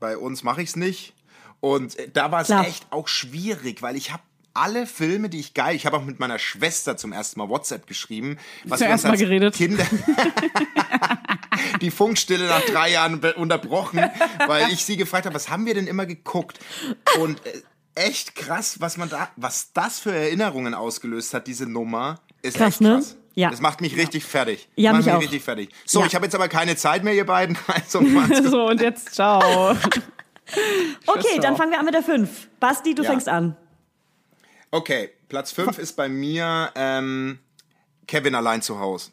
[SPEAKER 2] bei uns mache ich's nicht. Und äh, da war es
[SPEAKER 3] Klar.
[SPEAKER 2] echt auch schwierig, weil ich habe alle Filme, die ich geil, ich habe auch mit meiner Schwester zum ersten Mal WhatsApp geschrieben, was
[SPEAKER 1] Zum
[SPEAKER 2] wir uns
[SPEAKER 1] ersten Mal
[SPEAKER 2] als
[SPEAKER 1] geredet.
[SPEAKER 2] Kinder die Funkstille nach drei Jahren be- unterbrochen, weil ich sie gefragt habe, was haben wir denn immer geguckt? Und äh, echt krass, was man da, was das für Erinnerungen ausgelöst hat, diese Nummer, ist
[SPEAKER 3] Krass,
[SPEAKER 2] echt
[SPEAKER 3] ne?
[SPEAKER 2] krass.
[SPEAKER 3] Ja.
[SPEAKER 2] Das macht mich richtig fertig.
[SPEAKER 3] Ja,
[SPEAKER 2] macht
[SPEAKER 3] mich
[SPEAKER 2] mich
[SPEAKER 3] auch.
[SPEAKER 2] richtig fertig. So,
[SPEAKER 3] Ja.
[SPEAKER 2] ich habe jetzt aber keine Zeit mehr, ihr beiden. Also, macht's gut.
[SPEAKER 1] So, und jetzt ciao.
[SPEAKER 3] Okay, dann
[SPEAKER 1] auch.
[SPEAKER 3] fangen wir an mit der fünf. Basti, du
[SPEAKER 2] Ja.
[SPEAKER 3] fängst an.
[SPEAKER 2] okay, Platz 5 ist bei mir ähm, Kevin allein zu Hause.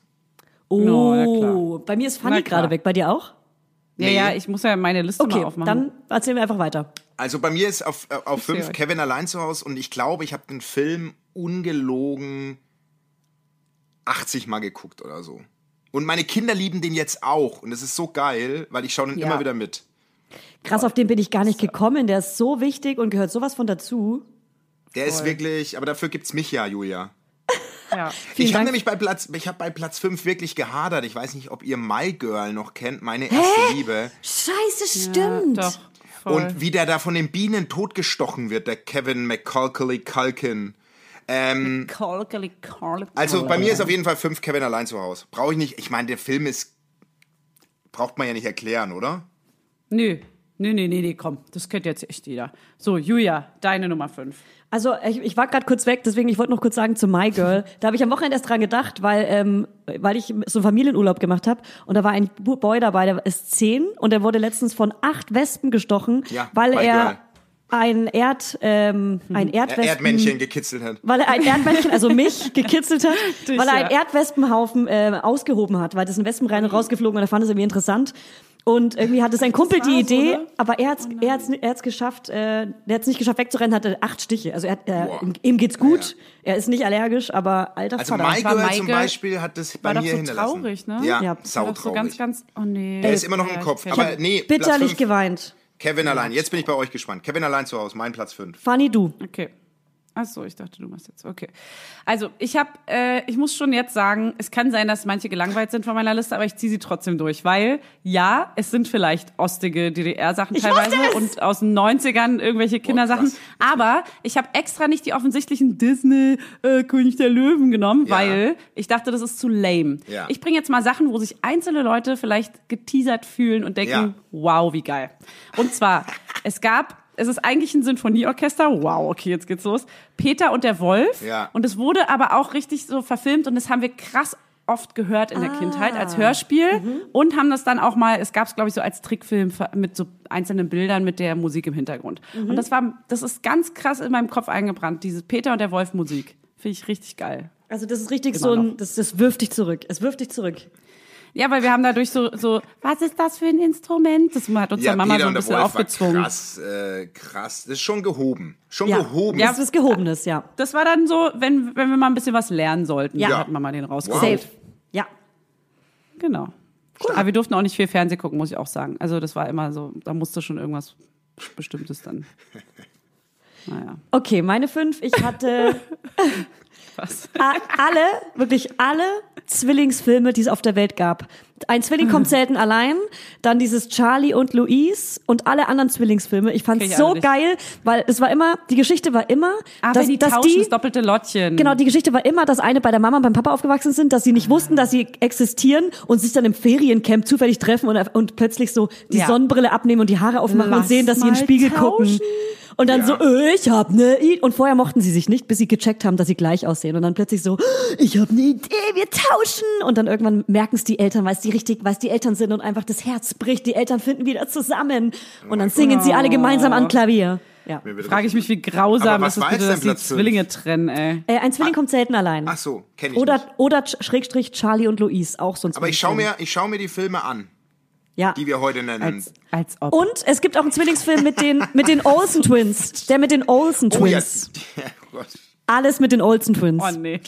[SPEAKER 3] Oh,
[SPEAKER 1] No, na klar.
[SPEAKER 3] bei mir ist
[SPEAKER 1] Na
[SPEAKER 3] Fanny
[SPEAKER 1] klar.
[SPEAKER 3] gerade weg. Bei dir auch?
[SPEAKER 1] Ja, ja, ich muss ja meine Liste
[SPEAKER 3] Okay,
[SPEAKER 1] mal aufmachen.
[SPEAKER 3] dann erzählen wir einfach weiter.
[SPEAKER 2] Also bei mir ist auf, äh, auf
[SPEAKER 1] seh
[SPEAKER 2] fünf
[SPEAKER 1] euch.
[SPEAKER 2] Kevin allein zu Hause und ich glaube, ich habe den Film ungelogen 80 Mal geguckt oder so. Und meine Kinder lieben den jetzt auch. Und es ist so geil, weil ich schaue den
[SPEAKER 1] Ja.
[SPEAKER 2] immer wieder mit.
[SPEAKER 3] Krass, auf den bin ich gar nicht gekommen. Der ist so wichtig und gehört sowas von dazu.
[SPEAKER 2] Der ist wirklich, aber dafür gibt's mich ja, Julia.
[SPEAKER 1] ja.
[SPEAKER 2] ich habe
[SPEAKER 3] Dank.
[SPEAKER 2] nämlich bei Platz, ich habe bei Platz 5 wirklich gehadert. Ich weiß nicht, ob ihr My Girl noch kennt, meine erste Liebe.
[SPEAKER 3] Scheiße,
[SPEAKER 1] ja,
[SPEAKER 3] stimmt.
[SPEAKER 1] doch. Voll.
[SPEAKER 2] Und wie der da von den Bienen totgestochen wird, der Kevin McCulkily Culkin.
[SPEAKER 1] Kalkeli, kalkeli.
[SPEAKER 2] Also bei mir ist auf jeden Fall fünf Kevin allein zu Hause. Brauche ich nicht. Ich meine, der Film ist. Braucht man ja nicht erklären, oder?
[SPEAKER 1] Nö. Nö, nö, nö, nö, komm. Das kennt jetzt echt jeder. So, Julia, deine Nummer 5.
[SPEAKER 3] Also ich, ich war gerade kurz weg, deswegen ich wollte noch kurz sagen zu My Girl. Da habe ich am Wochenende erst dran gedacht, weil ähm, weil ich so einen Familienurlaub gemacht habe und da war ein Bu- Boy dabei, der ist zehn und der wurde letztens von acht Wespen gestochen,
[SPEAKER 2] Ja,
[SPEAKER 3] weil
[SPEAKER 2] My
[SPEAKER 3] er
[SPEAKER 2] Girl.
[SPEAKER 3] ein Erd ähm, ein
[SPEAKER 1] Hm.
[SPEAKER 2] Er
[SPEAKER 3] Erdwespen
[SPEAKER 2] Erdmännchen gekitzelt hat.
[SPEAKER 3] weil er ein Erdmännchen, also mich, gekitzelt hat,
[SPEAKER 1] Dich,
[SPEAKER 3] weil er einen
[SPEAKER 1] ja.
[SPEAKER 3] Erdwespenhaufen äh, ausgehoben hat, weil das ein Wespen rein und rausgeflogen und er fand es irgendwie interessant. Und irgendwie hatte sein Kumpel die
[SPEAKER 1] war's,
[SPEAKER 3] Idee,
[SPEAKER 1] oder?
[SPEAKER 3] aber er hat's, er hat's, er hat's geschafft, äh, er hat's nicht geschafft wegzurennen, hatte acht Stiche. Also er, hat- er,
[SPEAKER 2] Boah.
[SPEAKER 3] ihm, ihm geht's gut, er ist nicht allergisch, aber alter
[SPEAKER 2] Also
[SPEAKER 3] Vater.
[SPEAKER 2] My
[SPEAKER 1] war
[SPEAKER 2] Girl
[SPEAKER 1] My
[SPEAKER 2] zum
[SPEAKER 1] Girl-
[SPEAKER 2] Beispiel hat das bei
[SPEAKER 1] War doch
[SPEAKER 2] mir
[SPEAKER 1] so
[SPEAKER 2] hinterlassen.
[SPEAKER 1] traurig, ne?
[SPEAKER 3] Ja.
[SPEAKER 2] Ja,
[SPEAKER 1] War doch
[SPEAKER 2] sautraurig.
[SPEAKER 1] so ganz, ganz, oh nee.
[SPEAKER 2] Der ist immer noch im Kopf. Aber nee, Platz
[SPEAKER 3] Bitterlich
[SPEAKER 2] fünf,
[SPEAKER 3] geweint.
[SPEAKER 2] Kevin allein. Jetzt bin ich bei euch gespannt. Kevin allein zu Hause, mein Platz 5.
[SPEAKER 3] Fanny, du.
[SPEAKER 1] Okay. Ach so, ich dachte, du machst jetzt. Okay. Also, ich habe, äh, ich muss schon jetzt sagen, es kann sein, dass manche gelangweilt sind von meiner Liste, aber ich ziehe sie trotzdem durch, weil ja, es sind vielleicht ostige DDR-Sachen teilweise und aus den 90ern irgendwelche Kindersachen,
[SPEAKER 2] Oh, krass.
[SPEAKER 1] aber ich habe extra nicht die offensichtlichen Disney äh, König der Löwen genommen,
[SPEAKER 2] Ja.
[SPEAKER 1] weil ich dachte, das ist zu lame.
[SPEAKER 2] Ja.
[SPEAKER 1] Ich bringe jetzt mal Sachen, wo sich einzelne Leute vielleicht geteasert fühlen und denken,
[SPEAKER 2] Ja.
[SPEAKER 1] wow, wie geil. Und zwar, es gab, es ist eigentlich ein Sinfonieorchester, wow, okay, jetzt geht's los. Peter und der Wolf.
[SPEAKER 2] Ja.
[SPEAKER 1] Und es wurde aber auch richtig so verfilmt und das haben wir krass oft gehört in der Kindheit als Hörspiel und haben das dann auch mal, es gab es glaube ich so als Trickfilm ver- mit so einzelnen Bildern mit der Musik im Hintergrund. Und das war, das ist ganz krass in meinem Kopf eingebrannt, diese Peter und der Wolf Musik. Finde ich richtig geil.
[SPEAKER 3] Also das ist richtig
[SPEAKER 1] Immer
[SPEAKER 3] so ein, das, das wirft dich zurück. Es wirft dich zurück.
[SPEAKER 1] Ja, weil wir haben dadurch so, so, was ist das für ein Instrument? Das hat uns ja, Mama so ein
[SPEAKER 2] und der
[SPEAKER 1] bisschen
[SPEAKER 2] Wolf war
[SPEAKER 1] aufgezwungen.
[SPEAKER 2] krass, äh, krass. Das ist schon gehoben. Schon
[SPEAKER 3] Ja.
[SPEAKER 2] gehoben.
[SPEAKER 3] Das ist was Gehobenes, ja.
[SPEAKER 1] Das war dann so, wenn, wenn wir mal ein bisschen was lernen sollten,
[SPEAKER 3] Ja.
[SPEAKER 1] ja. hat Mama den rausgeholt.
[SPEAKER 2] Wow.
[SPEAKER 3] Safe. Ja.
[SPEAKER 1] Genau. Aber wir durften auch nicht viel Fernsehen gucken, muss ich auch sagen. Also das war immer so, da musste schon irgendwas Bestimmtes dann. Naja.
[SPEAKER 3] Okay, meine fünf. Ich hatte
[SPEAKER 1] Was?
[SPEAKER 3] a- alle, wirklich alle Zwillingsfilme, die es auf der Welt gab. Ein Zwilling kommt selten allein, dann dieses Charlie und Louise und alle anderen Zwillingsfilme. Ich fand
[SPEAKER 1] Kenn ich
[SPEAKER 3] so
[SPEAKER 1] alle nicht.
[SPEAKER 3] geil, weil es war immer, die Geschichte war immer,
[SPEAKER 1] Aber
[SPEAKER 3] dass,
[SPEAKER 1] die
[SPEAKER 3] dass
[SPEAKER 1] tauschen das doppelte Lottchen.
[SPEAKER 3] Genau, die Geschichte war immer, dass eine bei der Mama und beim Papa aufgewachsen sind, dass sie nicht wussten, dass sie existieren und sich dann im Feriencamp zufällig treffen und, und plötzlich so die
[SPEAKER 1] Ja.
[SPEAKER 3] Sonnenbrille abnehmen und die Haare aufmachen und
[SPEAKER 1] Lass
[SPEAKER 3] sehen, dass sie in den
[SPEAKER 1] mal
[SPEAKER 3] Spiegel gucken.
[SPEAKER 1] tauschen.
[SPEAKER 3] Und dann so, äh, ich hab ne Idee. Und vorher mochten sie sich nicht, bis sie gecheckt haben, dass sie gleich aussehen. Und dann plötzlich so, ich hab ne Idee, wir tauschen. Und dann irgendwann merken es die Eltern, weil es die richtig, weil es die Eltern sind und einfach das Herz bricht. Die Eltern finden wieder zusammen. Und
[SPEAKER 1] Oh
[SPEAKER 3] dann singen sie alle gemeinsam am Klavier. Ja.
[SPEAKER 2] Mir wird
[SPEAKER 1] Frage ich mich, wie grausam
[SPEAKER 2] Aber
[SPEAKER 1] ist
[SPEAKER 2] was
[SPEAKER 1] es
[SPEAKER 2] war
[SPEAKER 1] bitte,
[SPEAKER 2] jetzt
[SPEAKER 1] dass
[SPEAKER 2] denn
[SPEAKER 1] die
[SPEAKER 2] Platz fünf?
[SPEAKER 1] Zwillinge trennen, ey.
[SPEAKER 3] Äh, ein Zwilling kommt selten allein.
[SPEAKER 2] Ach so, kenne ich nicht.
[SPEAKER 3] Oder, oder Ch- Schrägstrich Charlie und Louise, auch sonst.
[SPEAKER 2] Aber ich schaue mir, ich schau mir die Filme an,
[SPEAKER 3] ja.
[SPEAKER 2] die wir heute nennen.
[SPEAKER 1] Als, als ob.
[SPEAKER 3] Und es gibt auch einen Zwillingsfilm mit den, mit den Olsen Twins. Der mit den Olsen
[SPEAKER 2] oh, ja.
[SPEAKER 3] Twins.
[SPEAKER 2] ja, Gott.
[SPEAKER 3] Alles mit den Olsen Twins.
[SPEAKER 1] Oh nee.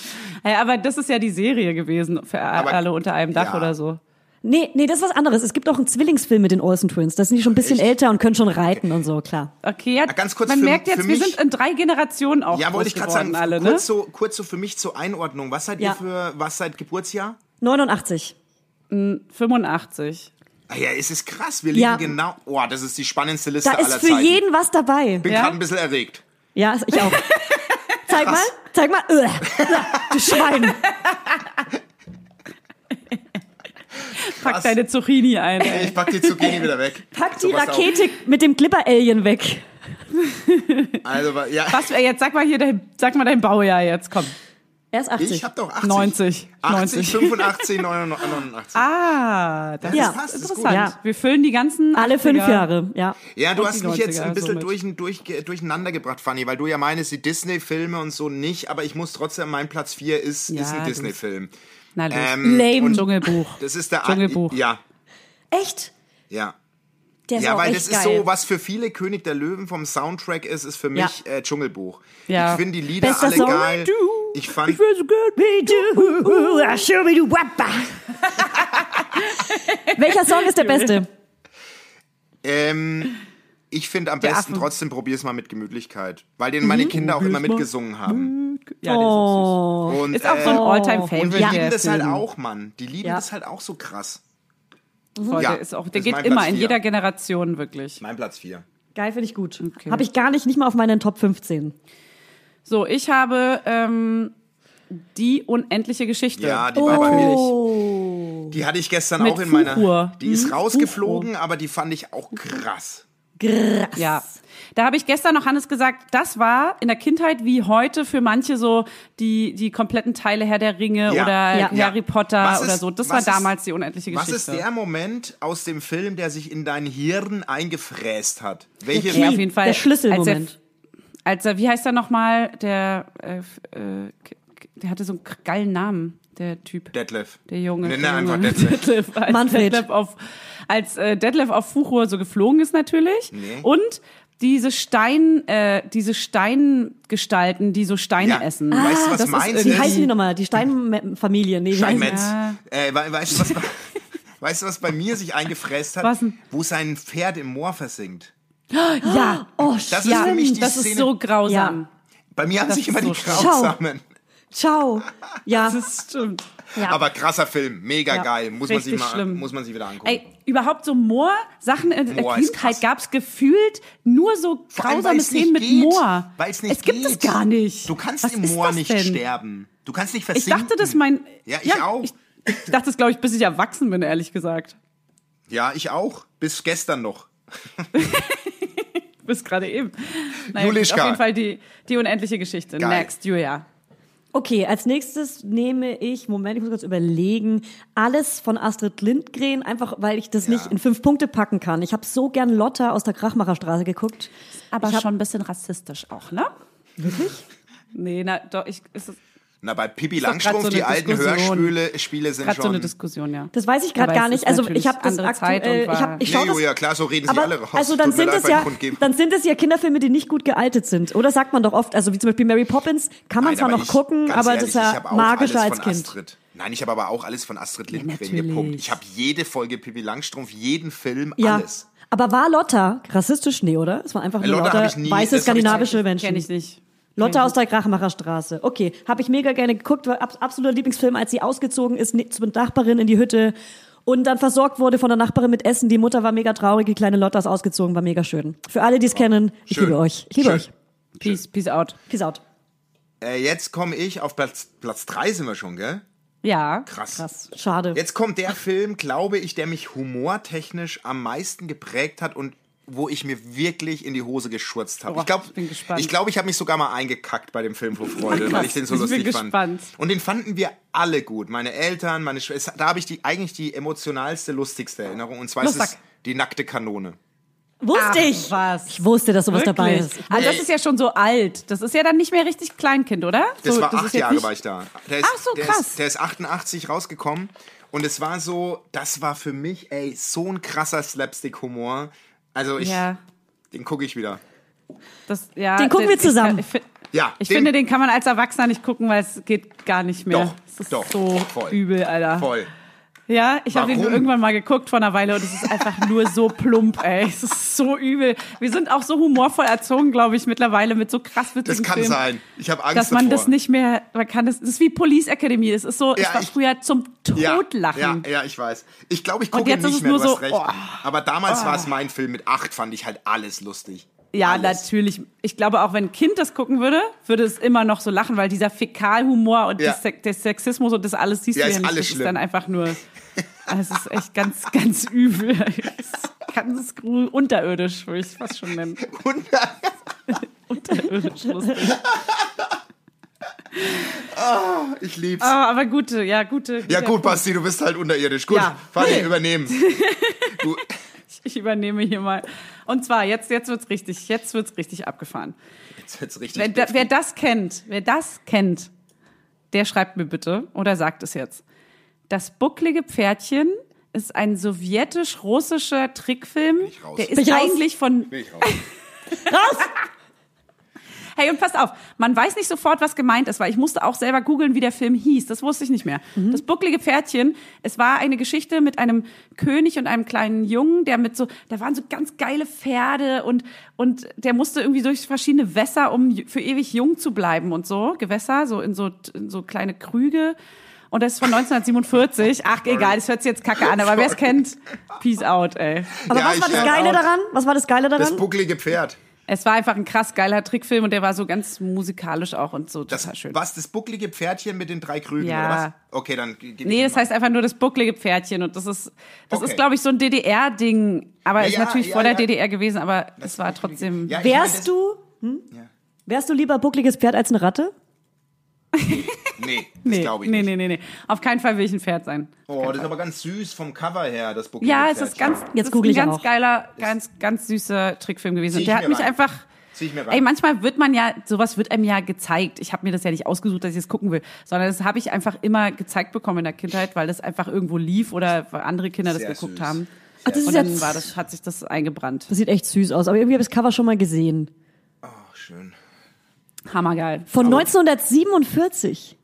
[SPEAKER 1] Ey, aber das ist ja die Serie gewesen, für
[SPEAKER 2] Aber-
[SPEAKER 1] alle unter einem Dach
[SPEAKER 2] Ja.
[SPEAKER 1] oder so.
[SPEAKER 3] Nee, nee, das ist was anderes. Es gibt auch einen Zwillingsfilm mit den Olsen Twins. Da sind die schon ein bisschen älter und können schon reiten und so, klar.
[SPEAKER 1] Okay, ja,
[SPEAKER 2] Ah, ganz kurz
[SPEAKER 1] man
[SPEAKER 2] für-
[SPEAKER 1] merkt
[SPEAKER 2] für
[SPEAKER 1] jetzt, wir
[SPEAKER 2] mich-
[SPEAKER 1] sind in drei Generationen auch
[SPEAKER 2] Ja, wollte ich
[SPEAKER 1] groß
[SPEAKER 2] gerade sagen,
[SPEAKER 1] geworden alle, ne?
[SPEAKER 2] kurz, so, kurz so für mich zur Einordnung. Was seid
[SPEAKER 3] Ja.
[SPEAKER 2] ihr für, was seid Geburtsjahr?
[SPEAKER 3] 89.
[SPEAKER 1] 85.
[SPEAKER 2] Ah ja, es ist krass, wir liegen
[SPEAKER 3] Ja.
[SPEAKER 2] genau, oh, das ist die spannendste Liste
[SPEAKER 3] Da ist
[SPEAKER 2] aller
[SPEAKER 3] für
[SPEAKER 2] Zeiten.
[SPEAKER 3] jeden was dabei.
[SPEAKER 2] bin
[SPEAKER 1] Ja?
[SPEAKER 2] gerade ein bisschen erregt.
[SPEAKER 3] Ja, ich auch. Zeig mal, zeig mal. Uah, uah, Du Schwein.
[SPEAKER 1] Pack deine Zucchini ein, ey.
[SPEAKER 2] Ich pack die Zucchini wieder weg.
[SPEAKER 3] Pack
[SPEAKER 2] So,
[SPEAKER 3] die
[SPEAKER 2] pass auf.
[SPEAKER 3] Rakete mit dem Glibber-Alien weg.
[SPEAKER 2] Also, wa- ja.
[SPEAKER 1] Was, ey, jetzt sag mal hier, dein, sag mal dein Baujahr jetzt, komm.
[SPEAKER 3] Er ist 80.
[SPEAKER 2] Ich hab doch 80.
[SPEAKER 1] 90.
[SPEAKER 2] 80,
[SPEAKER 1] 90.
[SPEAKER 2] 85, 89.
[SPEAKER 1] Ah, das
[SPEAKER 3] Ja.
[SPEAKER 1] ist
[SPEAKER 2] Das ist gut.
[SPEAKER 1] interessant.
[SPEAKER 3] Ja.
[SPEAKER 1] Wir füllen die ganzen
[SPEAKER 3] Alle fünf
[SPEAKER 1] 80er.
[SPEAKER 3] Jahre, ja.
[SPEAKER 2] Ja, du
[SPEAKER 1] Und
[SPEAKER 2] hast
[SPEAKER 1] die also
[SPEAKER 2] mich jetzt
[SPEAKER 1] 90er
[SPEAKER 2] ein bisschen
[SPEAKER 1] somit.
[SPEAKER 2] durch, durch, durcheinander gebracht, Fanny, weil du ja meinst, die Disney-Filme und so nicht, aber ich muss trotzdem, mein Platz 4 ist,
[SPEAKER 1] Ja,
[SPEAKER 2] ist ein
[SPEAKER 1] das-
[SPEAKER 2] Disney-Film.
[SPEAKER 1] Na los.
[SPEAKER 2] Ähm,
[SPEAKER 3] Lame.
[SPEAKER 2] und
[SPEAKER 1] Dschungelbuch.
[SPEAKER 2] Das ist der
[SPEAKER 1] Dschungelbuch.
[SPEAKER 2] Ja,
[SPEAKER 3] Echt?
[SPEAKER 2] ja.
[SPEAKER 3] Der ist
[SPEAKER 2] ja,
[SPEAKER 3] auch
[SPEAKER 2] weil
[SPEAKER 3] echt
[SPEAKER 2] das ist
[SPEAKER 3] geil.
[SPEAKER 2] so, was für viele König der Löwen vom Soundtrack ist, ist für mich äh, Dschungelbuch.
[SPEAKER 1] Ja.
[SPEAKER 2] Ich finde die Lieder
[SPEAKER 3] Bester
[SPEAKER 2] alle
[SPEAKER 3] Song.
[SPEAKER 2] geil. Ich
[SPEAKER 3] Uh,
[SPEAKER 2] fand,
[SPEAKER 3] Welcher Song ist der beste?
[SPEAKER 2] ähm, ich finde am besten
[SPEAKER 1] Affe.
[SPEAKER 2] trotzdem probier's mal mit Gemütlichkeit, weil den
[SPEAKER 3] Mhm.
[SPEAKER 2] meine Kinder auch immer mitgesungen haben.
[SPEAKER 1] Ja, der ist
[SPEAKER 3] Oh.
[SPEAKER 1] auch süß.
[SPEAKER 2] Und,
[SPEAKER 1] Ist auch so ein
[SPEAKER 2] äh, und
[SPEAKER 1] All-Time-Favorite.
[SPEAKER 2] wir lieben
[SPEAKER 1] der
[SPEAKER 2] das halt
[SPEAKER 1] Film.
[SPEAKER 2] auch, Mann. Die lieben
[SPEAKER 3] Ja.
[SPEAKER 2] das halt auch so krass.
[SPEAKER 1] Voll,
[SPEAKER 2] Ja,
[SPEAKER 1] der ist auch, der
[SPEAKER 2] das ist
[SPEAKER 1] geht
[SPEAKER 2] mein
[SPEAKER 1] immer
[SPEAKER 2] Platz
[SPEAKER 1] in
[SPEAKER 2] vier.
[SPEAKER 1] jeder Generation wirklich.
[SPEAKER 2] Mein Platz 4.
[SPEAKER 3] Geil, finde ich gut.
[SPEAKER 1] Okay.
[SPEAKER 3] Habe ich gar nicht, nicht mal auf meinen Top 15.
[SPEAKER 1] So, ich habe ähm, die unendliche Geschichte.
[SPEAKER 2] Ja, die war bei
[SPEAKER 3] Oh.
[SPEAKER 2] mir. Die hatte ich gestern
[SPEAKER 1] Mit
[SPEAKER 2] auch in meiner.
[SPEAKER 1] Fuchur.
[SPEAKER 2] Die
[SPEAKER 3] Mhm.
[SPEAKER 2] ist rausgeflogen, aber die fand ich auch krass.
[SPEAKER 3] Krass.
[SPEAKER 1] Ja. Da habe ich gestern noch Hannes gesagt, das war in der Kindheit wie heute für manche so die, die kompletten Teile Herr der Ringe
[SPEAKER 2] Ja.
[SPEAKER 1] oder
[SPEAKER 3] Ja.
[SPEAKER 1] Harry Potter
[SPEAKER 2] Was ist-
[SPEAKER 1] oder so. Das
[SPEAKER 2] was
[SPEAKER 1] war
[SPEAKER 2] ist-
[SPEAKER 1] damals die unendliche
[SPEAKER 2] Was
[SPEAKER 1] Geschichte.
[SPEAKER 2] ist der Moment aus dem Film, der sich in dein Hirn eingefräst hat? Welche
[SPEAKER 1] Ja, auf jeden Fall.
[SPEAKER 3] Der Schlüsselmoment.
[SPEAKER 1] Als er, als er wie heißt er nochmal, der, äh, f- äh, k- k- der hatte so einen k- geilen Namen, der Typ.
[SPEAKER 2] Detlef.
[SPEAKER 1] der Junge.
[SPEAKER 2] Nenne
[SPEAKER 1] der
[SPEAKER 2] einfach
[SPEAKER 1] Junge.
[SPEAKER 2] Detlef.
[SPEAKER 1] Detlef, als
[SPEAKER 3] Manfred.
[SPEAKER 1] Detlef auf, als äh, Detlef auf Fuchur so geflogen ist natürlich. Und diese Stein, äh, diese Steingestalten, die so Steine
[SPEAKER 2] Ja.
[SPEAKER 1] essen.
[SPEAKER 3] Ah,
[SPEAKER 1] Ah,
[SPEAKER 2] Weißt du, was
[SPEAKER 1] das ist
[SPEAKER 2] meins
[SPEAKER 1] irgendwie-
[SPEAKER 3] äh, Wie
[SPEAKER 2] ist?
[SPEAKER 3] heißen die nochmal? Die Steinfamilie. Nee, wie heißen-
[SPEAKER 2] Steinmetz. Äh, we weißt, du, was, bei- weißt du, was bei mir sich eingefräst hat?
[SPEAKER 1] Was denn?
[SPEAKER 2] Wo sein Pferd im Moor versinkt.
[SPEAKER 1] Ja,
[SPEAKER 3] oh,
[SPEAKER 2] Ah. Das
[SPEAKER 3] ja.
[SPEAKER 2] ist nämlich die
[SPEAKER 1] das
[SPEAKER 2] Szene.
[SPEAKER 1] ist so grausam.
[SPEAKER 2] bei mir haben
[SPEAKER 1] ist
[SPEAKER 2] sich immer
[SPEAKER 1] so
[SPEAKER 2] die
[SPEAKER 1] schlimm.
[SPEAKER 2] grausamen.
[SPEAKER 3] Ciao. Ja.
[SPEAKER 1] Das stimmt.
[SPEAKER 3] ja.
[SPEAKER 2] Aber krasser Film, mega
[SPEAKER 3] Ja.
[SPEAKER 2] geil. Muss man, sich
[SPEAKER 1] Richtig
[SPEAKER 2] mal,
[SPEAKER 1] schlimm.
[SPEAKER 2] muss man sich wieder angucken.
[SPEAKER 1] Ey, überhaupt so Moor-Sachen in der
[SPEAKER 2] Moor ist krass.
[SPEAKER 1] Kindheit gab's gefühlt nur so
[SPEAKER 2] Vor allem,
[SPEAKER 1] grausame
[SPEAKER 2] weil's nicht
[SPEAKER 1] Szenen mit
[SPEAKER 2] geht.
[SPEAKER 1] Moor.
[SPEAKER 2] Weil's nicht
[SPEAKER 1] es gibt
[SPEAKER 2] geht.
[SPEAKER 1] es gar nicht.
[SPEAKER 2] Du kannst
[SPEAKER 1] Was
[SPEAKER 2] im
[SPEAKER 1] ist
[SPEAKER 2] Moor
[SPEAKER 1] das
[SPEAKER 2] nicht
[SPEAKER 1] denn?
[SPEAKER 2] sterben. Du kannst nicht
[SPEAKER 1] Ich
[SPEAKER 2] versinken.
[SPEAKER 1] dachte, dass mein.
[SPEAKER 2] Ja, ich auch.
[SPEAKER 1] Ich, ich dachte es, glaube ich, bis ich erwachsen bin, ehrlich gesagt.
[SPEAKER 2] Ja, ich auch. Bis gestern noch.
[SPEAKER 1] Bis gerade eben. Naja, gut,
[SPEAKER 2] Julischka.
[SPEAKER 1] auf jeden Fall die, die unendliche Geschichte.
[SPEAKER 2] Geil.
[SPEAKER 1] Next, Julia.
[SPEAKER 3] Okay, als nächstes nehme ich, Moment, ich muss kurz überlegen, alles von Astrid Lindgren, einfach weil ich das nicht in fünf Punkte packen kann. Ich habe so gern Lotta aus der Krachmacherstraße geguckt.
[SPEAKER 1] Aber schon ein bisschen rassistisch auch, ne? Wirklich? Nee, na doch, ich, ist es
[SPEAKER 2] Na, bei Pippi
[SPEAKER 1] doch grad
[SPEAKER 2] Langstrumpf,
[SPEAKER 1] so eine
[SPEAKER 2] die alten
[SPEAKER 1] Diskussion.
[SPEAKER 2] Hörspiele Spiele sind
[SPEAKER 1] gerade
[SPEAKER 2] schon...
[SPEAKER 1] so eine Diskussion, ja.
[SPEAKER 3] Das weiß ich gerade
[SPEAKER 1] Aber
[SPEAKER 3] gar
[SPEAKER 1] es
[SPEAKER 3] nicht.
[SPEAKER 1] ist
[SPEAKER 3] Also
[SPEAKER 1] natürlich
[SPEAKER 3] ich habe das
[SPEAKER 1] andere Zeit
[SPEAKER 3] aktuell,
[SPEAKER 1] und
[SPEAKER 3] ich, hab, ich
[SPEAKER 2] nee,
[SPEAKER 3] schau das,
[SPEAKER 2] Julia, klar, so reden sich
[SPEAKER 3] aber,
[SPEAKER 2] alle raus.
[SPEAKER 3] Also dann
[SPEAKER 2] Tut mir
[SPEAKER 3] sind
[SPEAKER 2] leid
[SPEAKER 3] es
[SPEAKER 2] beim
[SPEAKER 3] ja,
[SPEAKER 2] Kundgeben.
[SPEAKER 3] dann sind es ja Kinderfilme, die nicht gut gealtet sind. Oder sagt man doch oft, also wie zum Beispiel Mary Poppins, kann man
[SPEAKER 2] Nein,
[SPEAKER 3] zwar
[SPEAKER 2] aber
[SPEAKER 3] noch
[SPEAKER 2] ich-
[SPEAKER 3] gucken,
[SPEAKER 2] ganz
[SPEAKER 3] aber
[SPEAKER 2] ehrlich,
[SPEAKER 3] das ist ja
[SPEAKER 2] ich hab auch
[SPEAKER 3] magischer
[SPEAKER 2] alles
[SPEAKER 3] als
[SPEAKER 2] von
[SPEAKER 3] Kind.
[SPEAKER 2] Astrid. Nein, ich habe aber auch alles von Astrid Lindgren
[SPEAKER 1] natürlich.
[SPEAKER 2] gepumpt. Ich habe jede Folge Pippi Langstrumpf, jeden Film,
[SPEAKER 3] Ja.
[SPEAKER 2] alles.
[SPEAKER 3] Aber war Lotta rassistisch? Nee, oder? Es war einfach nur
[SPEAKER 2] Lotta
[SPEAKER 3] Lotta,
[SPEAKER 2] hab ich nie-
[SPEAKER 3] weiße
[SPEAKER 2] das hab ich
[SPEAKER 3] skandinavische Menschen.
[SPEAKER 1] Kenne ich nicht.
[SPEAKER 2] Mhm.
[SPEAKER 3] Lotta aus der Krachmacherstraße. Okay, habe ich mega gerne geguckt, war abs absoluter Lieblingsfilm, als sie ausgezogen ist ne, zur Nachbarin in die Hütte und dann versorgt wurde von der Nachbarin mit Essen. Die Mutter war mega traurig, die kleine Lotta ist ausgezogen, war mega schön. Für alle, die es kennen, ich
[SPEAKER 2] Oh, Schön.
[SPEAKER 3] liebe euch. Ich liebe
[SPEAKER 2] Schön.
[SPEAKER 3] euch.
[SPEAKER 1] Peace, peace out.
[SPEAKER 3] Peace out.
[SPEAKER 2] Äh, jetzt komme ich auf Platz, Platz drei sind wir schon, gell?
[SPEAKER 1] Ja.
[SPEAKER 2] Krass.
[SPEAKER 3] Schade.
[SPEAKER 2] Jetzt kommt der Film, glaube ich, der mich humortechnisch am meisten geprägt hat und wo ich mir wirklich in die Hose geschurzt habe.
[SPEAKER 1] Boah,
[SPEAKER 2] ich glaube,
[SPEAKER 1] ich bin
[SPEAKER 2] ich,
[SPEAKER 1] gespannt.
[SPEAKER 2] glaube, ich habe mich sogar mal eingekackt bei dem Film vor Freude, weil ich den so
[SPEAKER 1] Ich bin
[SPEAKER 2] lustig
[SPEAKER 1] gespannt.
[SPEAKER 2] fand. Und den fanden wir alle gut. Meine Eltern, meine Schwester. Da habe ich die, eigentlich die emotionalste, lustigste Erinnerung. Und zwar
[SPEAKER 1] Los,
[SPEAKER 2] ist es
[SPEAKER 1] sag.
[SPEAKER 2] die nackte Kanone.
[SPEAKER 3] Wusste
[SPEAKER 2] Ah.
[SPEAKER 1] Ach,
[SPEAKER 3] ich.
[SPEAKER 1] was.
[SPEAKER 3] Ich wusste, dass sowas
[SPEAKER 1] Wirklich?
[SPEAKER 3] dabei ist.
[SPEAKER 1] Aber das ist ja schon so alt. Das ist ja dann nicht mehr richtig Kleinkind, oder?
[SPEAKER 2] Das
[SPEAKER 1] so,
[SPEAKER 2] war
[SPEAKER 1] das ist
[SPEAKER 2] acht
[SPEAKER 1] jetzt
[SPEAKER 2] Jahre
[SPEAKER 1] nicht-
[SPEAKER 2] war ich da. Der ist,
[SPEAKER 1] Ach so,
[SPEAKER 2] der
[SPEAKER 1] krass.
[SPEAKER 2] Ist, der ist 88 rausgekommen und es war so, das war für mich, ey, so ein krasser Slapstick-Humor. Also ich,
[SPEAKER 1] Ja.
[SPEAKER 2] den gucke ich wieder.
[SPEAKER 1] Das, ja,
[SPEAKER 3] Den gucken wir
[SPEAKER 1] ich-
[SPEAKER 3] zusammen.
[SPEAKER 1] Ich, ich,
[SPEAKER 2] Ja,
[SPEAKER 1] ich finde, den kann man als Erwachsener nicht gucken, weil es geht gar nicht mehr.
[SPEAKER 2] Doch,
[SPEAKER 1] es ist
[SPEAKER 2] doch,
[SPEAKER 1] so
[SPEAKER 2] voll.
[SPEAKER 1] übel, Alter.
[SPEAKER 2] voll.
[SPEAKER 1] Ja, ich habe den
[SPEAKER 2] Warum?
[SPEAKER 1] irgendwann mal geguckt vor einer Weile und es ist einfach nur so plump, ey. Es ist so übel. Wir sind auch so humorvoll erzogen, glaube ich, mittlerweile mit so krass witzigen
[SPEAKER 2] Das kann
[SPEAKER 1] Filmen.
[SPEAKER 2] sein. Ich habe Angst
[SPEAKER 1] dass man
[SPEAKER 2] davor.
[SPEAKER 1] das nicht mehr, man kann das, das ist wie Police Academy. Es ist so,
[SPEAKER 2] Ja,
[SPEAKER 1] ich war
[SPEAKER 2] ich-
[SPEAKER 1] früher zum
[SPEAKER 2] ja,
[SPEAKER 1] Totlachen.
[SPEAKER 2] ja, ja, ich weiß. Ich glaube, ich gucke ihn
[SPEAKER 1] jetzt ist
[SPEAKER 2] nicht
[SPEAKER 1] es
[SPEAKER 2] mehr,
[SPEAKER 1] nur
[SPEAKER 2] du hast
[SPEAKER 1] so,
[SPEAKER 2] recht.
[SPEAKER 1] oh.
[SPEAKER 2] Aber damals war es mein Film mit acht, fand ich halt alles lustig.
[SPEAKER 1] Ja,
[SPEAKER 2] alles.
[SPEAKER 1] natürlich. Ich glaube, auch wenn ein Kind das gucken würde, würde es immer noch so lachen, weil dieser Fäkalhumor und
[SPEAKER 2] Ja.
[SPEAKER 1] die Se- der Sexismus und das alles siehst
[SPEAKER 2] Ja,
[SPEAKER 1] du ja
[SPEAKER 2] ist
[SPEAKER 1] nicht.
[SPEAKER 2] alles
[SPEAKER 1] das
[SPEAKER 2] schlimm.
[SPEAKER 1] ist dann einfach nur, ah, es ist echt ganz, ganz übel. Es ist Ganz gru- unterirdisch, würde ich es fast schon nennen.
[SPEAKER 2] Und
[SPEAKER 1] Unterirdisch lustig.
[SPEAKER 2] ich lieb's.
[SPEAKER 1] Ah, aber gute, ja, gute.
[SPEAKER 2] ja
[SPEAKER 1] guter
[SPEAKER 2] gut,
[SPEAKER 1] Punkt.
[SPEAKER 2] Basti, du bist halt unterirdisch. Gut,
[SPEAKER 1] Ja.
[SPEAKER 2] Fanny, übernehmen. Du,
[SPEAKER 1] Ich übernehme hier mal. Und zwar, jetzt, jetzt wird's richtig, jetzt wird's richtig abgefahren.
[SPEAKER 2] jetzt wird's richtig
[SPEAKER 1] Wer, da, wer das kennt, wer das kennt, der schreibt mir bitte oder sagt es jetzt. Das bucklige Pferdchen ist ein sowjetisch-russischer Trickfilm.
[SPEAKER 2] ich raus.
[SPEAKER 1] Der
[SPEAKER 2] Bin
[SPEAKER 1] ist
[SPEAKER 3] ich raus?
[SPEAKER 1] eigentlich von.
[SPEAKER 2] Bin ich raus.
[SPEAKER 3] Raus!
[SPEAKER 1] Hey, und passt auf, man weiß nicht sofort, was gemeint ist, weil ich musste auch selber googeln, wie der Film hieß. Das wusste ich nicht mehr. Das bucklige Pferdchen, es war eine Geschichte mit einem König und einem kleinen Jungen, der mit so, da waren so ganz geile Pferde und, und der musste irgendwie durch verschiedene Wässer, um ju- für ewig jung zu bleiben und so, Gewässer, so in so, in so kleine Krüge. Und das ist von 1947. Ach, egal, das hört sich jetzt kacke an, aber wer es kennt, peace out, ey.
[SPEAKER 3] Aber was
[SPEAKER 2] Ja,
[SPEAKER 3] war
[SPEAKER 2] ich-
[SPEAKER 3] das
[SPEAKER 2] ja.
[SPEAKER 3] Geile daran? Was war das Geile
[SPEAKER 2] Das
[SPEAKER 3] daran?
[SPEAKER 2] bucklige Pferd.
[SPEAKER 1] Es war einfach ein krass geiler Trickfilm und der war so ganz musikalisch auch und so
[SPEAKER 2] Das,
[SPEAKER 1] total schön.
[SPEAKER 2] Was, das bucklige Pferdchen mit den drei Krügen
[SPEAKER 1] Ja.
[SPEAKER 2] oder was? Okay, dann ge- gebe
[SPEAKER 1] Nee,
[SPEAKER 2] ich
[SPEAKER 1] das heißt einfach nur das bucklige Pferdchen und das ist, das
[SPEAKER 2] Okay.
[SPEAKER 1] ist, glaube ich, so ein DDR-Ding. Aber
[SPEAKER 2] Ja,
[SPEAKER 1] ist
[SPEAKER 2] ja,
[SPEAKER 1] natürlich
[SPEAKER 2] ja,
[SPEAKER 1] vor
[SPEAKER 2] ja.
[SPEAKER 1] der DDR gewesen, aber es war trotzdem.
[SPEAKER 2] Ja, ich meine, das-
[SPEAKER 3] Wärst du, hm? wärst du lieber buckliges Pferd als eine Ratte?
[SPEAKER 2] Nee, das glaube ich
[SPEAKER 1] nee,
[SPEAKER 2] nicht.
[SPEAKER 1] nee, nee, nee. Auf keinen Fall will ich ein Pferd sein.
[SPEAKER 2] Oh, das ist aber ganz süß vom Cover her, das bucklige
[SPEAKER 1] Ja, es
[SPEAKER 2] Pferdchen.
[SPEAKER 1] ist ganz,
[SPEAKER 3] Jetzt
[SPEAKER 1] es ist
[SPEAKER 3] google
[SPEAKER 1] ein
[SPEAKER 3] ich
[SPEAKER 1] ganz
[SPEAKER 3] auch.
[SPEAKER 1] geiler, ganz, ganz süßer Trickfilm gewesen.
[SPEAKER 2] Zieh
[SPEAKER 1] Und
[SPEAKER 2] ich
[SPEAKER 1] der
[SPEAKER 2] mir
[SPEAKER 1] hat mich
[SPEAKER 2] rein.
[SPEAKER 1] einfach.
[SPEAKER 2] Zieh ich mir rein.
[SPEAKER 1] Ey, manchmal wird man ja, sowas wird einem ja gezeigt. Ich habe mir das ja nicht ausgesucht, dass ich es gucken will, sondern das habe ich einfach immer gezeigt bekommen in der Kindheit, weil das einfach irgendwo lief oder weil andere Kinder das
[SPEAKER 2] Sehr
[SPEAKER 1] geguckt
[SPEAKER 2] süß.
[SPEAKER 1] haben.
[SPEAKER 3] Ach, das ist
[SPEAKER 1] Und
[SPEAKER 3] ja
[SPEAKER 1] dann war das, hat sich das eingebrannt.
[SPEAKER 3] Das sieht echt süß aus, aber irgendwie habe ich das Cover schon mal gesehen.
[SPEAKER 2] Ach, schön.
[SPEAKER 1] Hammergeil.
[SPEAKER 3] Von 1947.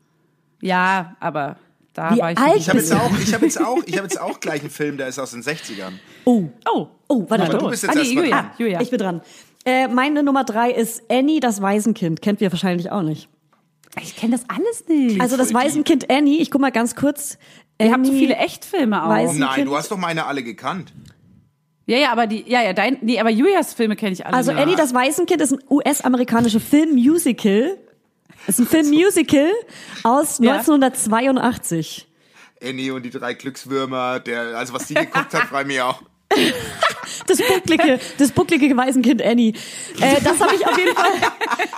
[SPEAKER 1] Ja, aber da
[SPEAKER 3] Wie
[SPEAKER 1] war ich.
[SPEAKER 3] alt
[SPEAKER 2] Ich habe
[SPEAKER 3] bist
[SPEAKER 2] jetzt, auch- ich hab jetzt, auch- ich hab jetzt auch gleich einen Film, der ist aus den 60ern.
[SPEAKER 3] Oh,
[SPEAKER 1] Oh,
[SPEAKER 3] oh, warte,
[SPEAKER 2] Aber
[SPEAKER 3] stopp.
[SPEAKER 2] du bist
[SPEAKER 1] ah,
[SPEAKER 2] jetzt
[SPEAKER 1] nee,
[SPEAKER 2] erstmal
[SPEAKER 1] Julia.
[SPEAKER 2] dran.
[SPEAKER 1] Ah, Julia.
[SPEAKER 3] Ich bin dran. Äh, meine Nummer drei ist Annie, das Waisenkind. Kennt ihr wahrscheinlich auch nicht.
[SPEAKER 1] ich kenne das alles nicht.
[SPEAKER 3] Also das
[SPEAKER 2] voll deep.
[SPEAKER 3] Waisenkind Annie, ich guck mal ganz kurz. Ihr
[SPEAKER 1] Ich habe so viele Echtfilme auch.
[SPEAKER 3] Also, Weiß-
[SPEAKER 2] Nein,
[SPEAKER 3] Kind-
[SPEAKER 2] du hast doch meine alle gekannt.
[SPEAKER 1] Ja, ja, aber die, ja, ja, dein, nee, aber Julias Filme kenne ich alle.
[SPEAKER 3] Also
[SPEAKER 1] nicht.
[SPEAKER 3] Annie, das Waisenkind ist ein US-amerikanischer Film-Musical. Ist ein Film-Musical aus
[SPEAKER 1] Ja.
[SPEAKER 3] 1982.
[SPEAKER 2] Annie und die drei Glückswürmer, der, also was die geguckt hat, frei mir auch.
[SPEAKER 3] Das bucklige, das bucklige Waisenkind Annie. Äh, das habe ich auf jeden Fall,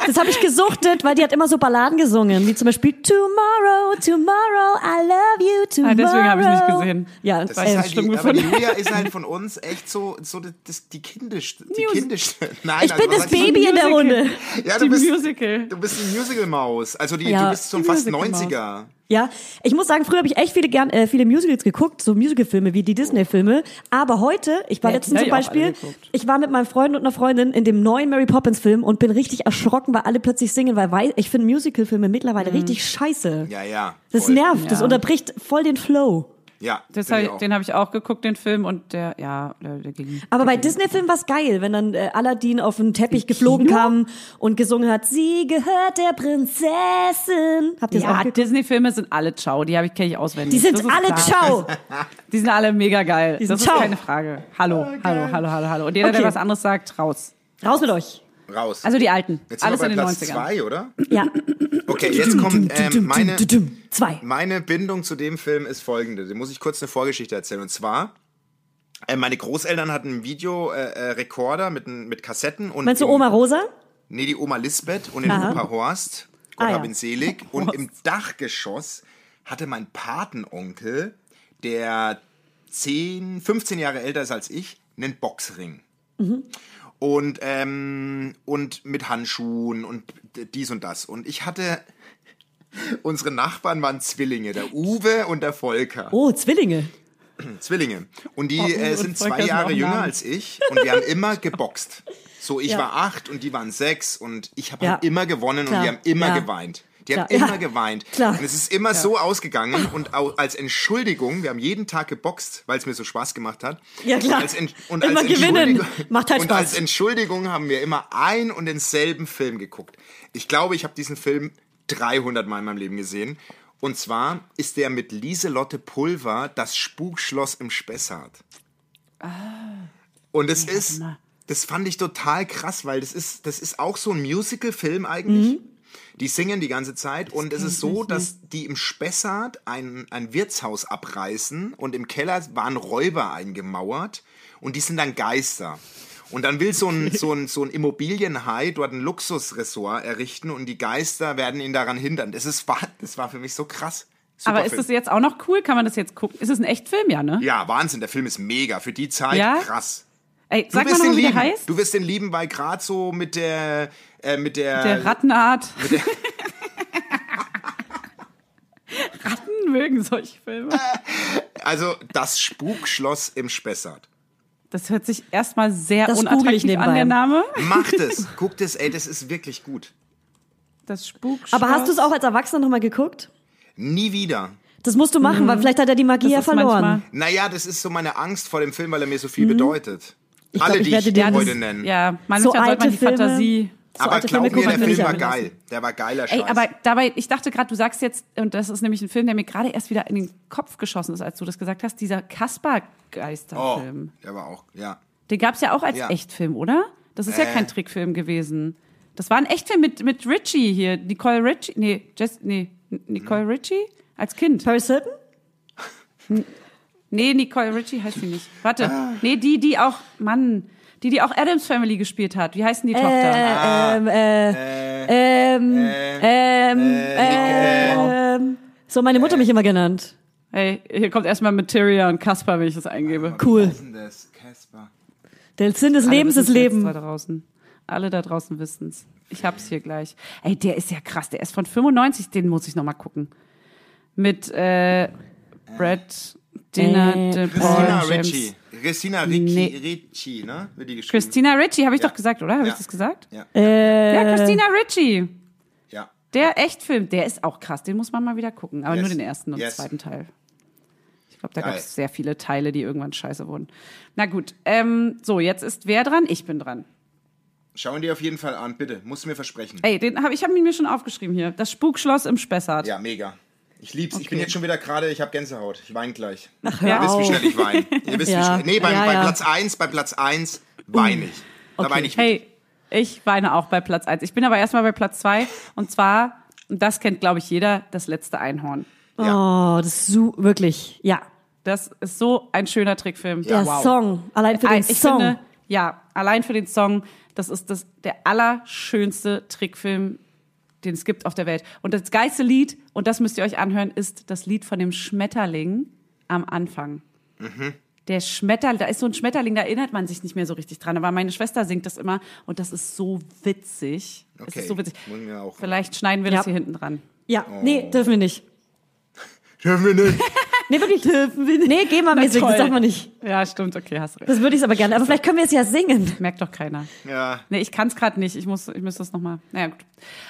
[SPEAKER 3] Das habe ich gesuchtet, weil die hat immer so Balladen gesungen, wie zum Beispiel Tomorrow, Tomorrow, I love you tomorrow.
[SPEAKER 1] Ah, deswegen habe ich nicht gesehen.
[SPEAKER 3] Ja, äh,
[SPEAKER 2] Das
[SPEAKER 3] ey,
[SPEAKER 2] ist halt
[SPEAKER 1] schlimm
[SPEAKER 2] die, aber die
[SPEAKER 1] gefunden.
[SPEAKER 2] Julia ist halt von uns echt so, so das, die kindischste. Die kindischste. Nein, also
[SPEAKER 3] ich bin
[SPEAKER 2] was
[SPEAKER 3] das
[SPEAKER 2] heißt die-
[SPEAKER 3] Baby in der
[SPEAKER 1] Musical.
[SPEAKER 3] Runde.
[SPEAKER 2] Ja,
[SPEAKER 1] Die
[SPEAKER 2] du bist,
[SPEAKER 1] Musical.
[SPEAKER 2] Du bist die Musical-Maus. Also die,
[SPEAKER 3] Ja,
[SPEAKER 2] du bist so
[SPEAKER 1] die
[SPEAKER 2] fast
[SPEAKER 1] Musical-Maus.
[SPEAKER 2] 90er.
[SPEAKER 3] Ja, ich muss sagen, früher habe ich echt viele gern äh, viele Musicals geguckt, so Musicalfilme wie die Disney-Filme. Aber heute, ich war letztens
[SPEAKER 1] ja,
[SPEAKER 3] zum
[SPEAKER 1] ich auch alle
[SPEAKER 3] Beispiel,
[SPEAKER 1] geguckt.
[SPEAKER 3] ich war mit meinem Freund und einer Freundin in dem neuen Mary Poppins-Film und bin richtig erschrocken, weil alle plötzlich singen, weil wei- ich finde Musicalfilme mittlerweile richtig scheiße.
[SPEAKER 2] Ja, ja.
[SPEAKER 3] Das
[SPEAKER 2] voll.
[SPEAKER 3] nervt, das
[SPEAKER 1] Mhm. Ja.
[SPEAKER 3] unterbricht voll den Flow.
[SPEAKER 2] Ja,
[SPEAKER 1] Das
[SPEAKER 2] bin
[SPEAKER 1] hab
[SPEAKER 2] ich
[SPEAKER 1] ich,
[SPEAKER 2] auch.
[SPEAKER 1] den habe ich auch geguckt, den Film, und der, ja, der, der ging.
[SPEAKER 3] Aber bei Disney-Filmen war's geil, wenn dann äh, Aladdin auf den Teppich geflogen kam und gesungen hat, sie gehört der Prinzessin. Habt ihr das auch
[SPEAKER 1] Ja,
[SPEAKER 3] geguckt?
[SPEAKER 1] Disney-Filme sind alle ciao, die habe ich, kenne ich auswendig.
[SPEAKER 3] Die sind
[SPEAKER 1] Das ist
[SPEAKER 3] alle
[SPEAKER 1] klar.
[SPEAKER 3] ciao.
[SPEAKER 1] Die sind alle mega geil.
[SPEAKER 3] sind
[SPEAKER 1] das
[SPEAKER 3] ciao.
[SPEAKER 1] ist keine Frage. Hallo, hallo, hallo, hallo, hallo. Und jeder,
[SPEAKER 3] Okay.
[SPEAKER 1] der was anderes sagt, raus.
[SPEAKER 3] Raus mit euch.
[SPEAKER 2] Raus.
[SPEAKER 1] Also die Alten.
[SPEAKER 2] Jetzt sind
[SPEAKER 1] Alles
[SPEAKER 2] wir
[SPEAKER 1] in
[SPEAKER 2] bei
[SPEAKER 1] den
[SPEAKER 2] Platz
[SPEAKER 1] 90ern.
[SPEAKER 2] zwei, oder?
[SPEAKER 3] Ja.
[SPEAKER 2] Okay, jetzt kommt ähm, meine,
[SPEAKER 3] Zwei.
[SPEAKER 2] meine Bindung zu dem Film ist folgende. Da muss ich kurz eine Vorgeschichte erzählen. Und zwar, äh, meine Großeltern hatten einen Videorekorder äh, Rekorder mit, n- mit Kassetten. Und
[SPEAKER 3] Meinst du
[SPEAKER 2] im-
[SPEAKER 3] Oma Rosa?
[SPEAKER 2] Nee, die Oma Lisbeth und den
[SPEAKER 3] Aha.
[SPEAKER 2] Opa Horst. Gott
[SPEAKER 3] Ah, ja.
[SPEAKER 2] hab ihn selig. Und im Dachgeschoss hatte mein Patenonkel, der 10, 15 Jahre älter ist als ich, einen Boxring.
[SPEAKER 3] Mhm.
[SPEAKER 2] Und, ähm, und mit Handschuhen und dies und das. Und ich hatte, unsere Nachbarn waren Zwillinge, der Uwe und der Volker.
[SPEAKER 3] Oh, Zwillinge.
[SPEAKER 2] Zwillinge. Und die
[SPEAKER 1] Uwe
[SPEAKER 2] äh,
[SPEAKER 1] und
[SPEAKER 2] sind
[SPEAKER 1] Volker
[SPEAKER 2] zwei
[SPEAKER 1] sind auch
[SPEAKER 2] Jahre
[SPEAKER 1] Namen.
[SPEAKER 2] jünger als ich und wir haben immer geboxt. So, ich war acht und die waren sechs und ich habe
[SPEAKER 3] Ja.
[SPEAKER 2] halt immer gewonnen
[SPEAKER 3] Klar.
[SPEAKER 2] und die haben immer
[SPEAKER 3] Ja.
[SPEAKER 2] geweint. Die haben
[SPEAKER 3] Klar.
[SPEAKER 2] immer
[SPEAKER 3] Ja.
[SPEAKER 2] geweint.
[SPEAKER 3] Klar.
[SPEAKER 2] Und es ist immer so ausgegangen und au- als Entschuldigung, wir haben jeden Tag geboxt, weil es mir so Spaß gemacht hat.
[SPEAKER 3] Ja, klar.
[SPEAKER 2] Und als Ent- und
[SPEAKER 3] Immer
[SPEAKER 2] als
[SPEAKER 3] gewinnen.
[SPEAKER 2] Entschuldigung-
[SPEAKER 3] Macht halt
[SPEAKER 2] und
[SPEAKER 3] Spaß.
[SPEAKER 2] als Entschuldigung haben wir immer ein und denselben Film geguckt. Ich glaube, ich habe diesen Film 300 Mal in meinem Leben gesehen. Und zwar ist der mit Lieselotte Pulver das Spukschloss im Spessart.
[SPEAKER 3] Ah.
[SPEAKER 2] Und es ist, das fand ich total krass, weil das ist, das ist auch so ein Musical-Film eigentlich. Die singen die ganze Zeit und es ist so, dass die im Spessart ein, ein Wirtshaus abreißen und im Keller waren Räuber eingemauert und die sind dann Geister. Und dann will so ein, so ein, so ein Immobilienhai dort ein Luxusressort errichten und die Geister werden ihn daran hindern. Das, ist, wa- das war für mich so krass. Super
[SPEAKER 1] Aber ist
[SPEAKER 2] Film.
[SPEAKER 1] das jetzt auch noch cool? Kann man das jetzt gucken? Ist es ein Echtfilm, ja, ne?
[SPEAKER 2] ja, Wahnsinn, der Film ist mega. Für die Zeit
[SPEAKER 1] Ja?
[SPEAKER 2] krass.
[SPEAKER 1] Ey,
[SPEAKER 2] Du
[SPEAKER 1] sag mal
[SPEAKER 2] wirst
[SPEAKER 1] noch,
[SPEAKER 2] den
[SPEAKER 1] wie der
[SPEAKER 2] lieben.
[SPEAKER 1] heißt.
[SPEAKER 2] Du wirst den lieben, weil gerade so mit der, äh, mit der,
[SPEAKER 1] Der Rattenart. Ratten mögen solche Filme.
[SPEAKER 2] also das Spukschloss im Spessart.
[SPEAKER 1] Das hört sich erstmal sehr
[SPEAKER 3] Das google ich
[SPEAKER 1] unattraktiv
[SPEAKER 3] nebenbei.
[SPEAKER 1] an, der Name.
[SPEAKER 2] Macht es, guckt es, ey, das ist wirklich gut.
[SPEAKER 1] Das Spuk.
[SPEAKER 3] Aber hast du es auch als Erwachsener nochmal geguckt?
[SPEAKER 2] Nie wieder.
[SPEAKER 3] Das musst du machen, weil vielleicht hat er die Magie ja verloren.
[SPEAKER 2] Naja, das ist so meine Angst vor dem Film, weil er mir so viel bedeutet.
[SPEAKER 3] glaub,
[SPEAKER 2] Alle,
[SPEAKER 3] Mhm. ich
[SPEAKER 2] die
[SPEAKER 3] werde
[SPEAKER 2] ich
[SPEAKER 3] den-
[SPEAKER 2] heute
[SPEAKER 3] das-
[SPEAKER 2] nennen.
[SPEAKER 1] Ja, manchmal
[SPEAKER 3] So
[SPEAKER 1] sollte
[SPEAKER 3] alte
[SPEAKER 1] man die
[SPEAKER 3] Filme.
[SPEAKER 1] Fantasie.
[SPEAKER 3] So
[SPEAKER 2] Aber
[SPEAKER 3] alte
[SPEAKER 2] glaub
[SPEAKER 3] Filme
[SPEAKER 2] mir,
[SPEAKER 3] guckt
[SPEAKER 2] der
[SPEAKER 3] man
[SPEAKER 2] Film
[SPEAKER 3] nicht
[SPEAKER 2] war
[SPEAKER 3] an.
[SPEAKER 2] geil. Der war geiler Scheiß.
[SPEAKER 1] Ey, aber dabei, ich dachte gerade, du sagst jetzt, und das ist nämlich ein Film, der mir gerade erst wieder in den Kopf geschossen ist, als du das gesagt hast, dieser
[SPEAKER 2] oh,
[SPEAKER 1] Kaspar-Geisterfilm.
[SPEAKER 2] der war auch, ja.
[SPEAKER 1] Den gab es ja auch als
[SPEAKER 2] Ja.
[SPEAKER 1] Echtfilm, oder? Das ist ja kein Trickfilm gewesen. Das war ein Echtfilm mit, mit Richie hier. Nicole Richie. Nee, Jess, nee, Nicole Richie? Als Kind.
[SPEAKER 3] Paris Hilton?
[SPEAKER 1] Nee, Nicole Richie heißt sie nicht. Warte. Nee, die, die auch, Mann, die, die auch Adams Family gespielt hat. Wie heißt denn die Tochter?
[SPEAKER 3] Ähm, äh, ähm, ähm, ähm. So hat meine Mutter mich immer genannt.
[SPEAKER 1] Hey, Äh, hier kommt erstmal Materia und Kasper, wenn ich das eingebe.
[SPEAKER 3] Cool.
[SPEAKER 2] Was ist denn das? Casper.
[SPEAKER 3] Der Sinn des
[SPEAKER 1] Alle
[SPEAKER 3] Lebens ist
[SPEAKER 1] wissen's jetzt Da
[SPEAKER 3] Leben.
[SPEAKER 1] draußen. Alle da draußen wissen's. Ich hab's hier gleich. Ey, der ist ja krass. Der ist von 95. Den muss ich noch mal gucken. Mit äh, Brad, Dina,
[SPEAKER 3] Äh,
[SPEAKER 1] De Paul,
[SPEAKER 2] Christina
[SPEAKER 1] James.
[SPEAKER 2] Ricci. Christina Ricci,
[SPEAKER 1] Nee.
[SPEAKER 2] Ricci, ne? Wird die geschrieben?
[SPEAKER 1] Christina Ritchie, habe ich
[SPEAKER 2] Ja.
[SPEAKER 1] doch gesagt, oder? Habe
[SPEAKER 2] Ja.
[SPEAKER 1] ich das gesagt?
[SPEAKER 2] Ja,
[SPEAKER 3] Äh,
[SPEAKER 1] Ja, Christina Ritchie.
[SPEAKER 2] ja.
[SPEAKER 1] Der Echtfilm, der ist auch krass. Den muss man mal wieder gucken. Aber
[SPEAKER 2] Yes.
[SPEAKER 1] nur den ersten und
[SPEAKER 2] Yes.
[SPEAKER 1] zweiten Teil. Ich glaube, da
[SPEAKER 2] Geil.
[SPEAKER 1] gab es sehr viele Teile, die irgendwann scheiße wurden. Na gut, ähm, so, jetzt ist wer dran? Ich bin dran.
[SPEAKER 2] Schau ihn dir auf jeden Fall an, bitte. Musst du mir versprechen.
[SPEAKER 1] Ey, den hab, ich habe ihn mir schon aufgeschrieben hier. Das Spukschloss im Spessart.
[SPEAKER 2] Ja, mega. Ich lieb's. Ich bin jetzt schon wieder gerade, ich habe Gänsehaut. Ich weine gleich. Ach,
[SPEAKER 3] hör
[SPEAKER 2] Ihr wisst, wie
[SPEAKER 3] auf.
[SPEAKER 2] schnell ich weine. Ihr wisst,
[SPEAKER 3] Ja.
[SPEAKER 2] wie schnell. Nee, bei,
[SPEAKER 3] Ja,
[SPEAKER 2] bei
[SPEAKER 3] ja.
[SPEAKER 2] Platz 1, bei Platz 1 weine ich. Da weine ich.
[SPEAKER 1] Hey, ich weine auch bei Platz eins. Ich bin aber erstmal bei Platz zwei. Und zwar, und das kennt, glaube ich, jeder, das letzte Einhorn.
[SPEAKER 2] Ja.
[SPEAKER 3] Oh, das ist so, wirklich, ja.
[SPEAKER 1] Das ist so ein schöner Trickfilm.
[SPEAKER 3] Der
[SPEAKER 2] wow.
[SPEAKER 3] Song, allein für
[SPEAKER 1] Ein-
[SPEAKER 3] den
[SPEAKER 1] Äh, ich
[SPEAKER 3] Song.
[SPEAKER 1] Finde, ja, allein für den Song. Das ist das, der allerschönste Trickfilm, den es gibt auf der Welt. Und das geilste Lied, und das müsst ihr euch anhören, ist das Lied von dem Schmetterling am Anfang.
[SPEAKER 2] Mhm.
[SPEAKER 1] Der Schmetterling, da ist so ein Schmetterling, da erinnert man sich nicht mehr so richtig dran. Aber meine Schwester singt das immer und das ist so witzig. Es
[SPEAKER 2] Okay,
[SPEAKER 1] ist so witzig.
[SPEAKER 2] muss ich mir auch-
[SPEAKER 1] Vielleicht schneiden wir
[SPEAKER 3] Ja.
[SPEAKER 1] das hier hinten dran.
[SPEAKER 3] Ja,
[SPEAKER 2] Oh.
[SPEAKER 3] nee, dürfen wir nicht.
[SPEAKER 2] Dürfen wir nicht.
[SPEAKER 3] Nee, wirklich. Dürfen wir nicht. Nee, GEMA-mäßig,
[SPEAKER 1] Na
[SPEAKER 3] das
[SPEAKER 1] toll.
[SPEAKER 3] darf man nicht.
[SPEAKER 1] Ja, stimmt, okay, hast recht.
[SPEAKER 3] Das würde ich aber gerne. Aber vielleicht können wir es ja singen.
[SPEAKER 1] Merkt doch keiner.
[SPEAKER 2] Ja.
[SPEAKER 1] Nee, ich kann es gerade nicht. Ich muss, ich muss das nochmal. Naja, gut.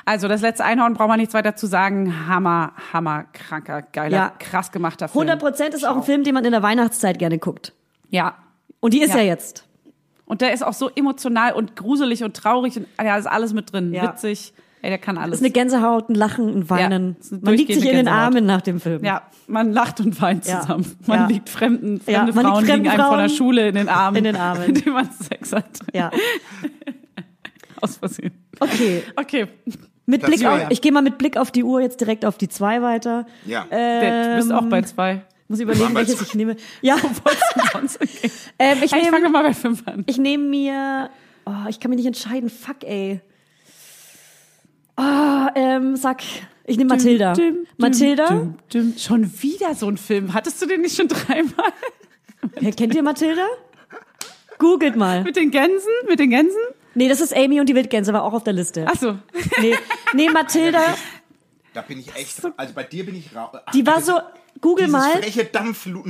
[SPEAKER 1] Also, das letzte Einhorn braucht man nichts weiter zu sagen. Hammer, hammer, kranker, geiler,
[SPEAKER 3] Ja.
[SPEAKER 1] krass gemachter Film.
[SPEAKER 3] 100% ist auch ein Film, den man in der Weihnachtszeit gerne guckt.
[SPEAKER 1] Ja.
[SPEAKER 3] Und die ist ja,
[SPEAKER 1] Ja.
[SPEAKER 3] jetzt.
[SPEAKER 1] Und der ist auch so emotional und gruselig und traurig und ah ja, ist alles mit drin.
[SPEAKER 3] Ja.
[SPEAKER 1] Witzig. Ey, der kann alles.
[SPEAKER 3] Ist eine Gänsehaut, ein Lachen, ein Weinen.
[SPEAKER 1] Ja, ist eine
[SPEAKER 3] man liegt sich in
[SPEAKER 1] durchgehende
[SPEAKER 3] den
[SPEAKER 1] Gänsehaut.
[SPEAKER 3] Armen nach dem Film.
[SPEAKER 1] ja, man lacht und weint
[SPEAKER 3] Ja.
[SPEAKER 1] zusammen. Man
[SPEAKER 3] Ja.
[SPEAKER 1] liegt fremden,
[SPEAKER 3] Ja,
[SPEAKER 1] fremde
[SPEAKER 3] man liegt
[SPEAKER 1] Frauen liegen
[SPEAKER 3] fremden
[SPEAKER 1] einem von der
[SPEAKER 3] Frauen
[SPEAKER 1] Schule in den Armen.
[SPEAKER 3] in den Armen.
[SPEAKER 1] Indem man Sex hat.
[SPEAKER 3] Ja.
[SPEAKER 1] Aus Versehen.
[SPEAKER 3] Okay.
[SPEAKER 1] Okay.
[SPEAKER 3] Mit
[SPEAKER 2] Das
[SPEAKER 3] Blick
[SPEAKER 2] war
[SPEAKER 3] auf,
[SPEAKER 2] ja.
[SPEAKER 3] ich gehe mal mit Blick auf die Uhr jetzt direkt auf die zwei weiter.
[SPEAKER 2] Ja.
[SPEAKER 3] Äh,
[SPEAKER 1] du bist auch bei zwei.
[SPEAKER 3] Ähm, Muss überlegen,
[SPEAKER 2] waren bei
[SPEAKER 3] welches
[SPEAKER 2] zwei.
[SPEAKER 3] ich nehme. Ja,
[SPEAKER 1] Wolltest du sonst? Okay.
[SPEAKER 3] ähm, ich
[SPEAKER 1] Hey, ich
[SPEAKER 3] nehme
[SPEAKER 1] fange mal bei fünf an.
[SPEAKER 3] ich nehm mir. Oh, ich kann mich nicht entscheiden. Fuck, ey. Oh, ähm, sag. Ich nehme Mathilda. Mathilda?
[SPEAKER 1] Düm, düm. Schon wieder so ein Film. Hattest du den nicht schon dreimal?
[SPEAKER 3] Hä, kennt ihr Mathilda? Googelt mal.
[SPEAKER 1] Mit den Gänsen? Mit den Gänsen? Also,
[SPEAKER 3] Nee, das ist Amy und die Wildgänse, war auch auf der Liste.
[SPEAKER 1] Achso.
[SPEAKER 3] Nee, nee Mathilda,
[SPEAKER 2] Da bin ich echt. Also bei dir bin ich raus.
[SPEAKER 3] die war so, google
[SPEAKER 2] Dieses
[SPEAKER 3] mal,
[SPEAKER 2] freche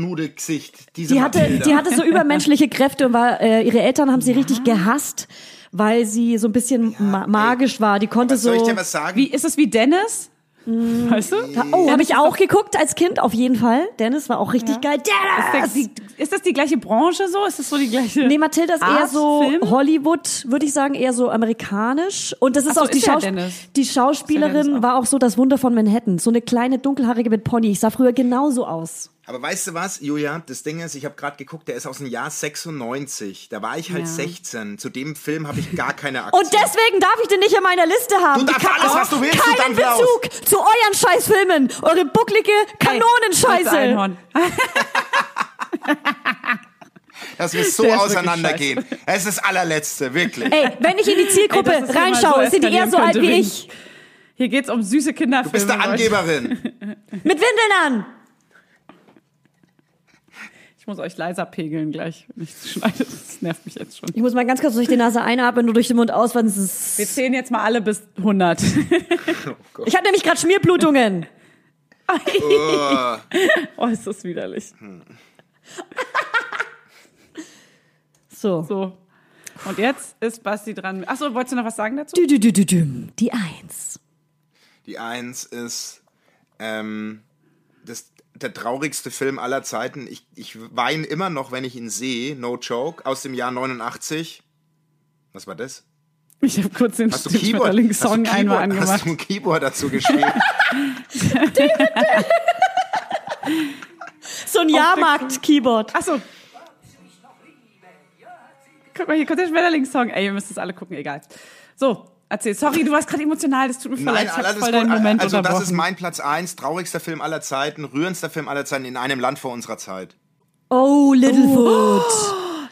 [SPEAKER 2] Dampfnudelgesicht. Diese
[SPEAKER 3] die hatte,
[SPEAKER 2] Mathilda.
[SPEAKER 3] die hatte so übermenschliche Kräfte und war, äh, ihre Eltern haben sie richtig gehasst, weil sie so ein bisschen ma magisch war. Die konnte
[SPEAKER 2] Was
[SPEAKER 3] so.
[SPEAKER 2] soll ich dir was sagen?
[SPEAKER 1] Wie, ist es wie Dennis? Weißt du?
[SPEAKER 3] Oh, habe ich auch geguckt als Kind, auf jeden Fall. Dennis war auch richtig geil. Dennis!
[SPEAKER 1] Ist, der, ist das die gleiche Branche so? Ist das so die gleiche?
[SPEAKER 3] Nee, Mathilda ist eher
[SPEAKER 1] Art,
[SPEAKER 3] so
[SPEAKER 1] Film?
[SPEAKER 3] Hollywood, würde ich sagen, eher so amerikanisch. Und das ist
[SPEAKER 1] Ach so,
[SPEAKER 3] auch die,
[SPEAKER 1] ist ja
[SPEAKER 3] Schaus
[SPEAKER 1] Dennis.
[SPEAKER 3] die Schauspielerin
[SPEAKER 1] Ist ja Dennis auch.
[SPEAKER 3] war auch so das Wunder von Manhattan. So eine kleine dunkelhaarige mit Pony. Ich sah früher genauso aus.
[SPEAKER 2] Aber weißt du was, Julia? Das Ding ist, ich habe gerade geguckt, der ist aus dem Jahr 96. Da war ich halt
[SPEAKER 1] Ja.
[SPEAKER 2] 16. Zu dem Film habe ich gar keine Aktien.
[SPEAKER 3] Und deswegen darf ich den nicht in meiner Liste haben.
[SPEAKER 2] Du darfst
[SPEAKER 3] Ich hab
[SPEAKER 2] alles,
[SPEAKER 3] auch
[SPEAKER 2] was du willst, du
[SPEAKER 3] Keinen
[SPEAKER 2] Dampflaus.
[SPEAKER 3] Bezug zu euren Scheißfilmen. Eure bucklige
[SPEAKER 1] Ey, das
[SPEAKER 3] Kanonenscheiße.
[SPEAKER 1] Einhorn.
[SPEAKER 2] Dass wir so
[SPEAKER 1] Der ist
[SPEAKER 2] auseinandergehen. Es ist das allerletzte, wirklich.
[SPEAKER 3] Ey, wenn ich in die Zielgruppe
[SPEAKER 1] Ey, das ist
[SPEAKER 3] reinschaue,
[SPEAKER 1] jemand, so
[SPEAKER 3] sind die eher so alt wie
[SPEAKER 1] eskalieren könnte
[SPEAKER 3] ich.
[SPEAKER 1] Hier geht's um süße Kinderfilme.
[SPEAKER 2] Du bist eine
[SPEAKER 1] Leute.
[SPEAKER 2] Angeberin.
[SPEAKER 3] Mit Windeln an.
[SPEAKER 1] Ich muss euch leiser pegeln gleich, wenn ich es schneide. Das nervt mich jetzt schon.
[SPEAKER 3] Ich muss mal ganz kurz durch die Nase einatmen und durch den Mund ausatmen. Das ist-
[SPEAKER 1] Wir zählen jetzt mal alle bis 100.
[SPEAKER 3] Ich habe nämlich gerade Schmierblutungen.
[SPEAKER 1] oh, ist das widerlich.
[SPEAKER 2] Hm.
[SPEAKER 3] So.
[SPEAKER 1] So. Und jetzt ist Basti dran. Achso, wolltest du noch was sagen dazu?
[SPEAKER 3] Dü, dü, dü, dü, düm. Die Eins.
[SPEAKER 2] Die Eins ist ähm, das, der traurigste Film aller Zeiten. Ich, ich weine immer noch, wenn ich ihn sehe. No joke. Aus dem Jahr 89. Was war das?
[SPEAKER 1] Ich habe kurz den, den
[SPEAKER 2] Hast du Keyboard, hast du
[SPEAKER 1] Schmetterling-Song einmal
[SPEAKER 2] Keyboard, hast
[SPEAKER 1] angemacht.
[SPEAKER 2] du ein Keyboard dazu gespielt?
[SPEAKER 3] So ein Jahrmarkt-Keyboard.
[SPEAKER 1] Achso. Guck mal, hier kommt der Schmetterling-Song. Ey, ihr müsst es alle gucken, egal. So, erzähl. Sorry, du warst gerade emotional, das tut mir voll leid. Ich hab voll deinen Moment
[SPEAKER 2] Also das ist
[SPEAKER 1] unterbrochen.
[SPEAKER 2] mein Platz 1, traurigster Film aller Zeiten, rührendster Film aller Zeiten in einem Land vor unserer Zeit.
[SPEAKER 3] Oh, Littlefoot.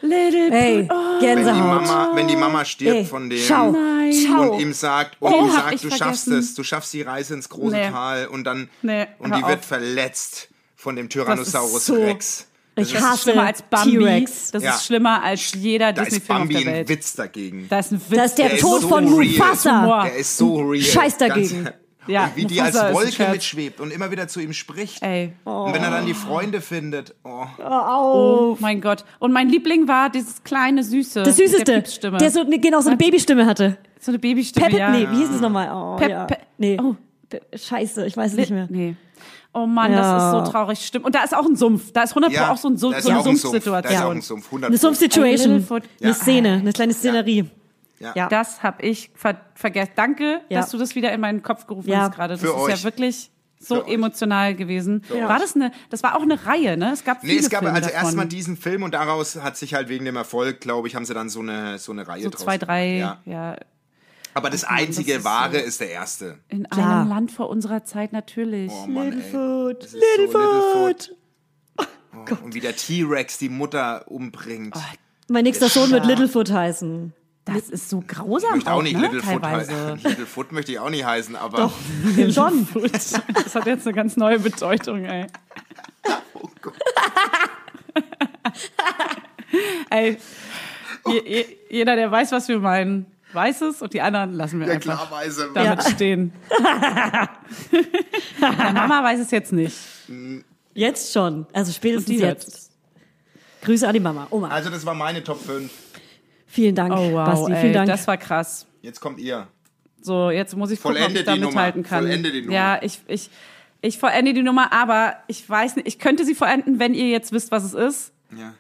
[SPEAKER 1] Little
[SPEAKER 3] Ey,
[SPEAKER 1] Oh.
[SPEAKER 2] Wenn die
[SPEAKER 3] Gänsehaut.
[SPEAKER 2] Mama, wenn die Mama stirbt
[SPEAKER 3] Ey,
[SPEAKER 2] von dem
[SPEAKER 3] schau. Nein. Schau.
[SPEAKER 2] und ihm sagt, und
[SPEAKER 1] Den
[SPEAKER 2] ihm
[SPEAKER 1] Oh, hab
[SPEAKER 2] sagt, du
[SPEAKER 1] ich
[SPEAKER 2] schaffst
[SPEAKER 1] vergessen.
[SPEAKER 2] es, du schaffst die Reise ins große
[SPEAKER 1] Nee.
[SPEAKER 2] Tal und dann
[SPEAKER 1] Nee,
[SPEAKER 2] und
[SPEAKER 1] hör
[SPEAKER 2] die wird
[SPEAKER 1] auf.
[SPEAKER 2] verletzt von dem Tyrannosaurus
[SPEAKER 1] so-
[SPEAKER 2] Rex.
[SPEAKER 3] Ich
[SPEAKER 1] Das ist
[SPEAKER 3] hasse
[SPEAKER 1] schlimmer als Bambi.
[SPEAKER 3] äh, T-Rex.
[SPEAKER 1] Das
[SPEAKER 2] Ja.
[SPEAKER 1] ist schlimmer als jeder
[SPEAKER 2] Da ist
[SPEAKER 1] Disney-Film auf
[SPEAKER 2] Bambi
[SPEAKER 1] der
[SPEAKER 2] ein
[SPEAKER 1] Welt.
[SPEAKER 2] Witz dagegen.
[SPEAKER 1] Da ist ein Witz.
[SPEAKER 3] Das ist der
[SPEAKER 2] Der ist
[SPEAKER 3] Tod
[SPEAKER 2] so
[SPEAKER 3] von
[SPEAKER 2] real.
[SPEAKER 3] Mufasa.
[SPEAKER 1] Humor.
[SPEAKER 2] Der ist so real.
[SPEAKER 3] Scheiß dagegen.
[SPEAKER 2] Ganz-
[SPEAKER 1] Ja,
[SPEAKER 2] und wie die
[SPEAKER 1] Mufasa ist
[SPEAKER 2] als
[SPEAKER 1] ein
[SPEAKER 2] Wolke
[SPEAKER 1] Scherz.
[SPEAKER 2] mitschwebt und immer wieder zu ihm spricht.
[SPEAKER 1] Ey.
[SPEAKER 2] Und wenn er dann die Freunde findet. Oh.
[SPEAKER 1] Oh mein Gott. Und mein Liebling war dieses kleine Süße.
[SPEAKER 3] Das
[SPEAKER 1] mit Der,
[SPEAKER 3] Süßeste.
[SPEAKER 1] Piepsstimme.
[SPEAKER 3] Der so, eine- genau, so eine Babystimme hatte.
[SPEAKER 1] so eine Babystimme.
[SPEAKER 3] Peppet,
[SPEAKER 1] ja.
[SPEAKER 3] nee, wie hieß es nochmal? Oh,
[SPEAKER 1] Pep-
[SPEAKER 3] ja.
[SPEAKER 1] Pe-
[SPEAKER 3] Nee.
[SPEAKER 1] Oh.
[SPEAKER 3] Pe- Scheiße, ich weiß es nicht mehr.
[SPEAKER 1] Nee. Oh Mann, das
[SPEAKER 3] Ja.
[SPEAKER 1] ist so traurig. Stimmt. Und da ist auch ein Sumpf. Da ist 100
[SPEAKER 2] Ja,
[SPEAKER 1] auch so, ein Sumpf,
[SPEAKER 2] da ist
[SPEAKER 1] so eine
[SPEAKER 2] auch ein Sumpf. Da ist auch
[SPEAKER 1] Sumpfsituation.
[SPEAKER 2] ein Sumpf. 100
[SPEAKER 3] Eine Sumpf-Situation.
[SPEAKER 1] Littlefoot.
[SPEAKER 3] Eine Szene, eine kleine Szenerie.
[SPEAKER 2] Ja.
[SPEAKER 3] Ja.
[SPEAKER 1] Das habe ich ver vergessen. Danke,
[SPEAKER 3] Ja.
[SPEAKER 1] dass du das wieder in meinen Kopf gerufen
[SPEAKER 3] Ja.
[SPEAKER 1] hast gerade. Das
[SPEAKER 2] Für
[SPEAKER 1] ist
[SPEAKER 2] euch.
[SPEAKER 1] ja wirklich so
[SPEAKER 2] Für euch.
[SPEAKER 1] emotional gewesen. War
[SPEAKER 2] euch.
[SPEAKER 1] das eine, das war auch eine Reihe, ne? Es gab
[SPEAKER 2] Nee,
[SPEAKER 1] viele
[SPEAKER 2] es gab
[SPEAKER 1] Filme
[SPEAKER 2] also
[SPEAKER 1] davon.
[SPEAKER 2] erstmal diesen Film und daraus hat sich halt wegen dem Erfolg, glaube ich, haben sie dann so eine, so eine Reihe
[SPEAKER 1] so
[SPEAKER 2] draus.
[SPEAKER 1] zwei, drei,
[SPEAKER 2] Ja.
[SPEAKER 1] ja,
[SPEAKER 2] Aber das
[SPEAKER 1] Mann, das
[SPEAKER 2] einzige
[SPEAKER 1] ist so-
[SPEAKER 2] Wahre ist der erste.
[SPEAKER 1] In
[SPEAKER 3] Klar.
[SPEAKER 1] einem Land vor unserer Zeit natürlich.
[SPEAKER 2] Oh Mann, ey.
[SPEAKER 3] Littlefoot.
[SPEAKER 2] Das ist so
[SPEAKER 3] Littlefoot.
[SPEAKER 2] Littlefoot. Oh, und wie der T-Rex die Mutter umbringt.
[SPEAKER 3] Mein nächster Sohn wird Littlefoot heißen.
[SPEAKER 1] Das ist so
[SPEAKER 2] Ich
[SPEAKER 1] grausam.
[SPEAKER 2] möchte auch nicht
[SPEAKER 1] ne?
[SPEAKER 2] Littlefoot heißen.
[SPEAKER 1] teilweise.
[SPEAKER 2] Littlefoot möchte ich auch nicht heißen, aber
[SPEAKER 3] Doch, schon.
[SPEAKER 1] Das hat jetzt eine ganz neue Bedeutung, ey.
[SPEAKER 2] Oh
[SPEAKER 1] ey je, je, jeder, der weiß, was wir meinen, weiß es und die anderen lassen wir
[SPEAKER 2] ja,
[SPEAKER 1] einfach
[SPEAKER 2] klarweise.
[SPEAKER 1] damit stehen. Meine Mama weiß es jetzt nicht.
[SPEAKER 3] Jetzt schon. Also
[SPEAKER 1] Die
[SPEAKER 3] spätestens
[SPEAKER 1] hört
[SPEAKER 3] jetzt. Grüße an die Mama. Oma,
[SPEAKER 2] Also das war meine Top 5.
[SPEAKER 3] vielen Dank,
[SPEAKER 1] Oh wow,
[SPEAKER 3] Basti.
[SPEAKER 1] ey,
[SPEAKER 3] Vielen Dank.
[SPEAKER 1] das war krass.
[SPEAKER 2] Jetzt kommt ihr.
[SPEAKER 1] So, jetzt muss ich gucken,
[SPEAKER 2] Vollende
[SPEAKER 1] ob ich
[SPEAKER 2] die
[SPEAKER 1] da
[SPEAKER 2] Nummer.
[SPEAKER 1] mithalten kann.
[SPEAKER 2] Vollende die Nummer.
[SPEAKER 1] Ja, ich, ich, ich vollende die Nummer, aber ich weiß nicht, ich könnte sie vollenden, wenn ihr jetzt wisst, was es ist.
[SPEAKER 2] Ja.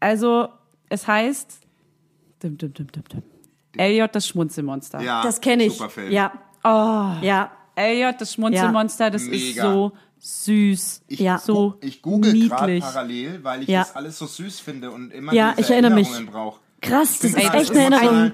[SPEAKER 1] Also, es heißt dim, dim, dim, dim, dim. Elliot, das Schmunzelmonster.
[SPEAKER 2] ja
[SPEAKER 3] das kenne ich.
[SPEAKER 2] Super Film.
[SPEAKER 3] Ja. Oh. Ja.
[SPEAKER 1] Elliot, das Schmunzelmonster, das ist
[SPEAKER 2] Mega.
[SPEAKER 1] so süß.
[SPEAKER 2] Ich,
[SPEAKER 3] Ja.
[SPEAKER 1] so
[SPEAKER 2] ich google gerade
[SPEAKER 1] niedlich.
[SPEAKER 2] parallel, weil ich
[SPEAKER 3] Ja.
[SPEAKER 2] das alles so süß finde und immer
[SPEAKER 3] Ja,
[SPEAKER 2] diese
[SPEAKER 3] ich erinnere mich.
[SPEAKER 2] Erinnerungen brauche.
[SPEAKER 3] Krass, das ist
[SPEAKER 1] Ey,
[SPEAKER 3] echt eine
[SPEAKER 1] emotional.
[SPEAKER 3] Erinnerung.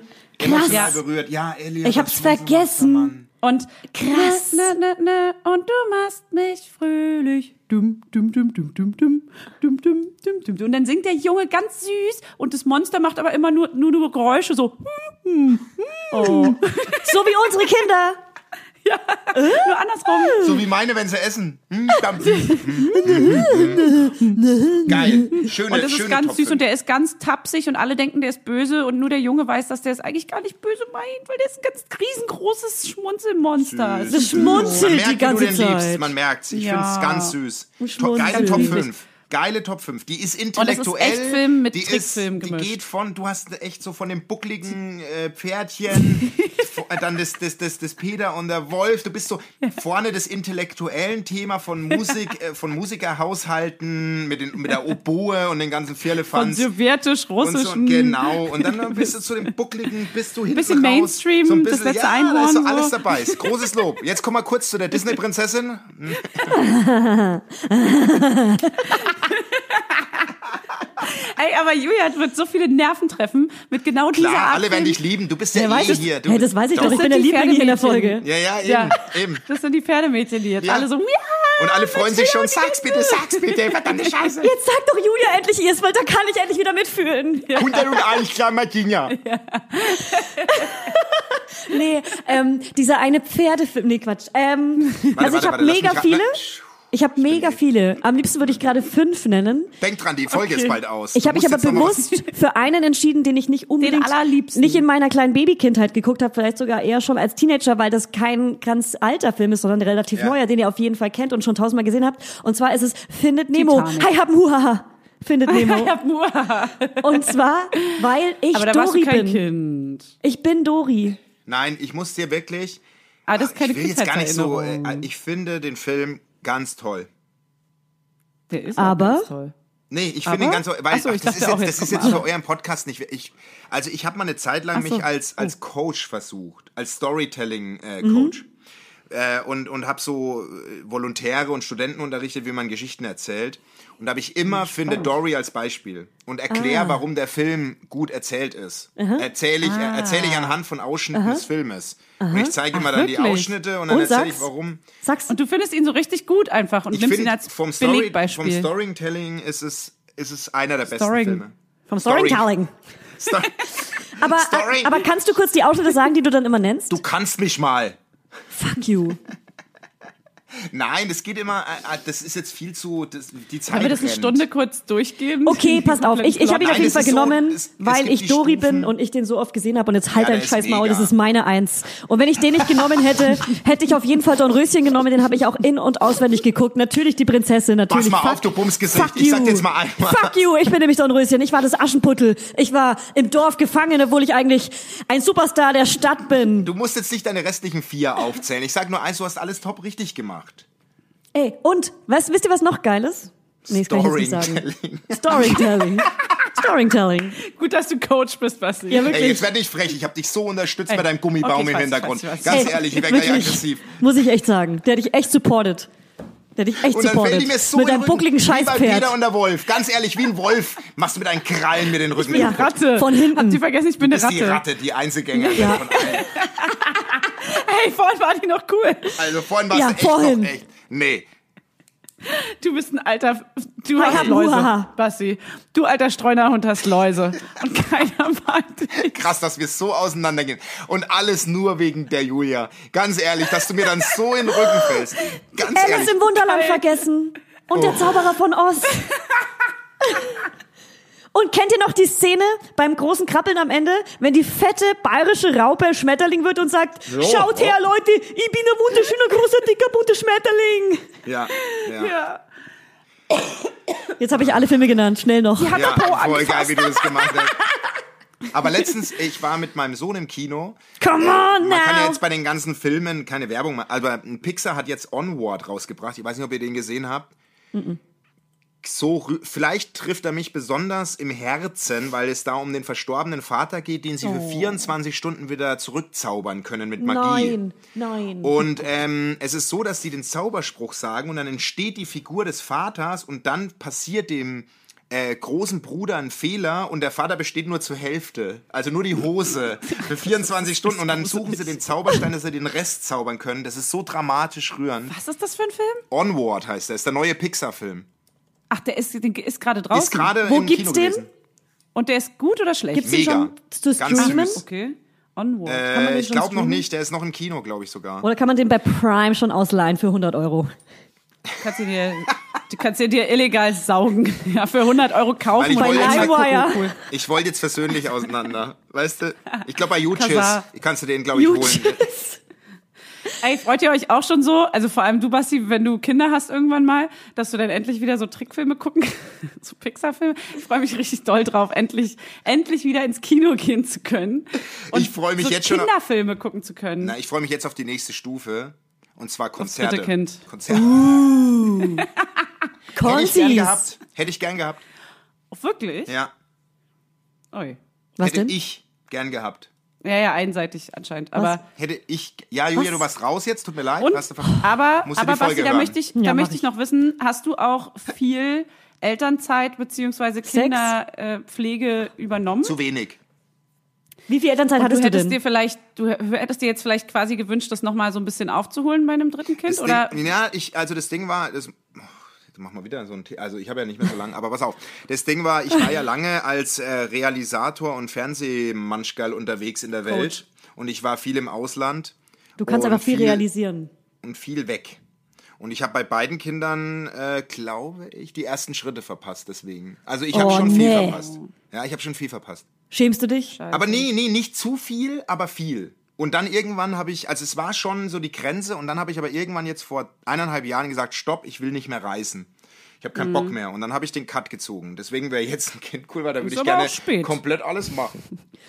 [SPEAKER 3] Krass.
[SPEAKER 2] Ja. berührt. Ja, Elliot.
[SPEAKER 3] Ich hab's
[SPEAKER 2] das Schmunzelmonster,
[SPEAKER 3] vergessen.
[SPEAKER 2] Mann.
[SPEAKER 1] Und
[SPEAKER 3] Krass.
[SPEAKER 1] Ne, ne, ne, und du machst mich fröhlich. Dum, dum, dum, dum, dum, dum, dum, dum, dum, dum. Und dann singt der Junge ganz süß und das Monster macht aber immer nur, nur, nur Geräusche, so
[SPEAKER 3] So wie unsere Kinder.
[SPEAKER 1] nur andersrum.
[SPEAKER 2] So wie meine, wenn sie essen. Hm, dampf. Geil. Schöne,
[SPEAKER 1] Und das
[SPEAKER 2] schöne
[SPEAKER 1] ist ganz
[SPEAKER 2] Top
[SPEAKER 1] süß und
[SPEAKER 2] 5.
[SPEAKER 1] der ist ganz tapsig und alle denken, der ist böse und nur der Junge weiß, dass der es eigentlich gar nicht böse meint, weil der ist ein ganz riesengroßes Schmunzelmonster. Es
[SPEAKER 2] Süß.
[SPEAKER 3] Das
[SPEAKER 1] ist
[SPEAKER 2] Man
[SPEAKER 3] schmunzelt
[SPEAKER 2] merkt,
[SPEAKER 3] die
[SPEAKER 2] wie du
[SPEAKER 3] ganze
[SPEAKER 2] den liebst.
[SPEAKER 3] Zeit.
[SPEAKER 2] Man merkt's. Ich
[SPEAKER 1] Ja.
[SPEAKER 2] find's ganz süß. To
[SPEAKER 3] schmunzel.
[SPEAKER 2] geile Top
[SPEAKER 3] Wirklich.
[SPEAKER 2] 5. Geile Top 5. Die ist
[SPEAKER 1] Oh, das ist
[SPEAKER 2] intellektuell.
[SPEAKER 1] echt Film mit
[SPEAKER 2] die ist-
[SPEAKER 1] Trickfilm
[SPEAKER 2] Die
[SPEAKER 1] gemischt.
[SPEAKER 2] geht von, du hast echt so von dem buckligen äh, Pferdchen, vo- äh, dann das, das, das, das Peter und der Wolf. Du bist so vorne des intellektuellen Thema von Musik, äh, von Musikerhaushalten mit, den, mit der Oboe und den ganzen
[SPEAKER 1] von
[SPEAKER 2] Firlefanz. Und so,
[SPEAKER 1] sowjetisch-russischen.
[SPEAKER 2] und genau, und dann bist du zu dem buckligen, bist du hinten
[SPEAKER 1] Bisschen
[SPEAKER 2] raus,
[SPEAKER 1] Mainstream,
[SPEAKER 2] so ein
[SPEAKER 1] das
[SPEAKER 2] bisschen,
[SPEAKER 1] letzte
[SPEAKER 2] ja, da
[SPEAKER 1] Einhorn,
[SPEAKER 2] ist so
[SPEAKER 1] so.
[SPEAKER 2] alles dabei. Ist großes Lob. Jetzt komm mal kurz zu der Disney-Prinzessin.
[SPEAKER 1] Ey, aber Julia wird so viele Nerven treffen mit genau dieser
[SPEAKER 2] Klar,
[SPEAKER 1] Art.
[SPEAKER 2] alle werden
[SPEAKER 1] von-
[SPEAKER 2] dich lieben. Du bist ja
[SPEAKER 3] Wer weiß
[SPEAKER 2] eh
[SPEAKER 3] es?
[SPEAKER 2] hier. Du,
[SPEAKER 3] Hey, das weiß ich doch. Ich
[SPEAKER 1] sind
[SPEAKER 3] bin der
[SPEAKER 1] die
[SPEAKER 3] Liebling hier in der
[SPEAKER 1] Pferdemädchen.
[SPEAKER 3] Folge.
[SPEAKER 2] Ja, ja, eben,
[SPEAKER 1] Ja.
[SPEAKER 2] eben.
[SPEAKER 1] Das sind die Pferdemädchen, die jetzt
[SPEAKER 2] Ja.
[SPEAKER 1] alle so, ja,
[SPEAKER 2] Und alle freuen sich schon. Sag's bitte, sag's bitte. Verdammte Scheiße.
[SPEAKER 3] Jetzt sag doch Julia endlich ihr es, weil da kann ich endlich wieder mitfühlen.
[SPEAKER 2] Hunderl und Eichler, Martina.
[SPEAKER 3] Nee, ähm, dieser eine Pferdefilm. Nee, Quatsch. Ähm, also ich
[SPEAKER 2] warte,
[SPEAKER 3] habe
[SPEAKER 2] warte, lass
[SPEAKER 3] mega
[SPEAKER 2] mich
[SPEAKER 3] viele.
[SPEAKER 2] raten.
[SPEAKER 3] Ich habe mega viele. Am liebsten würde ich gerade fünf nennen.
[SPEAKER 2] Denk dran, die Folge ist bald aus.
[SPEAKER 3] Ich
[SPEAKER 2] Du
[SPEAKER 3] habe mich
[SPEAKER 2] musst
[SPEAKER 3] aber
[SPEAKER 2] jetzt noch mal was-
[SPEAKER 3] bewusst für einen entschieden, den ich nicht unbedingt
[SPEAKER 1] allerliebsten.
[SPEAKER 3] nicht in meiner kleinen Babykindheit geguckt habe, vielleicht sogar eher schon als Teenager, weil das kein ganz alter Film ist, sondern relativ
[SPEAKER 2] Ja.
[SPEAKER 3] neuer, den ihr auf jeden Fall kennt und schon tausendmal gesehen habt. Und zwar ist es Findet Nemo.
[SPEAKER 1] Titanic.
[SPEAKER 3] Hi, hab Huhaha. Findet Nemo.
[SPEAKER 1] ich hab nur. Aber
[SPEAKER 3] und zwar, weil ich
[SPEAKER 1] da warst
[SPEAKER 3] Dory
[SPEAKER 1] du kein
[SPEAKER 3] bin.
[SPEAKER 1] Kind.
[SPEAKER 3] Ich bin Dory.
[SPEAKER 2] Nein, ich muss dir wirklich.
[SPEAKER 1] Ah, das ist
[SPEAKER 2] Ich
[SPEAKER 1] keine
[SPEAKER 2] will jetzt gar nicht so. Äh,
[SPEAKER 1] Kindheitserinnerung.
[SPEAKER 2] ich finde den Film ganz toll.
[SPEAKER 1] Der ist
[SPEAKER 3] Aber-
[SPEAKER 1] auch ganz toll.
[SPEAKER 2] Nee, ich finde
[SPEAKER 1] Aber-
[SPEAKER 2] den ganz, weil
[SPEAKER 1] Ach so,
[SPEAKER 2] ach,
[SPEAKER 1] ich
[SPEAKER 2] das
[SPEAKER 1] dachte
[SPEAKER 2] ist jetzt,
[SPEAKER 1] auch,
[SPEAKER 2] das
[SPEAKER 1] jetzt
[SPEAKER 2] ist
[SPEAKER 1] kommt
[SPEAKER 2] jetzt
[SPEAKER 1] mal
[SPEAKER 2] für euren Podcast nicht. Ich, also ich habe mal eine Zeit lang
[SPEAKER 1] Ach so. Oh.
[SPEAKER 2] mich als als Coach versucht, als Storytelling äh,
[SPEAKER 1] Mhm.
[SPEAKER 2] Coach. Äh, und und habe so äh, Volontäre und Studenten unterrichtet, wie man Geschichten erzählt. Und da habe
[SPEAKER 1] Hm,
[SPEAKER 2] ich immer finde Dory als Beispiel und erkläre,
[SPEAKER 1] Ah.
[SPEAKER 2] warum der Film gut erzählt ist. Erzähle ich äh, erzähle
[SPEAKER 1] Ah.
[SPEAKER 2] ich anhand von Ausschnitten des Filmes. Und ich zeige immer dann die
[SPEAKER 1] wirklich?
[SPEAKER 2] Ausschnitte und dann
[SPEAKER 3] Und
[SPEAKER 2] erzähle ich
[SPEAKER 3] sag's?
[SPEAKER 2] warum.
[SPEAKER 3] Sagst du?
[SPEAKER 1] Und du findest ihn so richtig gut einfach und
[SPEAKER 2] Ich
[SPEAKER 1] nimmst ihn
[SPEAKER 2] finde,
[SPEAKER 1] als
[SPEAKER 2] vom Story vom
[SPEAKER 1] Belegbeispiel.
[SPEAKER 2] Storytelling ist es ist es einer der besten
[SPEAKER 1] Storing.
[SPEAKER 2] Filme.
[SPEAKER 3] Vom
[SPEAKER 2] Story.
[SPEAKER 3] Storytelling.
[SPEAKER 2] Story.
[SPEAKER 3] Aber,
[SPEAKER 2] Story.
[SPEAKER 3] aber kannst du kurz die Ausschnitte sagen, die du dann immer nennst?
[SPEAKER 2] Du kannst mich mal.
[SPEAKER 3] Fuck you.
[SPEAKER 2] Nein, das geht immer, äh, äh, das ist jetzt viel zu, das, die Zeit
[SPEAKER 1] Können wir das eine
[SPEAKER 2] rennt.
[SPEAKER 1] Stunde kurz durchgehen?
[SPEAKER 3] Okay, passt auf. Ich, ich habe ihn
[SPEAKER 2] Nein,
[SPEAKER 3] auf jeden
[SPEAKER 2] es
[SPEAKER 3] Fall
[SPEAKER 2] ist so,
[SPEAKER 3] genommen,
[SPEAKER 2] es- es
[SPEAKER 3] weil
[SPEAKER 2] gibt
[SPEAKER 3] ich
[SPEAKER 2] die
[SPEAKER 3] Dori
[SPEAKER 2] Stufen.
[SPEAKER 3] bin und ich den so oft gesehen habe und jetzt halt
[SPEAKER 2] Ja,
[SPEAKER 3] dein
[SPEAKER 2] der ist
[SPEAKER 3] scheiß Maul,
[SPEAKER 2] mega.
[SPEAKER 3] das ist meine Eins. Und wenn ich den nicht genommen hätte, hätte ich auf jeden Fall Don Röschen genommen, den habe ich auch in- und auswendig geguckt. Natürlich die Prinzessin, natürlich.
[SPEAKER 2] Pass mal
[SPEAKER 3] fuck,
[SPEAKER 2] auf, du Bumsgesicht.
[SPEAKER 3] fuck
[SPEAKER 2] Ich sag
[SPEAKER 3] you.
[SPEAKER 2] dir jetzt mal einmal.
[SPEAKER 3] Fuck you, ich bin nämlich Don Röschen, ich war das Aschenputtel. Ich war im Dorf gefangen, obwohl ich eigentlich ein Superstar der Stadt bin.
[SPEAKER 2] Du musst jetzt nicht deine restlichen vier aufzählen. Ich sag nur eins, du hast alles top richtig gemacht.
[SPEAKER 3] Ey, und, was, wisst ihr was noch Geiles? Nee, das kann ich jetzt nicht sagen.
[SPEAKER 2] Storytelling.
[SPEAKER 3] Storytelling. Storytelling.
[SPEAKER 1] Gut, dass du Coach bist, Basti.
[SPEAKER 3] Ja, wirklich. Äh,
[SPEAKER 2] Ey, jetzt werd nicht frech. Ich hab dich so unterstützt
[SPEAKER 1] Ey.
[SPEAKER 2] bei deinem
[SPEAKER 1] Okay,
[SPEAKER 2] Gummibaum
[SPEAKER 1] ich
[SPEAKER 2] im
[SPEAKER 1] weiß,
[SPEAKER 2] Hintergrund.
[SPEAKER 1] ich weiß, ich weiß.
[SPEAKER 2] Ganz
[SPEAKER 3] Ey,
[SPEAKER 2] ehrlich, ich werd gleich
[SPEAKER 3] wirklich,
[SPEAKER 2] aggressiv.
[SPEAKER 3] Muss ich echt sagen. Der hat dich echt supportet. Der hat dich echt
[SPEAKER 2] Und dann fällt
[SPEAKER 3] supportet.
[SPEAKER 2] ihm es so
[SPEAKER 3] mit
[SPEAKER 2] in den
[SPEAKER 3] deinem buckligen
[SPEAKER 2] Rücken, Wie bei Peter
[SPEAKER 3] Scheißpferd.
[SPEAKER 2] und der Wolf. Ganz ehrlich, wie ein Wolf machst du mit deinen Krallen mir den Rücken.
[SPEAKER 3] bin ja
[SPEAKER 2] kaputt.
[SPEAKER 1] Ratte.
[SPEAKER 3] Von hinten.
[SPEAKER 1] Habt ihr vergessen, ich bin eine
[SPEAKER 2] Das
[SPEAKER 1] Ratte.
[SPEAKER 2] ist die Ratte, die Einzelgängerin
[SPEAKER 3] Ja.
[SPEAKER 2] von allen.
[SPEAKER 1] Hey, vorhin war die noch cool.
[SPEAKER 2] Also vorhin warst
[SPEAKER 3] Ja,
[SPEAKER 2] du echt
[SPEAKER 3] vorhin.
[SPEAKER 2] noch echt. Nee.
[SPEAKER 1] Du bist ein alter, du
[SPEAKER 3] hab
[SPEAKER 1] hast Läuse,
[SPEAKER 3] Huhaha.
[SPEAKER 1] Basti. Du alter Streunerhund hast Läuse. Und keiner mag dich.
[SPEAKER 2] Krass, dass wir so auseinandergehen. Und alles nur wegen der Julia. Ganz ehrlich, dass du mir dann so in den Rücken fällst. Ganz
[SPEAKER 3] Alice
[SPEAKER 2] ehrlich. Oh.
[SPEAKER 3] im Wunderland vergessen. Und der Zauberer von Oz. Und kennt ihr noch die Szene beim großen Krabbeln am Ende, wenn die fette bayerische Raupe Schmetterling wird und sagt, schaut her Leute, ich bin ein wunderschöner, großer, dicker, bunter Schmetterling.
[SPEAKER 2] Ja, ja.
[SPEAKER 1] Ja.
[SPEAKER 3] Jetzt habe ich alle Filme genannt, schnell noch. Ja,
[SPEAKER 2] Ja, voll geil, wie du das gemacht hast. Aber letztens, ich war mit meinem Sohn im Kino.
[SPEAKER 3] Come on
[SPEAKER 2] Man kann ja
[SPEAKER 3] now.
[SPEAKER 2] jetzt bei den ganzen Filmen keine Werbung machen. Also Pixar hat jetzt Onward rausgebracht. Ich weiß nicht, ob ihr den gesehen habt. So, rü- vielleicht trifft er mich besonders im Herzen, weil es da um den verstorbenen Vater geht, den sie
[SPEAKER 3] Oh.
[SPEAKER 2] für 24 Stunden wieder zurückzaubern können mit Magie.
[SPEAKER 3] Nein, nein.
[SPEAKER 2] Und ähm, es ist so, dass sie den Zauberspruch sagen und dann entsteht die Figur des Vaters und dann passiert dem äh, großen Bruder ein Fehler und der Vater besteht nur zur Hälfte. Also nur die Hose für 24 Stunden und dann suchen sie den Zauberstein, dass sie den Rest zaubern können. Das ist so dramatisch rührend.
[SPEAKER 1] Was ist das für ein Film?
[SPEAKER 2] Oh. Onward heißt er, ist der neue Pixar-Film.
[SPEAKER 1] Ach, der ist, den ist gerade draußen.
[SPEAKER 2] Ist gerade
[SPEAKER 3] Wo
[SPEAKER 2] im
[SPEAKER 3] gibt's
[SPEAKER 2] Kino
[SPEAKER 3] den?
[SPEAKER 2] gewesen.
[SPEAKER 1] Und der ist gut oder schlecht?
[SPEAKER 3] Gibt's den
[SPEAKER 2] Mega.
[SPEAKER 3] schon zu
[SPEAKER 2] Ganz
[SPEAKER 3] streamen?
[SPEAKER 2] süß.
[SPEAKER 1] Okay. Onward.
[SPEAKER 3] Kann man
[SPEAKER 2] Äh,
[SPEAKER 3] den
[SPEAKER 2] ich
[SPEAKER 3] schon
[SPEAKER 2] glaube noch
[SPEAKER 3] streamen?
[SPEAKER 2] nicht, der ist noch im Kino, glaube ich sogar.
[SPEAKER 3] Oder kann man den bei Prime schon ausleihen für 100 Euro?
[SPEAKER 1] Kannst du dir, du kannst dir dir illegal saugen. Ja, für 100 Euro
[SPEAKER 2] Weil
[SPEAKER 1] kaufen.
[SPEAKER 2] ich
[SPEAKER 1] und
[SPEAKER 2] wollte
[SPEAKER 1] dann
[SPEAKER 3] jetzt-
[SPEAKER 1] mal gucken.
[SPEAKER 3] Livewire.
[SPEAKER 2] Ich wollte jetzt persönlich auseinander. Weißt du? Ich glaube bei Jutschis
[SPEAKER 1] Kasa.
[SPEAKER 2] kannst du den, glaube ich, holen.
[SPEAKER 1] Ey, freut ihr euch auch schon so? Also vor allem du, Basti, wenn du Kinder hast irgendwann mal, dass du dann endlich wieder so Trickfilme gucken, so Pixar-Filme. Ich freue mich richtig doll drauf, endlich, endlich wieder ins Kino gehen zu können.
[SPEAKER 2] Ich freu mich
[SPEAKER 1] so
[SPEAKER 2] jetzt schon auf-
[SPEAKER 1] Kinderfilme gucken zu können.
[SPEAKER 2] Na, ich freue mich jetzt auf die nächste Stufe. Und zwar Konzerte.
[SPEAKER 1] dritte Kind. Uh,
[SPEAKER 2] Konzerte. Hätte ich gern
[SPEAKER 3] Konzis.
[SPEAKER 2] gehabt. Hätte ich gern gehabt.
[SPEAKER 1] Oh, wirklich?
[SPEAKER 2] Ja.
[SPEAKER 1] Ui.
[SPEAKER 3] Was
[SPEAKER 2] Hätte
[SPEAKER 3] denn?
[SPEAKER 2] ich gern gehabt.
[SPEAKER 1] Ja, ja, einseitig anscheinend. Aber,
[SPEAKER 2] Hätte ich. Ja, Julia,
[SPEAKER 3] Was?
[SPEAKER 2] du warst raus jetzt. Tut mir leid.
[SPEAKER 1] Und? Ah.
[SPEAKER 2] Hast du ver-
[SPEAKER 1] aber,
[SPEAKER 2] Musst du die
[SPEAKER 1] aber
[SPEAKER 2] Folge
[SPEAKER 1] Basti, da
[SPEAKER 2] hören.
[SPEAKER 1] möchte ich,
[SPEAKER 3] Ja, mach
[SPEAKER 1] da möchte ich noch wissen, hast du auch viel Elternzeit beziehungsweise Kinderpflege äh, Pflege übernommen?
[SPEAKER 2] Zu wenig.
[SPEAKER 3] Wie viel Elternzeit
[SPEAKER 1] Du
[SPEAKER 3] hattest du
[SPEAKER 1] hättest dir
[SPEAKER 3] denn?
[SPEAKER 1] vielleicht, du hättest dir jetzt vielleicht quasi gewünscht, das nochmal so ein bisschen aufzuholen bei einem dritten Kind?
[SPEAKER 2] Das
[SPEAKER 1] Oder
[SPEAKER 2] Ding, ja, ich, also das Ding war, das, oh, jetzt mach mal wieder so ein, The- also ich habe ja nicht mehr so lange, aber pass auf. Das Ding war, ich war ja lange als äh, Realisator und Fernsehmanschgal unterwegs in der Welt und ich war viel im Ausland.
[SPEAKER 3] Du kannst
[SPEAKER 2] und
[SPEAKER 3] aber viel realisieren.
[SPEAKER 2] Und viel weg. Und ich habe bei beiden Kindern, äh, glaube ich, die ersten Schritte verpasst deswegen. Also ich habe
[SPEAKER 3] Oh,
[SPEAKER 2] schon viel
[SPEAKER 3] nee.
[SPEAKER 2] verpasst. Ja, ich habe schon viel verpasst.
[SPEAKER 3] Schämst du dich?
[SPEAKER 2] Aber nee, nee, nicht zu viel, aber viel. Und dann irgendwann habe ich, also es war schon so die Grenze und dann habe ich aber irgendwann jetzt vor eineinhalb Jahren gesagt, stopp, ich will nicht mehr reisen. Ich habe
[SPEAKER 1] Mhm.
[SPEAKER 2] keinen Bock mehr und dann habe ich den Cut gezogen. Deswegen wäre jetzt ein Kind cool, weil da würde ich
[SPEAKER 1] aber
[SPEAKER 2] gerne
[SPEAKER 1] auch spät.
[SPEAKER 2] komplett alles machen.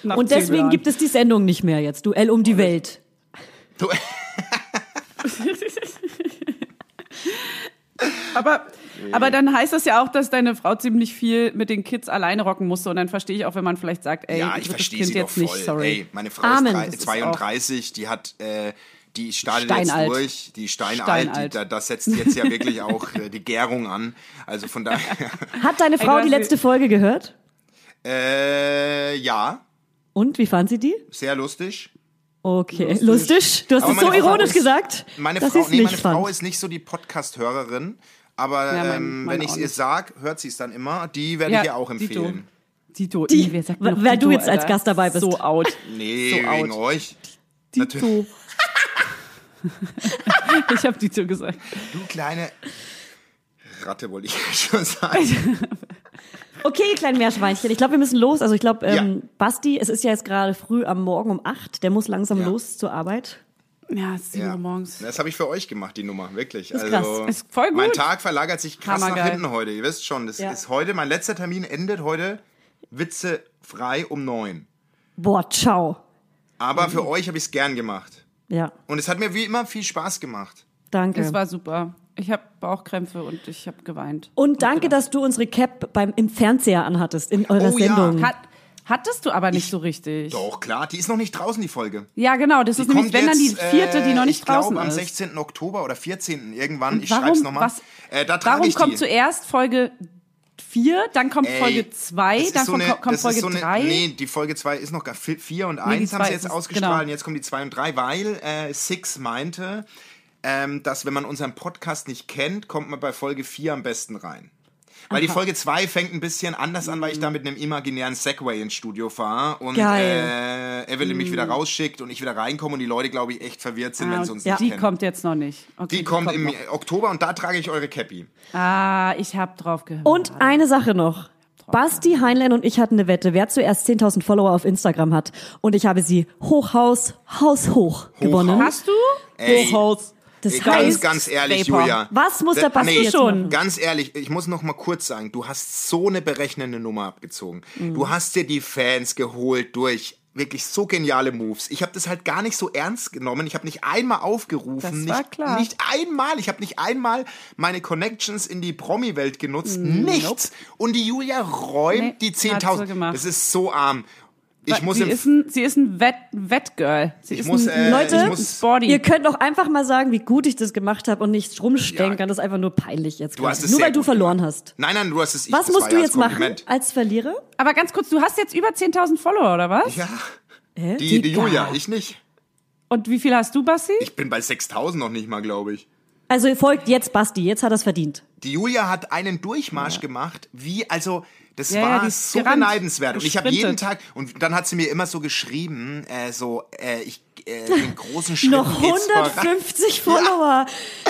[SPEAKER 1] nach
[SPEAKER 3] Und
[SPEAKER 1] zehn
[SPEAKER 3] deswegen
[SPEAKER 1] Jahren?
[SPEAKER 3] gibt es die Sendung nicht mehr jetzt. Duell um die
[SPEAKER 1] Oh,
[SPEAKER 3] Welt.
[SPEAKER 2] Du,
[SPEAKER 1] Aber, aber dann heißt das ja auch, dass deine Frau ziemlich viel mit den Kids alleine rocken musste. Und dann verstehe ich auch, wenn man vielleicht sagt, ey,
[SPEAKER 2] ja,
[SPEAKER 1] ich
[SPEAKER 2] ich
[SPEAKER 1] würde Äh, das
[SPEAKER 2] verstehe
[SPEAKER 1] Kind
[SPEAKER 2] sie doch
[SPEAKER 1] jetzt
[SPEAKER 2] voll.
[SPEAKER 1] nicht, sorry.
[SPEAKER 2] Ey, meine Frau
[SPEAKER 3] Amen, das
[SPEAKER 2] ist
[SPEAKER 3] ist
[SPEAKER 2] drei- 32, die hat, äh, die startet
[SPEAKER 1] Steinalt.
[SPEAKER 2] jetzt durch, die steinalt,
[SPEAKER 1] Steinalt.
[SPEAKER 2] Die, da, das setzt jetzt ja wirklich auch äh, die Gärung an. Also von daher,
[SPEAKER 3] Hat deine Frau
[SPEAKER 1] hast
[SPEAKER 3] die
[SPEAKER 1] sie-
[SPEAKER 3] letzte Folge gehört?
[SPEAKER 2] äh, ja,
[SPEAKER 3] Und wie fand sie die?
[SPEAKER 2] sehr lustig.
[SPEAKER 3] Okay, lustig. Du hast
[SPEAKER 2] Aber
[SPEAKER 3] es so
[SPEAKER 2] meine Frau
[SPEAKER 3] ironisch
[SPEAKER 2] ist-
[SPEAKER 3] gesagt.
[SPEAKER 2] Meine
[SPEAKER 3] dass
[SPEAKER 2] Frau,
[SPEAKER 3] sie's
[SPEAKER 2] nee,
[SPEAKER 3] nicht
[SPEAKER 2] meine Frau
[SPEAKER 3] fand.
[SPEAKER 2] ist nicht so die Podcast-Hörerin, aber
[SPEAKER 1] Ja, mein-
[SPEAKER 2] ähm,
[SPEAKER 1] meine
[SPEAKER 2] wenn ich
[SPEAKER 1] auch
[SPEAKER 2] es ihr
[SPEAKER 1] nicht.
[SPEAKER 2] sag, hört sie es dann immer. Die werde ich ihr auch
[SPEAKER 1] Dito.
[SPEAKER 2] empfehlen.
[SPEAKER 1] Dito,
[SPEAKER 3] Die-
[SPEAKER 1] ey, wer sagt mir noch
[SPEAKER 3] weil
[SPEAKER 1] Dito,
[SPEAKER 3] du jetzt als
[SPEAKER 1] Alter?
[SPEAKER 3] Gast dabei bist.
[SPEAKER 1] So out.
[SPEAKER 2] Nee,
[SPEAKER 1] so
[SPEAKER 2] wegen
[SPEAKER 1] out.
[SPEAKER 2] euch.
[SPEAKER 1] Dito. ich habe Dito gesagt.
[SPEAKER 2] Du kleine Ratte, wollte ich schon sagen.
[SPEAKER 3] Okay, klein Meerschweinchen. Ich glaube, wir müssen los. Also ich glaube, ähm,
[SPEAKER 2] Ja.
[SPEAKER 3] Basti, es ist ja jetzt gerade früh am Morgen um acht. Der muss langsam
[SPEAKER 2] Ja.
[SPEAKER 3] los zur Arbeit.
[SPEAKER 1] Ja, es ist sieben
[SPEAKER 2] Ja.
[SPEAKER 1] Uhr morgens.
[SPEAKER 2] Das habe ich für euch gemacht, die Nummer, wirklich.
[SPEAKER 3] Ist
[SPEAKER 2] also,
[SPEAKER 3] krass.
[SPEAKER 1] Ist voll gut.
[SPEAKER 2] Mein Tag verlagert sich krass nach
[SPEAKER 1] Hammergeil.
[SPEAKER 2] hinten heute. Ihr wisst schon, das
[SPEAKER 3] Ja.
[SPEAKER 2] ist heute, mein letzter Termin endet heute witzefrei um neun.
[SPEAKER 3] Boah, ciao.
[SPEAKER 2] Aber für
[SPEAKER 1] Mhm.
[SPEAKER 2] euch habe ich es gern gemacht.
[SPEAKER 3] Ja,
[SPEAKER 2] Und es hat mir wie immer viel Spaß gemacht.
[SPEAKER 3] danke.
[SPEAKER 1] Es war super. Ich habe Bauchkrämpfe und ich habe geweint.
[SPEAKER 3] Und danke, dass du unsere Cap beim, im Fernseher anhattest, in eurer
[SPEAKER 2] Oh ja.
[SPEAKER 3] Sendung.
[SPEAKER 1] Hat, hattest du aber nicht so richtig.
[SPEAKER 2] Doch, klar, die ist noch nicht draußen, die Folge.
[SPEAKER 1] Ja, genau. Das ist nämlich, wenn dann die vierte, die noch nicht
[SPEAKER 2] äh, ich
[SPEAKER 1] draußen
[SPEAKER 2] glaub, am
[SPEAKER 1] ist.
[SPEAKER 2] 16. Oktober oder 14. irgendwann. Ich
[SPEAKER 1] warum-
[SPEAKER 2] schreib's nochmal.
[SPEAKER 1] was-
[SPEAKER 2] Äh, da trage
[SPEAKER 1] Warum
[SPEAKER 2] ich
[SPEAKER 1] kommt
[SPEAKER 2] die.
[SPEAKER 1] zuerst Folge 4, dann kommt
[SPEAKER 2] Ey,
[SPEAKER 1] Folge
[SPEAKER 2] das
[SPEAKER 1] 2,
[SPEAKER 2] ist
[SPEAKER 1] dann
[SPEAKER 2] so
[SPEAKER 1] kommt,
[SPEAKER 2] eine-
[SPEAKER 1] kommt
[SPEAKER 2] das ist
[SPEAKER 1] Folge
[SPEAKER 2] so eine-
[SPEAKER 1] 3?
[SPEAKER 2] Nee, die Folge 2 ist noch gar 4 und
[SPEAKER 1] die
[SPEAKER 2] 1 haben
[SPEAKER 1] zwei
[SPEAKER 2] sie
[SPEAKER 1] ist
[SPEAKER 2] jetzt
[SPEAKER 1] es-
[SPEAKER 2] ausgestrahlt
[SPEAKER 1] genau.
[SPEAKER 2] und jetzt kommen die 2 und 3, weil äh, Six meinte, ähm, dass wenn man unseren Podcast nicht kennt, kommt man bei Folge 4 am besten rein. Weil die Folge 2 fängt ein bisschen anders an, weil ich
[SPEAKER 1] Mm.
[SPEAKER 2] da mit einem imaginären Segway ins Studio fahre und
[SPEAKER 3] Geil.
[SPEAKER 2] äh, Evelyn mich wieder rausschickt und ich wieder reinkomme und die Leute, glaube ich, echt verwirrt sind, wenn sie uns
[SPEAKER 1] Mm. Ah, ja.
[SPEAKER 2] nicht
[SPEAKER 1] Die
[SPEAKER 2] kennen.
[SPEAKER 1] kommt jetzt noch nicht. Okay,
[SPEAKER 2] die, kommt, im
[SPEAKER 1] noch.
[SPEAKER 2] Oktober und da trage ich eure Cappy.
[SPEAKER 1] Ah, ich hab drauf gehört.
[SPEAKER 3] Und eine Sache noch. Basti, Heinlein und ich hatten eine Wette, wer zuerst 10.000 Follower auf Instagram hat. Und ich habe sie hochhaus, haushoch gewonnen.
[SPEAKER 1] Hast du?
[SPEAKER 2] Ey.
[SPEAKER 1] Hochhaus.
[SPEAKER 3] Das
[SPEAKER 2] Ey,
[SPEAKER 3] heißt,
[SPEAKER 2] ganz, ganz ehrlich,
[SPEAKER 1] Vapor.
[SPEAKER 2] Julia.
[SPEAKER 3] Was muss
[SPEAKER 2] Da-
[SPEAKER 3] der Basti jetzt machen?
[SPEAKER 2] Ganz ehrlich, ich muss noch mal kurz sagen, du hast so eine berechnende Nummer abgezogen.
[SPEAKER 3] Mhm.
[SPEAKER 2] Du hast dir die Fans geholt durch wirklich so geniale Moves. Ich habe das halt gar nicht so ernst genommen. Ich habe nicht einmal aufgerufen,
[SPEAKER 5] Das
[SPEAKER 2] nicht,
[SPEAKER 5] war klar.
[SPEAKER 2] nicht einmal, ich habe nicht einmal meine Connections in die Promi-Welt genutzt,
[SPEAKER 3] Mm,
[SPEAKER 2] nichts. Und die Julia räumt
[SPEAKER 1] Nee,
[SPEAKER 2] die
[SPEAKER 1] hat sie
[SPEAKER 2] 10.000.
[SPEAKER 1] gemacht.
[SPEAKER 2] das ist so arm. Ich muss
[SPEAKER 1] sie,
[SPEAKER 2] im
[SPEAKER 1] ist ein, sie ist ein Wett, Wettgirl. Sie
[SPEAKER 2] ich
[SPEAKER 1] ist
[SPEAKER 2] muss,
[SPEAKER 1] ein,
[SPEAKER 2] äh,
[SPEAKER 3] Leute,
[SPEAKER 2] ich
[SPEAKER 1] ein
[SPEAKER 2] muss,
[SPEAKER 1] Sporty.
[SPEAKER 3] Ihr könnt auch einfach mal sagen, wie gut ich das gemacht habe und nicht rumstenkern.
[SPEAKER 2] Ja.
[SPEAKER 3] Das ist einfach nur peinlich jetzt.
[SPEAKER 2] Du hast es
[SPEAKER 3] nur
[SPEAKER 2] sehr
[SPEAKER 3] weil du
[SPEAKER 2] gut
[SPEAKER 3] verloren
[SPEAKER 2] gemacht.
[SPEAKER 3] hast.
[SPEAKER 2] Nein, nein, du hast es. Ich,
[SPEAKER 3] Was
[SPEAKER 2] das war
[SPEAKER 3] musst du
[SPEAKER 2] ja als
[SPEAKER 3] jetzt machen
[SPEAKER 2] Kompliment.
[SPEAKER 3] als Verlierer?
[SPEAKER 1] Aber ganz kurz, du hast jetzt über 10.000 Follower, oder was?
[SPEAKER 2] Ja,
[SPEAKER 3] Hä?
[SPEAKER 2] die, die
[SPEAKER 3] Digga.
[SPEAKER 2] Julia, ich nicht.
[SPEAKER 1] Und wie viel hast du, Basti?
[SPEAKER 2] Ich bin bei 6000 noch nicht mal, glaube ich.
[SPEAKER 3] Also ihr folgt jetzt Basti, jetzt hat er es verdient.
[SPEAKER 2] Die Julia hat einen Durchmarsch gemacht, wie, also, das
[SPEAKER 1] Ja, ja,
[SPEAKER 2] war
[SPEAKER 1] die ist
[SPEAKER 2] so
[SPEAKER 1] gerannt,
[SPEAKER 2] beneidenswert. Und ich habe jeden
[SPEAKER 1] gesprintet.
[SPEAKER 2] Tag, und dann hat sie mir immer so geschrieben, äh, so, äh, ich, äh, in großen Schritten
[SPEAKER 3] Noch
[SPEAKER 2] geht's voran.
[SPEAKER 3] 150 Follower.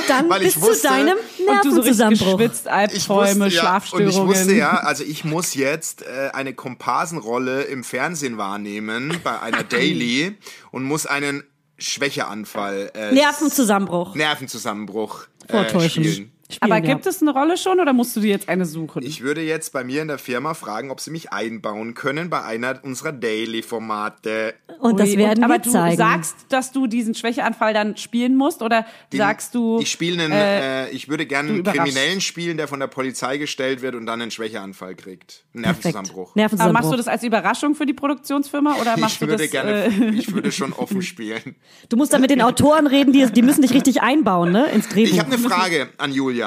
[SPEAKER 3] Dann
[SPEAKER 2] Weil
[SPEAKER 3] bis
[SPEAKER 2] ich
[SPEAKER 3] zu
[SPEAKER 2] wusste-
[SPEAKER 3] deinem
[SPEAKER 1] und du so richtig
[SPEAKER 3] Nervenzusammenbruch.
[SPEAKER 1] geschwitzt, Albträume,
[SPEAKER 2] ja, und
[SPEAKER 1] Schlafstörungen.
[SPEAKER 2] ich wusste ja, also ich muss jetzt äh, eine Komparsenrolle im Fernsehen wahrnehmen bei einer Daily und muss einen Schwächeanfall, äh,
[SPEAKER 3] Nervenzusammenbruch.
[SPEAKER 2] Nervenzusammenbruch äh,
[SPEAKER 3] Vortäuschen.
[SPEAKER 2] spielen.
[SPEAKER 3] Spielen,
[SPEAKER 1] Aber
[SPEAKER 3] ja.
[SPEAKER 1] gibt es eine Rolle schon oder musst du dir jetzt eine suchen?
[SPEAKER 2] Ich würde jetzt bei mir in der Firma fragen, ob sie mich einbauen können bei einer unserer Daily-Formate.
[SPEAKER 3] Und das
[SPEAKER 1] Ui,
[SPEAKER 3] werden
[SPEAKER 1] aber
[SPEAKER 3] wir
[SPEAKER 1] du
[SPEAKER 3] zeigen.
[SPEAKER 1] sagst, dass du diesen Schwächeanfall dann spielen musst oder sagst du,
[SPEAKER 2] Ich spiele einen, äh, ich würde gerne einen
[SPEAKER 1] überraschst.
[SPEAKER 2] Kriminellen spielen, der von der Polizei gestellt wird und dann einen Schwächeanfall kriegt. Einen Nervenzusammbruch.
[SPEAKER 3] Perfekt.
[SPEAKER 1] aber
[SPEAKER 3] Nervenzusammenbruch.
[SPEAKER 1] äh, machst du das als Überraschung für die Produktionsfirma oder machst
[SPEAKER 2] Ich
[SPEAKER 1] du
[SPEAKER 2] würde
[SPEAKER 1] das
[SPEAKER 2] gerne,
[SPEAKER 1] äh,
[SPEAKER 2] ich würde schon offen spielen.
[SPEAKER 3] Du musst dann mit den Autoren reden, die, die müssen dich richtig einbauen, ne? Ins Drehbuch.
[SPEAKER 2] Ich habe eine Frage an Julia.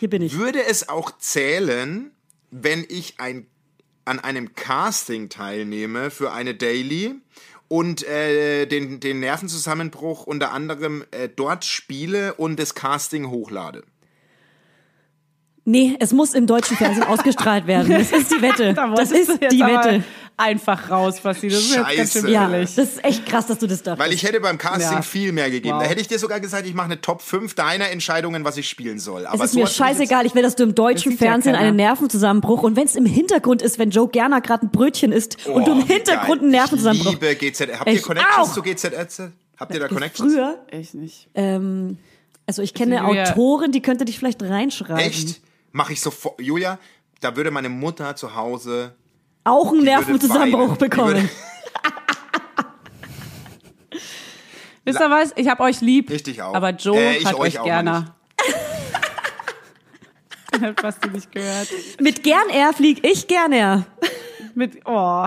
[SPEAKER 3] Hier bin ich.
[SPEAKER 2] Würde es auch zählen, wenn ich ein, an einem Casting teilnehme für eine Daily und äh, den, den Nervenzusammenbruch unter anderem äh, dort spiele und das Casting hochlade?
[SPEAKER 3] Nee, es muss im deutschen Fernsehen ausgestrahlt werden. Das ist die Wette.
[SPEAKER 1] Da
[SPEAKER 3] Das
[SPEAKER 1] wolltest
[SPEAKER 3] ist
[SPEAKER 1] du jetzt
[SPEAKER 3] die
[SPEAKER 1] aber
[SPEAKER 3] Wette.
[SPEAKER 1] Einfach raus, Basti. Das ist jetzt ganz schön
[SPEAKER 2] Scheiße.
[SPEAKER 3] Ja,
[SPEAKER 1] billig.
[SPEAKER 3] das ist echt krass, dass du das dachtest.
[SPEAKER 2] Weil ich hätte beim Casting
[SPEAKER 1] Ja.
[SPEAKER 2] viel mehr gegeben.
[SPEAKER 1] Wow.
[SPEAKER 2] Da hätte ich dir sogar gesagt, ich mache eine Top 5 deiner Entscheidungen, was ich spielen soll.
[SPEAKER 3] es
[SPEAKER 2] Aber
[SPEAKER 3] ist
[SPEAKER 2] so
[SPEAKER 3] mir
[SPEAKER 2] hast du mich jetzt-
[SPEAKER 3] scheißegal, ich will, dass du im deutschen
[SPEAKER 1] sieht ja
[SPEAKER 3] Fernsehen
[SPEAKER 1] keiner.
[SPEAKER 3] einen Nervenzusammenbruch und wenn es im Hintergrund ist, wenn Joe Gerner gerade ein Brötchen isst und du
[SPEAKER 2] Oh,
[SPEAKER 3] im
[SPEAKER 2] wie
[SPEAKER 3] Hintergrund
[SPEAKER 2] geil.
[SPEAKER 3] einen Nervenzusammenbruch.
[SPEAKER 2] Ich liebe GZR. Habt ihr
[SPEAKER 3] Ich
[SPEAKER 2] Connections
[SPEAKER 3] auch.
[SPEAKER 2] zu GZRZ? Habt ihr da Connections?
[SPEAKER 3] Früher,
[SPEAKER 1] Ich nicht.
[SPEAKER 3] ähm, also ich kenne
[SPEAKER 1] Julia-
[SPEAKER 3] Autoren, die könnte dich vielleicht reinschreiben.
[SPEAKER 2] Echt? Mache ich sofort. Julia, da würde meine Mutter zu Hause
[SPEAKER 3] Auch einen
[SPEAKER 2] Die würde
[SPEAKER 3] Nervenzusammenbruch
[SPEAKER 2] weinen. Die würde-
[SPEAKER 3] bekommen.
[SPEAKER 1] Wisst ihr was? Ich hab euch lieb.
[SPEAKER 2] Ich dich auch.
[SPEAKER 1] Aber Joe
[SPEAKER 2] Äh, ich
[SPEAKER 1] hat
[SPEAKER 2] euch
[SPEAKER 1] euch,
[SPEAKER 2] auch
[SPEAKER 1] gerne. hat Basti nicht gehört.
[SPEAKER 3] Mit gern er flieg ich gern er.
[SPEAKER 1] Mit, oh.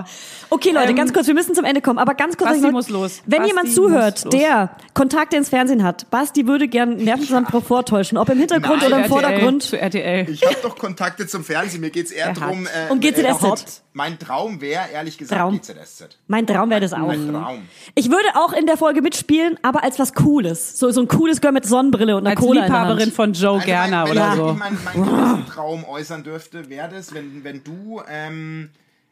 [SPEAKER 3] Okay, Leute,
[SPEAKER 1] Ähm,
[SPEAKER 3] ganz kurz, wir müssen zum Ende kommen, aber ganz kurz.
[SPEAKER 1] Basti
[SPEAKER 3] ich noch-
[SPEAKER 1] muss los.
[SPEAKER 3] Wenn
[SPEAKER 1] Basti
[SPEAKER 3] jemand
[SPEAKER 1] muss
[SPEAKER 3] zuhört,
[SPEAKER 1] los.
[SPEAKER 3] der Kontakte ins Fernsehen hat, Basti würde gern einen Nervenzusammenbruch vortäuschen, ob im Hintergrund
[SPEAKER 2] Nein,
[SPEAKER 3] oder im
[SPEAKER 1] RTL,
[SPEAKER 3] Vordergrund.
[SPEAKER 1] Zu RTL.
[SPEAKER 2] Ich habe doch Kontakte zum Fernsehen. Mir geht's eher
[SPEAKER 1] Er hat.
[SPEAKER 2] drum. Äh,
[SPEAKER 3] Um GZSZ.
[SPEAKER 2] äh, überhaupt, mein Traum wäre, ehrlich gesagt,
[SPEAKER 3] Traum.
[SPEAKER 2] GZSZ.
[SPEAKER 3] Mein Traum wäre das auch.
[SPEAKER 2] Mein Traum.
[SPEAKER 3] Ich würde auch in der Folge mitspielen, aber als was Cooles. So, so ein cooles Girl mit Sonnenbrille und einer
[SPEAKER 1] Als
[SPEAKER 3] Cola in der
[SPEAKER 1] Liebhaberin
[SPEAKER 3] Hand.
[SPEAKER 1] von Joe
[SPEAKER 2] Also,
[SPEAKER 1] Gerner
[SPEAKER 2] wenn, wenn
[SPEAKER 1] oder
[SPEAKER 2] ich
[SPEAKER 1] so.
[SPEAKER 2] wirklich meinen meinen größten Traum äußern dürfte, wäre das, wenn, wenn du, ähm,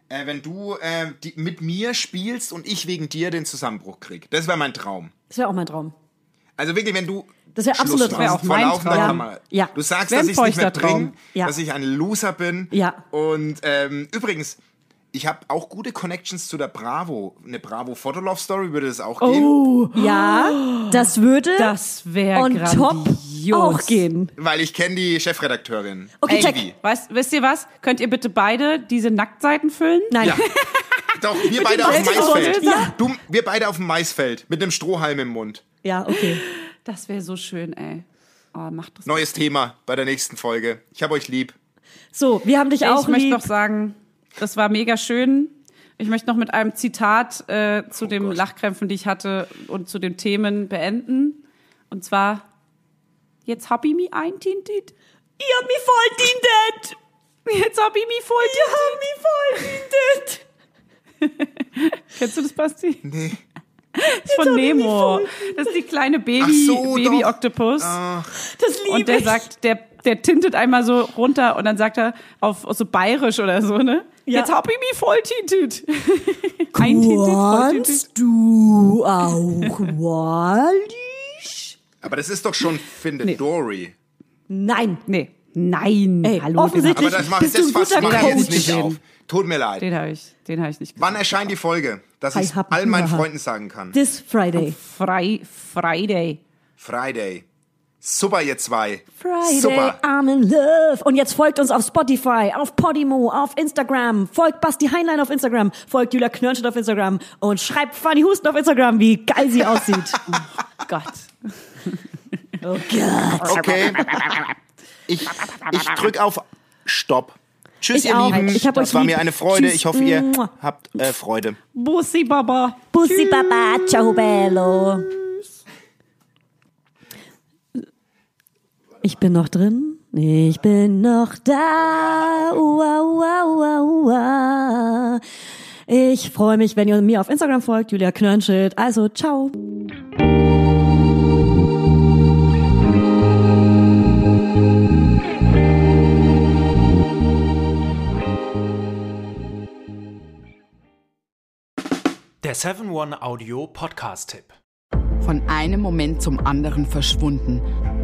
[SPEAKER 2] äh, wenn du äh, die, mit mir spielst und ich wegen dir den Zusammenbruch krieg. Das wäre mein Traum.
[SPEAKER 3] Das wäre auch mein Traum.
[SPEAKER 2] Also wirklich, wenn du
[SPEAKER 3] Das wäre absolut-
[SPEAKER 2] Schluss
[SPEAKER 3] wär
[SPEAKER 2] machst
[SPEAKER 1] auch
[SPEAKER 2] vor
[SPEAKER 1] mein
[SPEAKER 2] laufender
[SPEAKER 1] Traum.
[SPEAKER 2] Kamera.
[SPEAKER 3] Ja.
[SPEAKER 2] Du sagst,
[SPEAKER 1] Wär
[SPEAKER 2] dass
[SPEAKER 1] ein
[SPEAKER 2] ich es nicht mehr
[SPEAKER 1] feuchter Traum.
[SPEAKER 2] bringe,
[SPEAKER 3] Ja.
[SPEAKER 2] dass ich ein Loser bin.
[SPEAKER 3] Ja.
[SPEAKER 2] Und ähm, übrigens, ich habe auch gute Connections zu der Bravo. Eine Bravo Fotolove Story würde das auch
[SPEAKER 3] Oh.
[SPEAKER 2] geben,
[SPEAKER 3] Ja, das würde
[SPEAKER 1] Das wär
[SPEAKER 3] Uh, on top
[SPEAKER 1] grandios.
[SPEAKER 3] auch gehen.
[SPEAKER 2] weil ich kenne die Chefredakteurin.
[SPEAKER 3] Okay,
[SPEAKER 2] Ivy.
[SPEAKER 3] check.
[SPEAKER 1] Weißt, wisst ihr was? Könnt ihr bitte beide diese Nacktseiten füllen?
[SPEAKER 3] Nein.
[SPEAKER 2] Ja. Doch, wir beide auf dem
[SPEAKER 3] Seiten so
[SPEAKER 2] Maisfeld.
[SPEAKER 3] Ja.
[SPEAKER 2] Du, wir beide auf dem Maisfeld mit einem Strohhalm im Mund.
[SPEAKER 3] ja, okay.
[SPEAKER 1] Das wäre so schön, ey. Oh, macht das.
[SPEAKER 2] Neues Thema bei der nächsten Folge. Ich habe euch lieb.
[SPEAKER 3] So, wir haben dich auch
[SPEAKER 1] ich möchte
[SPEAKER 3] lieb.
[SPEAKER 1] noch sagen, das war mega schön. Ich möchte noch mit einem Zitat äh,
[SPEAKER 2] Oh
[SPEAKER 1] zu dem Lachkrämpfen, die ich hatte und zu den Themen beenden. Und zwar, jetzt hab ich mich eintintet.
[SPEAKER 3] Ihr habt mich voll dientet.
[SPEAKER 1] Jetzt hab ich mich voll
[SPEAKER 3] Ihr habt mich voll dientet.
[SPEAKER 1] Kennst du das, Basti?
[SPEAKER 2] Nee.
[SPEAKER 1] ist von Nemo. Das ist die kleine Baby,
[SPEAKER 2] Ach so,
[SPEAKER 1] Baby
[SPEAKER 2] doch. Ah.
[SPEAKER 1] Oktopus.
[SPEAKER 3] Das liebe
[SPEAKER 1] und der
[SPEAKER 3] ich.
[SPEAKER 1] sagt, der, der tintet einmal so runter und dann sagt er auf so bayerisch oder so, ne?
[SPEAKER 3] Ja.
[SPEAKER 1] Jetzt hab ich mich voll tintet. Ein Tintet, voll tintet.
[SPEAKER 3] du auch Wallisch?
[SPEAKER 2] Aber das ist doch schon, finde Dory.
[SPEAKER 3] Nein.
[SPEAKER 1] Nee. Nein.
[SPEAKER 3] Ey,
[SPEAKER 1] Hallo,
[SPEAKER 3] offensichtlich
[SPEAKER 2] Aber das mache ich
[SPEAKER 3] bist du
[SPEAKER 2] das
[SPEAKER 3] ein
[SPEAKER 2] Fass
[SPEAKER 3] guter
[SPEAKER 2] mach ich
[SPEAKER 3] Coach.
[SPEAKER 2] jetzt nicht auf. Tut mir leid.
[SPEAKER 1] Den habe ich, den habe ich nicht
[SPEAKER 2] Wann erscheint die Folge, dass
[SPEAKER 3] Ich
[SPEAKER 2] ich
[SPEAKER 3] hab
[SPEAKER 2] all meinen
[SPEAKER 3] Hunger.
[SPEAKER 2] Freunden sagen kann?
[SPEAKER 3] This Friday.
[SPEAKER 1] Frei, Friday.
[SPEAKER 2] Friday. Super, ihr zwei.
[SPEAKER 3] Friday,
[SPEAKER 2] Super.
[SPEAKER 3] I'm in love. Und jetzt folgt uns auf Spotify, auf Podimo, auf Instagram. Folgt Basti Heinlein auf Instagram. Folgt Julia Knirschert auf Instagram. Und schreibt Fanny Husten auf Instagram, wie geil sie aussieht.
[SPEAKER 1] Gott.
[SPEAKER 3] oh Gott.
[SPEAKER 2] Okay. Ich, ich drücke auf Stopp. Tschüss,
[SPEAKER 3] Ich
[SPEAKER 2] ihr
[SPEAKER 3] auch.
[SPEAKER 2] Lieben.
[SPEAKER 3] Ich hab euch
[SPEAKER 2] das war
[SPEAKER 3] lieb.
[SPEAKER 2] mir eine Freude.
[SPEAKER 3] Tschüss.
[SPEAKER 2] Ich hoffe, ihr
[SPEAKER 3] Mua.
[SPEAKER 2] habt äh, Freude.
[SPEAKER 1] Bussi Baba.
[SPEAKER 3] Bussi Baba, ciao bello. Ich bin noch drin. Ich bin noch da. Ua, ua, ua, ua. Ich freue mich, wenn ihr mir auf Instagram folgt, Julia Knörnschild. Also, ciao.
[SPEAKER 6] Der 7-One-Audio-Podcast-Tipp.
[SPEAKER 7] Von einem Moment zum anderen verschwunden,